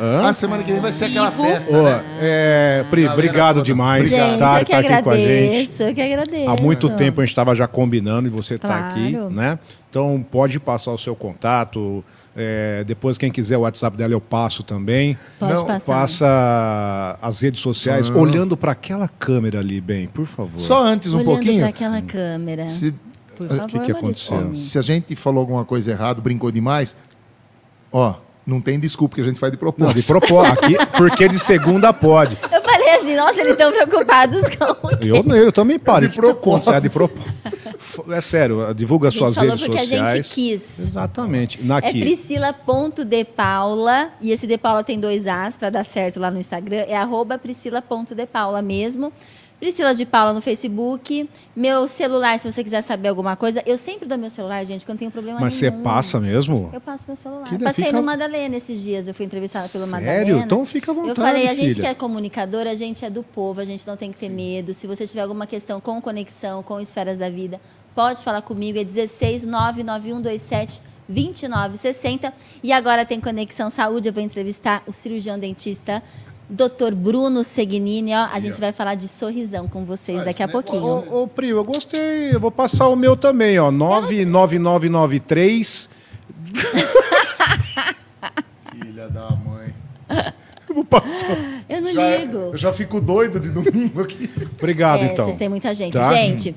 [SPEAKER 2] Hã?
[SPEAKER 3] A semana que vem vai ser aquela festa. né?
[SPEAKER 2] Ô, é, Pri,
[SPEAKER 3] Galera
[SPEAKER 2] obrigado
[SPEAKER 3] toda.
[SPEAKER 2] demais
[SPEAKER 4] Gente,
[SPEAKER 2] por
[SPEAKER 4] eu que
[SPEAKER 2] aqui com a gente.
[SPEAKER 4] agradeço, eu que agradeço.
[SPEAKER 2] Há muito tempo a gente estava já combinando e você está
[SPEAKER 4] Claro.
[SPEAKER 2] aqui, né? Então pode passar o seu contato. é, depois, quem quiser o WhatsApp dela, eu passo também.
[SPEAKER 4] Pode
[SPEAKER 2] Não,
[SPEAKER 4] passar.
[SPEAKER 2] Passa as redes sociais, olhando para aquela câmera ali, bem, por favor.
[SPEAKER 3] Só antes um
[SPEAKER 4] Olhando
[SPEAKER 3] pouquinho.
[SPEAKER 4] pra tá aquela câmera.
[SPEAKER 3] Se,
[SPEAKER 4] Por favor,
[SPEAKER 2] Ah, que que
[SPEAKER 4] Maricone.
[SPEAKER 2] aconteceu?
[SPEAKER 3] se a gente falou alguma coisa errada, brincou demais, ó, não tem desculpa que a gente faz de
[SPEAKER 2] Não, de
[SPEAKER 3] propósito.
[SPEAKER 2] propósito. Aqui, porque de segunda pode.
[SPEAKER 4] Eu falei assim, nossa, eles estão preocupados com o
[SPEAKER 2] Eu, eu também paro.
[SPEAKER 3] É de propósito.
[SPEAKER 2] É de propósito. É sério, divulga
[SPEAKER 4] A gente
[SPEAKER 2] suas
[SPEAKER 4] falou
[SPEAKER 2] redes
[SPEAKER 4] porque
[SPEAKER 2] sociais.
[SPEAKER 4] a gente quis.
[SPEAKER 2] Exatamente.
[SPEAKER 4] É
[SPEAKER 2] Naqui.
[SPEAKER 4] priscila.depaula, e esse de Paula tem dois As pra dar certo lá no Instagram, é arroba priscila.depaula mesmo. Priscila de Paula no Facebook. Meu celular, se você quiser saber alguma coisa. Eu sempre dou meu celular, gente, porque eu não tenho problema
[SPEAKER 2] Mas você
[SPEAKER 4] nenhum.
[SPEAKER 2] passa mesmo?
[SPEAKER 4] Eu passo meu celular.
[SPEAKER 2] Que da-
[SPEAKER 4] Passei
[SPEAKER 2] fica-
[SPEAKER 4] no Madalena esses dias. Eu fui entrevistada pelo
[SPEAKER 2] Sério?
[SPEAKER 4] Madalena.
[SPEAKER 2] Então fica à vontade,
[SPEAKER 4] Eu falei, a gente
[SPEAKER 2] filha.
[SPEAKER 4] que é comunicador, a gente é do povo, a gente não tem que ter medo. Se você tiver alguma questão com conexão, com esferas da vida, pode falar comigo. É 16 99127 2960. E agora tem Conexão Saúde. Eu vou entrevistar o cirurgião dentista. Dr. Bruno Segnini, ó, a gente vai falar de sorrisão com vocês
[SPEAKER 3] Ah,
[SPEAKER 4] daqui a
[SPEAKER 3] esse negócio-
[SPEAKER 4] pouquinho.
[SPEAKER 2] Ô, ô, Pri, eu gostei. Eu vou passar o meu também, ó. 99993.
[SPEAKER 3] Filha da mãe.
[SPEAKER 2] Eu vou passar.
[SPEAKER 4] Eu não ligo.
[SPEAKER 3] Eu já fico doido de domingo aqui.
[SPEAKER 2] Obrigado,
[SPEAKER 4] É,
[SPEAKER 2] então.
[SPEAKER 4] Vocês têm muita gente.
[SPEAKER 2] Tá?
[SPEAKER 4] Gente, um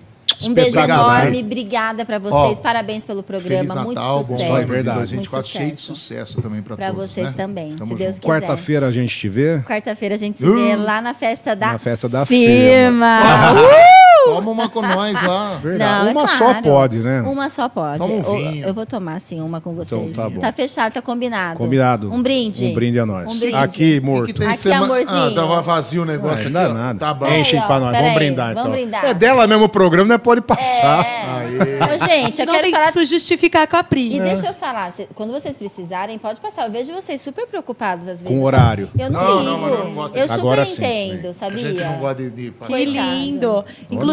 [SPEAKER 2] Espetáculo.
[SPEAKER 4] beijo
[SPEAKER 2] Obrigado,
[SPEAKER 4] enorme.
[SPEAKER 2] hein?
[SPEAKER 4] Obrigada pra vocês.
[SPEAKER 3] Ó,
[SPEAKER 4] Parabéns pelo programa.
[SPEAKER 3] Feliz Natal,
[SPEAKER 4] muito
[SPEAKER 3] bom
[SPEAKER 4] sucesso.
[SPEAKER 2] Só é
[SPEAKER 3] ano de
[SPEAKER 2] verdade.
[SPEAKER 3] 2024,
[SPEAKER 4] Muito
[SPEAKER 3] cheio de
[SPEAKER 4] sucesso.
[SPEAKER 3] sucesso também para
[SPEAKER 4] Pra
[SPEAKER 3] todos.
[SPEAKER 4] vocês
[SPEAKER 3] né?
[SPEAKER 4] também,
[SPEAKER 3] Tamo
[SPEAKER 4] se Deus
[SPEAKER 3] junto.
[SPEAKER 4] quiser.
[SPEAKER 2] Quarta-feira a gente te vê
[SPEAKER 4] Quarta-feira a gente se vê lá na festa da,
[SPEAKER 2] Uh! na festa da firma.
[SPEAKER 4] firma.
[SPEAKER 3] Toma uma com nós lá.
[SPEAKER 2] Verdade.
[SPEAKER 4] Não, é
[SPEAKER 2] uma só
[SPEAKER 4] claro.
[SPEAKER 2] pode, né?
[SPEAKER 4] Uma só pode.
[SPEAKER 3] Toma um
[SPEAKER 4] Eu-
[SPEAKER 3] vinho.
[SPEAKER 4] eu, vou tomar, sim, uma com vocês.
[SPEAKER 2] Então tá bom.
[SPEAKER 4] fechado, tá combinado.
[SPEAKER 2] Combinado.
[SPEAKER 4] Um brinde.
[SPEAKER 2] Um brinde a nós.
[SPEAKER 4] Um brinde.
[SPEAKER 2] Aqui,
[SPEAKER 3] O
[SPEAKER 2] morto.
[SPEAKER 3] que tem
[SPEAKER 4] Aqui, é
[SPEAKER 3] semana-
[SPEAKER 4] amorzinho. É,
[SPEAKER 3] Ah, tava vazio o negócio.
[SPEAKER 2] Ah, não
[SPEAKER 3] aqui,
[SPEAKER 2] dá
[SPEAKER 3] ó.
[SPEAKER 2] nada.
[SPEAKER 3] Tá bom.
[SPEAKER 4] Aí,
[SPEAKER 2] Enche
[SPEAKER 4] ó,
[SPEAKER 2] pra nós.
[SPEAKER 4] pera
[SPEAKER 2] Vamos
[SPEAKER 4] aí,
[SPEAKER 2] brindar,
[SPEAKER 4] vamos
[SPEAKER 2] então.
[SPEAKER 4] brindar. É.
[SPEAKER 2] É dela mesmo o programa, né? Pode passar.
[SPEAKER 4] Ô, gente, eu
[SPEAKER 1] não
[SPEAKER 4] quero
[SPEAKER 1] tem que
[SPEAKER 4] falar
[SPEAKER 1] se justificar com a Pri.
[SPEAKER 4] E deixa eu falar, cê- quando vocês precisarem, pode passar. Eu vejo vocês super preocupados às vezes.
[SPEAKER 2] Com o horário.
[SPEAKER 4] Eu não,
[SPEAKER 3] Não,
[SPEAKER 4] ligo.
[SPEAKER 3] não, mas eu não gosto
[SPEAKER 4] eu super
[SPEAKER 2] disso. Agora sim.
[SPEAKER 4] entendo,
[SPEAKER 3] A
[SPEAKER 4] sabia?
[SPEAKER 3] gente não gosta de, de passar.
[SPEAKER 1] Que
[SPEAKER 4] Coitado.
[SPEAKER 1] lindo.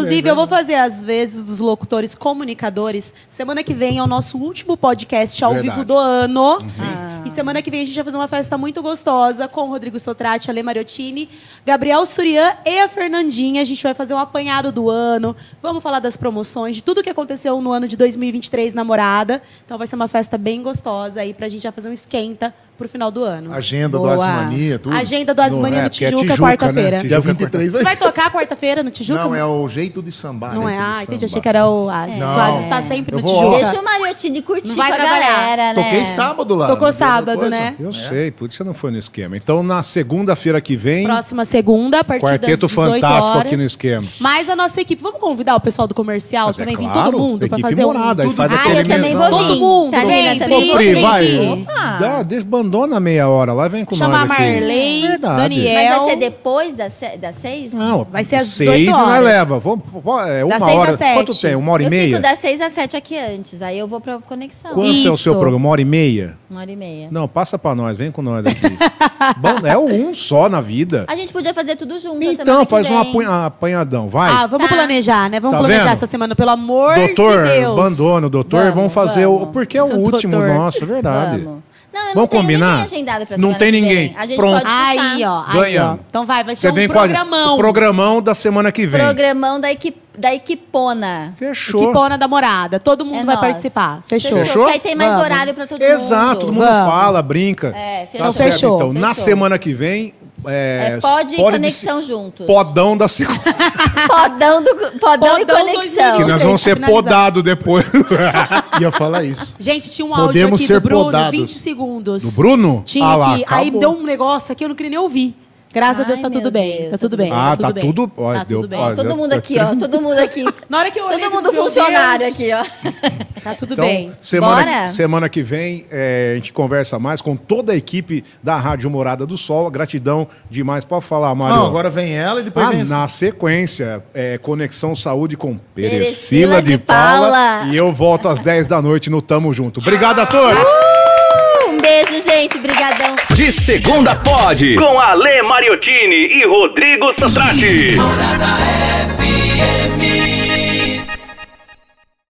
[SPEAKER 2] Olha,
[SPEAKER 1] Inclusive,
[SPEAKER 2] é
[SPEAKER 1] eu vou fazer às vezes dos locutores comunicadores. Semana que vem é o nosso último podcast ao
[SPEAKER 2] Verdade. Uhum.
[SPEAKER 1] vivo do ano. Ah. E semana que vem a gente vai fazer uma festa muito gostosa com o Rodrigo Sotrate, Ale Mariottini, Gabriel Surian e a Fernandinha. A gente vai fazer um apanhado do ano. Vamos falar das promoções, de tudo que aconteceu no ano de 2023 namorada. Então vai ser uma festa bem gostosa aí pra gente já fazer um esquenta pro final do ano.
[SPEAKER 3] Agenda do Asmania, tudo.
[SPEAKER 1] Agenda do
[SPEAKER 2] Não,
[SPEAKER 1] Asmania
[SPEAKER 2] é,
[SPEAKER 1] no
[SPEAKER 2] porque é
[SPEAKER 1] Tijuca,
[SPEAKER 2] Tijuca, né?
[SPEAKER 1] quarta-feira.
[SPEAKER 2] Tijuca.
[SPEAKER 3] Dia 23
[SPEAKER 1] Você
[SPEAKER 3] vai
[SPEAKER 1] vai
[SPEAKER 3] ser.
[SPEAKER 1] tocar quarta-feira no Tijuca?
[SPEAKER 3] Não, é o jeito de sambar.
[SPEAKER 1] Não é?
[SPEAKER 3] jeito de
[SPEAKER 1] Ah, entendi.
[SPEAKER 3] samba.
[SPEAKER 1] Achei que era o
[SPEAKER 2] É.
[SPEAKER 1] As.
[SPEAKER 3] Não.
[SPEAKER 1] Quase está sempre
[SPEAKER 3] Eu
[SPEAKER 1] no
[SPEAKER 3] vou-
[SPEAKER 1] Tijuca.
[SPEAKER 4] Deixa o Mariotini curtir
[SPEAKER 1] Não
[SPEAKER 4] com a
[SPEAKER 1] vai trabalhar.
[SPEAKER 4] galera, né?
[SPEAKER 3] Toquei sábado lá.
[SPEAKER 1] é. Tocou
[SPEAKER 3] não teve outra
[SPEAKER 1] sábado,
[SPEAKER 3] coisa?
[SPEAKER 1] né?
[SPEAKER 2] Eu sei, por isso você não foi no esquema. Então, na segunda-feira que vem,
[SPEAKER 1] Próxima segunda, a partir
[SPEAKER 2] Quarteto
[SPEAKER 1] das 18
[SPEAKER 2] Fantástico
[SPEAKER 1] horas.
[SPEAKER 2] aqui no esquema.
[SPEAKER 1] Mas a nossa equipe, vamos convidar o pessoal do comercial
[SPEAKER 2] Mas é
[SPEAKER 1] também, vir
[SPEAKER 2] claro,
[SPEAKER 1] todo mundo para
[SPEAKER 2] equipe
[SPEAKER 1] fazer
[SPEAKER 2] morada,
[SPEAKER 1] um...
[SPEAKER 2] aí faz
[SPEAKER 4] Ah,
[SPEAKER 2] aquele
[SPEAKER 4] eu também
[SPEAKER 2] mesão.
[SPEAKER 4] vou vir. Tá
[SPEAKER 1] Todo mundo,
[SPEAKER 4] Talina
[SPEAKER 1] vem,
[SPEAKER 4] também
[SPEAKER 1] vem,
[SPEAKER 4] vou
[SPEAKER 1] tá vem.
[SPEAKER 4] vir.
[SPEAKER 2] vai.
[SPEAKER 4] Opa!
[SPEAKER 2] Dá, deixa- abandona meia hora lá, vem com
[SPEAKER 1] Chamar
[SPEAKER 2] nós aqui. É
[SPEAKER 1] Marley,
[SPEAKER 2] Verdade.
[SPEAKER 1] Daniel.
[SPEAKER 4] Mas vai ser depois das, se- das seis?
[SPEAKER 2] Não,
[SPEAKER 1] Vai ser às
[SPEAKER 2] seis
[SPEAKER 1] 18
[SPEAKER 2] nós
[SPEAKER 1] horas.
[SPEAKER 2] leva. Vamos, vamos- é uma
[SPEAKER 1] Das seis
[SPEAKER 2] hora.
[SPEAKER 1] às sete.
[SPEAKER 2] Quanto tem? Uma hora e
[SPEAKER 4] eu
[SPEAKER 2] meia?
[SPEAKER 4] fico das seis às sete aqui antes, aí eu vou pra conexão.
[SPEAKER 2] Quanto é o
[SPEAKER 1] Isso.
[SPEAKER 2] seu programa? Uma hora e meia?
[SPEAKER 4] Uma hora e meia.
[SPEAKER 2] Não, passa pra nós, vem com nós aqui. Bom, é o um só na vida.
[SPEAKER 4] A gente podia fazer tudo junto. a semana
[SPEAKER 2] Então,
[SPEAKER 4] que
[SPEAKER 2] faz um
[SPEAKER 4] vem.
[SPEAKER 2] apunha- apanhadão, vai.
[SPEAKER 1] Ah, vamos
[SPEAKER 4] Tá.
[SPEAKER 1] planejar, né? Vamos
[SPEAKER 2] Tá
[SPEAKER 1] planejar
[SPEAKER 2] vendo?
[SPEAKER 1] essa semana, pelo amor
[SPEAKER 2] doutor,
[SPEAKER 1] de Deus.
[SPEAKER 2] abandona o doutor, vamos,
[SPEAKER 4] Vamos,
[SPEAKER 2] fazer o.
[SPEAKER 4] vamos.
[SPEAKER 2] Porque é o
[SPEAKER 1] Doutor.
[SPEAKER 2] último nosso, é verdade.
[SPEAKER 4] Vamos. Não, eu não
[SPEAKER 2] Vamos
[SPEAKER 4] tenho
[SPEAKER 2] combinar?
[SPEAKER 4] ninguém agendado pra
[SPEAKER 2] Não
[SPEAKER 4] semana
[SPEAKER 2] tem
[SPEAKER 4] que
[SPEAKER 2] ninguém.
[SPEAKER 4] vem. A gente
[SPEAKER 2] Pronto.
[SPEAKER 4] pode puxar.
[SPEAKER 1] Aí, ó. Aí, ó.
[SPEAKER 2] Ganhamos.
[SPEAKER 1] Então vai, vai
[SPEAKER 2] Você
[SPEAKER 1] ser
[SPEAKER 2] vem
[SPEAKER 1] um
[SPEAKER 2] com a-
[SPEAKER 1] programão.
[SPEAKER 2] o programão da semana que vem.
[SPEAKER 4] Programão da, equi da equipona.
[SPEAKER 2] Fechou.
[SPEAKER 1] Equipona da morada. Todo mundo
[SPEAKER 4] É
[SPEAKER 1] vai
[SPEAKER 4] nós.
[SPEAKER 1] participar. Fechou.
[SPEAKER 2] Fechou.
[SPEAKER 4] Porque aí tem mais
[SPEAKER 1] Vamos.
[SPEAKER 4] horário pra todo mundo.
[SPEAKER 2] Exato, todo mundo
[SPEAKER 1] Vamos.
[SPEAKER 2] fala, brinca.
[SPEAKER 4] É, fechou.
[SPEAKER 2] Tá certo,
[SPEAKER 1] Fechou,
[SPEAKER 2] então. Na
[SPEAKER 4] fechou.
[SPEAKER 2] semana que vem. É,
[SPEAKER 4] É, pode e
[SPEAKER 2] pode
[SPEAKER 4] conexão juntos.
[SPEAKER 2] Podão da segunda.
[SPEAKER 4] Podão, do, podão, e
[SPEAKER 1] Podão
[SPEAKER 4] conexão.
[SPEAKER 2] que nós vamos ser
[SPEAKER 1] Finalizar.
[SPEAKER 2] podados depois.
[SPEAKER 3] Ia falar isso.
[SPEAKER 1] Gente, tinha um
[SPEAKER 3] Podemos
[SPEAKER 1] áudio aqui do
[SPEAKER 3] ser
[SPEAKER 1] Bruno,
[SPEAKER 3] podados.
[SPEAKER 1] 20 segundos.
[SPEAKER 2] Do Bruno?
[SPEAKER 1] Tinha
[SPEAKER 2] Ah lá,
[SPEAKER 1] aqui. Aí
[SPEAKER 2] acabou.
[SPEAKER 1] deu um negócio aqui, eu não queria nem ouvir. Graças a
[SPEAKER 4] Ai,
[SPEAKER 1] Deus, tá
[SPEAKER 4] meu
[SPEAKER 1] tudo bem.
[SPEAKER 4] Deus,
[SPEAKER 1] tá tudo bem.
[SPEAKER 2] Ah, tá
[SPEAKER 1] bem.
[SPEAKER 2] tudo- ó,
[SPEAKER 1] Tá
[SPEAKER 2] deu-
[SPEAKER 1] tudo bem.
[SPEAKER 2] ó,
[SPEAKER 4] Todo mundo aqui, ó. Todo mundo aqui.
[SPEAKER 1] Na hora que eu olhei,
[SPEAKER 4] todo
[SPEAKER 1] eu
[SPEAKER 4] mundo
[SPEAKER 1] disse, meu
[SPEAKER 4] funcionário
[SPEAKER 1] Deus,
[SPEAKER 4] aqui, ó.
[SPEAKER 1] Tá tudo
[SPEAKER 2] Então,
[SPEAKER 1] bem.
[SPEAKER 2] semana,
[SPEAKER 4] Bora?
[SPEAKER 2] semana que vem é, a gente conversa mais com toda a equipe da Rádio Morada do Sol. Gratidão demais. Pode falar, Mário.
[SPEAKER 3] Não, agora vem ela e depois
[SPEAKER 2] Ah,
[SPEAKER 3] vem
[SPEAKER 2] na sequência, é, Conexão Saúde com Perecila de, Paula. E eu volto às 10 da noite no Tamo Junto.
[SPEAKER 4] Ah,
[SPEAKER 2] Obrigado a todos!
[SPEAKER 4] Um beijo, gente. Brigadão.
[SPEAKER 6] De segunda pode.
[SPEAKER 7] Com Ale Mariottini e Rodrigo Satrati.